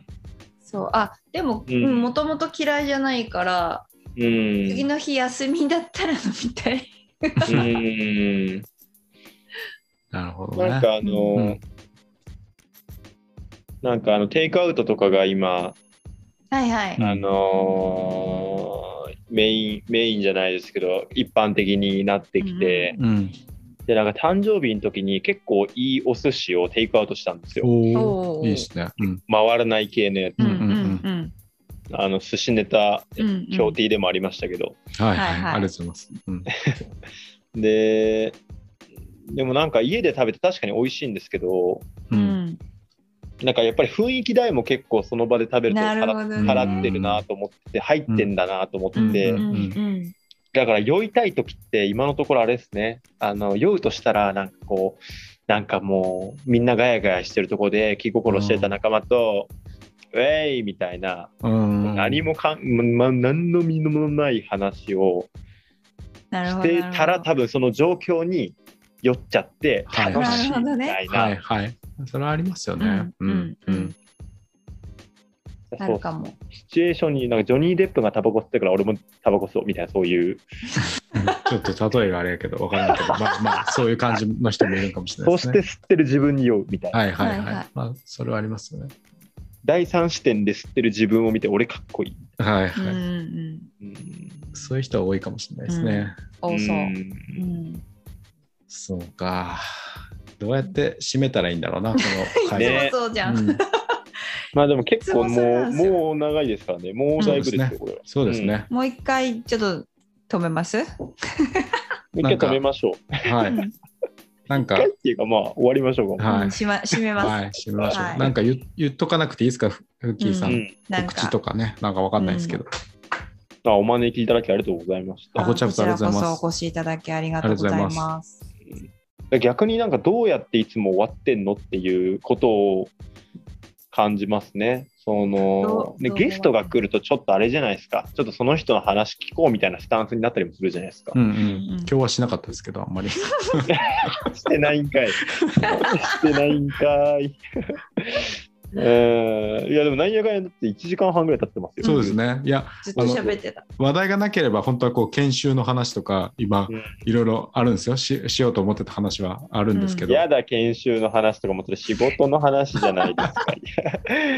[SPEAKER 1] そうあでも
[SPEAKER 3] うん
[SPEAKER 1] もともと嫌いじゃないから
[SPEAKER 3] うん
[SPEAKER 1] 次の日休みだったら飲みたい。
[SPEAKER 3] うん
[SPEAKER 2] なるほど
[SPEAKER 3] な
[SPEAKER 2] ね。
[SPEAKER 3] んかあのー
[SPEAKER 2] うん
[SPEAKER 3] なんかあのテイクアウトとかが今、
[SPEAKER 1] はいはい。
[SPEAKER 2] うん
[SPEAKER 3] あのーメインメインじゃないですけど一般的になってきて、
[SPEAKER 2] うん。
[SPEAKER 3] でなんか誕生日の時に結構いいお寿司をテイクアウトしたんですよ
[SPEAKER 2] おお。
[SPEAKER 1] おー
[SPEAKER 2] いいですね。うん。
[SPEAKER 3] 回らない系のやつ、
[SPEAKER 1] うんう
[SPEAKER 2] んうんん
[SPEAKER 1] うん
[SPEAKER 3] あの寿司ネタ
[SPEAKER 1] うんうん
[SPEAKER 3] 標的でもありましたけど、
[SPEAKER 2] はい
[SPEAKER 1] は
[SPEAKER 2] はいい。
[SPEAKER 1] はい
[SPEAKER 2] ありがとうございます。うん。
[SPEAKER 3] ででもなんか家で食べて確かに美味しいんですけど
[SPEAKER 2] う。
[SPEAKER 1] うんん
[SPEAKER 3] なんかやっぱり雰囲気代も結構その場で食べると
[SPEAKER 1] なる
[SPEAKER 3] 払
[SPEAKER 1] ほどね
[SPEAKER 3] 払ってるなと思ってて入ってんだなと思って、
[SPEAKER 1] うんうん
[SPEAKER 2] うん
[SPEAKER 1] うん
[SPEAKER 3] だから酔いたい時って今のところあれですねあの酔うとしたらなんかこうなんかもうみんなガヤガヤしてるとこで気心してた仲間と、ウェイみたいな、
[SPEAKER 2] うん
[SPEAKER 3] 何もかん、ま、何の身のない話を
[SPEAKER 1] なる
[SPEAKER 3] し
[SPEAKER 1] ほ
[SPEAKER 3] て
[SPEAKER 1] ど。
[SPEAKER 3] たら多分その状況に酔っちゃって
[SPEAKER 2] はい
[SPEAKER 3] 楽しいみ
[SPEAKER 1] な
[SPEAKER 3] たいな、
[SPEAKER 2] はいはいそれはありますよね
[SPEAKER 1] うんうんうんな
[SPEAKER 3] そ
[SPEAKER 1] る
[SPEAKER 3] う
[SPEAKER 1] かも。
[SPEAKER 3] シチュエーションになんかジョニー・デップがタバコ吸ってるから俺もタバコ吸おうみたいなそういう
[SPEAKER 2] ちょっと例えがあれやけど分からないけどまあまあそういう感じの人もいるかもしれない
[SPEAKER 3] そ
[SPEAKER 2] で
[SPEAKER 3] し
[SPEAKER 2] すね。
[SPEAKER 3] て吸ってる自分に酔うみたいな、
[SPEAKER 2] はいはいはい、
[SPEAKER 1] はいはい
[SPEAKER 2] まあそれはありますよね。
[SPEAKER 3] 第三視点で吸ってる自分を見て俺かっこいい、
[SPEAKER 2] はい
[SPEAKER 1] うん
[SPEAKER 2] は
[SPEAKER 1] う
[SPEAKER 2] い、
[SPEAKER 1] ん。
[SPEAKER 3] うん
[SPEAKER 2] そういう人は多いかもしれないですね。
[SPEAKER 1] 多そう。う
[SPEAKER 3] ん
[SPEAKER 1] ん
[SPEAKER 2] そうか。どうやって締めたらいいんだろうな、この
[SPEAKER 1] いつ
[SPEAKER 2] 会話
[SPEAKER 1] も
[SPEAKER 3] ね
[SPEAKER 1] そうじゃ。
[SPEAKER 2] うんん
[SPEAKER 3] まあでも結
[SPEAKER 1] い
[SPEAKER 3] 構
[SPEAKER 1] つもそう
[SPEAKER 3] も
[SPEAKER 1] な
[SPEAKER 3] う
[SPEAKER 1] で
[SPEAKER 3] ん
[SPEAKER 1] すよ
[SPEAKER 3] もう長いですからねもうだいぶですよ、
[SPEAKER 2] うん
[SPEAKER 3] これは
[SPEAKER 2] そうですね。
[SPEAKER 1] もう一回ちょっと止めます。
[SPEAKER 2] な
[SPEAKER 3] 一
[SPEAKER 2] ん
[SPEAKER 3] 回
[SPEAKER 2] か
[SPEAKER 3] 止めましょう
[SPEAKER 2] は
[SPEAKER 1] う
[SPEAKER 2] い。
[SPEAKER 1] ん
[SPEAKER 2] なん
[SPEAKER 3] 一
[SPEAKER 2] か
[SPEAKER 3] 回、っていうかまあ終わりましょうか、
[SPEAKER 2] はい
[SPEAKER 1] うんしま締めます。
[SPEAKER 2] はい、締めましょう。
[SPEAKER 1] はい
[SPEAKER 2] なんか言言っとかなくていいですか、フフッキーさ。
[SPEAKER 3] うんん、
[SPEAKER 1] なん
[SPEAKER 2] 告知
[SPEAKER 1] か
[SPEAKER 2] とかね、なんかわかんないですけど。
[SPEAKER 3] あお招きいただきありがとうございまし
[SPEAKER 2] あ
[SPEAKER 3] た
[SPEAKER 2] こちらこそありがとうございま
[SPEAKER 1] こちら
[SPEAKER 2] す
[SPEAKER 1] こそお越しいただきありがとうございます。
[SPEAKER 3] 逆になんかどうやっていつも終わってんのっていうことを感じますねその
[SPEAKER 1] どう
[SPEAKER 3] で
[SPEAKER 1] どう
[SPEAKER 3] ゲストが来るとちょっとあれじゃないですかちょっとその人の話聞こうみたいなスタンスになったりもするじゃないですか
[SPEAKER 2] う、んうん
[SPEAKER 1] うんうん
[SPEAKER 2] 今日はしなかったですけど、あんまり。
[SPEAKER 3] してないんかいしてないんかいえーいやでもなんやかんやだって1時間半ぐらい経ってますよ
[SPEAKER 2] そうですね。いや、
[SPEAKER 1] ずっと喋ってた。
[SPEAKER 2] 話題がなければ、本当はこう研修の話とか、今
[SPEAKER 3] うん、
[SPEAKER 2] いろいろあるんですよし。しようと思ってた話はあるんですけど、
[SPEAKER 3] やだ研修の話とかもそれ仕事の話じゃないですか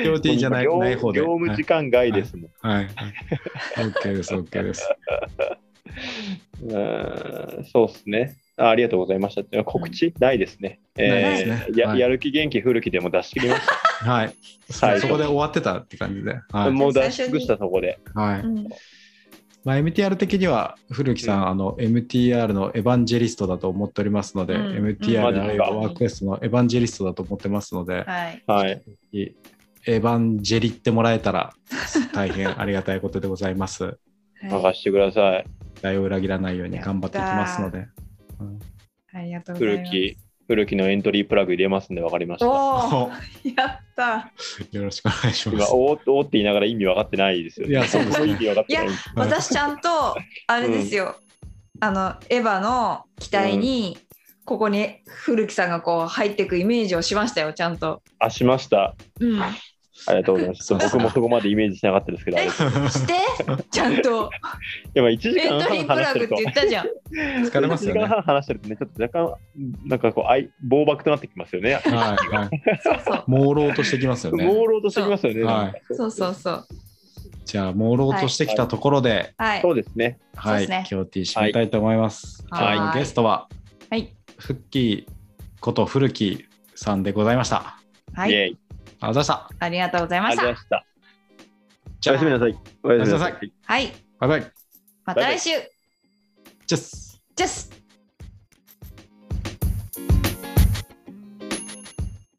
[SPEAKER 2] 協定じゃない
[SPEAKER 3] 業
[SPEAKER 2] ない方で
[SPEAKER 3] 業務時間外ですもん、
[SPEAKER 2] はい。はい OK です、OK です。
[SPEAKER 3] うーんそうですね。あありがとうございましたって。告知、ないですね。
[SPEAKER 2] ない
[SPEAKER 1] です
[SPEAKER 2] ね
[SPEAKER 3] や
[SPEAKER 2] はい
[SPEAKER 3] やる気元気古きでも出し切りまし
[SPEAKER 2] はい。
[SPEAKER 3] はい
[SPEAKER 2] そこで終わってたって感じで。
[SPEAKER 3] た。
[SPEAKER 2] はい。
[SPEAKER 3] もう出し尽くしたとこで。
[SPEAKER 2] は
[SPEAKER 1] う
[SPEAKER 2] い
[SPEAKER 1] ん
[SPEAKER 2] まあ、MTR 的には古木さん、
[SPEAKER 3] うん
[SPEAKER 2] あの MTR のエヴァンジェリストだと思っておりますので、
[SPEAKER 1] うん
[SPEAKER 2] MTR あ
[SPEAKER 3] うん
[SPEAKER 2] るいはワークエストのエヴァンジェリストだと思ってますので、
[SPEAKER 1] はい。
[SPEAKER 3] はい。
[SPEAKER 2] エヴァンジェリってもらえたら大変ありがたいことでございます。
[SPEAKER 1] はい
[SPEAKER 3] 任してください。
[SPEAKER 2] 期待を裏切らないように頑張っていきますので。うん
[SPEAKER 1] ありがとうござい
[SPEAKER 3] 古
[SPEAKER 1] ます。
[SPEAKER 3] き、古きのエントリープラグ入れますんで分かりました。
[SPEAKER 1] お
[SPEAKER 2] お
[SPEAKER 1] お、やった。
[SPEAKER 2] よろしくお願いしま
[SPEAKER 3] 今、
[SPEAKER 2] す。
[SPEAKER 3] おーっとおーって言いながら意味分かってないですよ
[SPEAKER 2] い
[SPEAKER 3] ね。
[SPEAKER 2] やそうですね
[SPEAKER 3] 意味分かってないです。
[SPEAKER 2] はい
[SPEAKER 1] 私ちゃんとあれですよ、あのエヴァの機体にここに古木さんがこう入ってくイメージをしましたよちゃんと、
[SPEAKER 3] あ、しました。
[SPEAKER 1] うん、
[SPEAKER 3] ありがとうございます。ちょっと僕もそこまでイメージしなかったですけど、あれ
[SPEAKER 1] えしてちゃんと
[SPEAKER 3] やっぱ1時
[SPEAKER 1] エ
[SPEAKER 3] 間
[SPEAKER 1] ントリープ
[SPEAKER 3] 半話し
[SPEAKER 1] ラ
[SPEAKER 3] て
[SPEAKER 1] グって
[SPEAKER 3] ると、
[SPEAKER 1] 言ったじゃん
[SPEAKER 2] 疲れます
[SPEAKER 3] 1時
[SPEAKER 2] よね。
[SPEAKER 3] 間半話してるとね、ちょっと若干、なんかこう、あい暴漠となってきますよね。
[SPEAKER 2] はいはい。
[SPEAKER 1] そうそう
[SPEAKER 2] 朦朧としてきますよね。
[SPEAKER 3] 朦朧としてきますよね。
[SPEAKER 2] はい
[SPEAKER 3] なんか
[SPEAKER 1] そうそうそう
[SPEAKER 2] じゃあ、朦朧としてきたところで、
[SPEAKER 1] はい
[SPEAKER 3] そうですね。
[SPEAKER 1] はいそ
[SPEAKER 2] は
[SPEAKER 1] うです
[SPEAKER 2] い、
[SPEAKER 1] ね
[SPEAKER 2] 今日 T 締めたいと思います。
[SPEAKER 1] はい
[SPEAKER 2] 今日のゲストは、
[SPEAKER 1] はい
[SPEAKER 2] フッキーこと古木さんでございました。
[SPEAKER 1] は
[SPEAKER 3] イ
[SPEAKER 1] い
[SPEAKER 3] エイ。
[SPEAKER 2] ありがとうございました。
[SPEAKER 1] ありがとうござい
[SPEAKER 3] あ
[SPEAKER 1] ま
[SPEAKER 3] り
[SPEAKER 1] し
[SPEAKER 3] がとうござい
[SPEAKER 1] た
[SPEAKER 3] ました。
[SPEAKER 2] じゃ
[SPEAKER 3] おやすみ
[SPEAKER 2] あ、
[SPEAKER 3] なさい。おやすみなさ
[SPEAKER 2] おやすみなさ
[SPEAKER 1] は
[SPEAKER 3] い。
[SPEAKER 1] い
[SPEAKER 2] バイバイ。
[SPEAKER 1] ま
[SPEAKER 3] バ
[SPEAKER 1] た
[SPEAKER 3] イバイ
[SPEAKER 1] 来週
[SPEAKER 2] チェス
[SPEAKER 1] じゃあす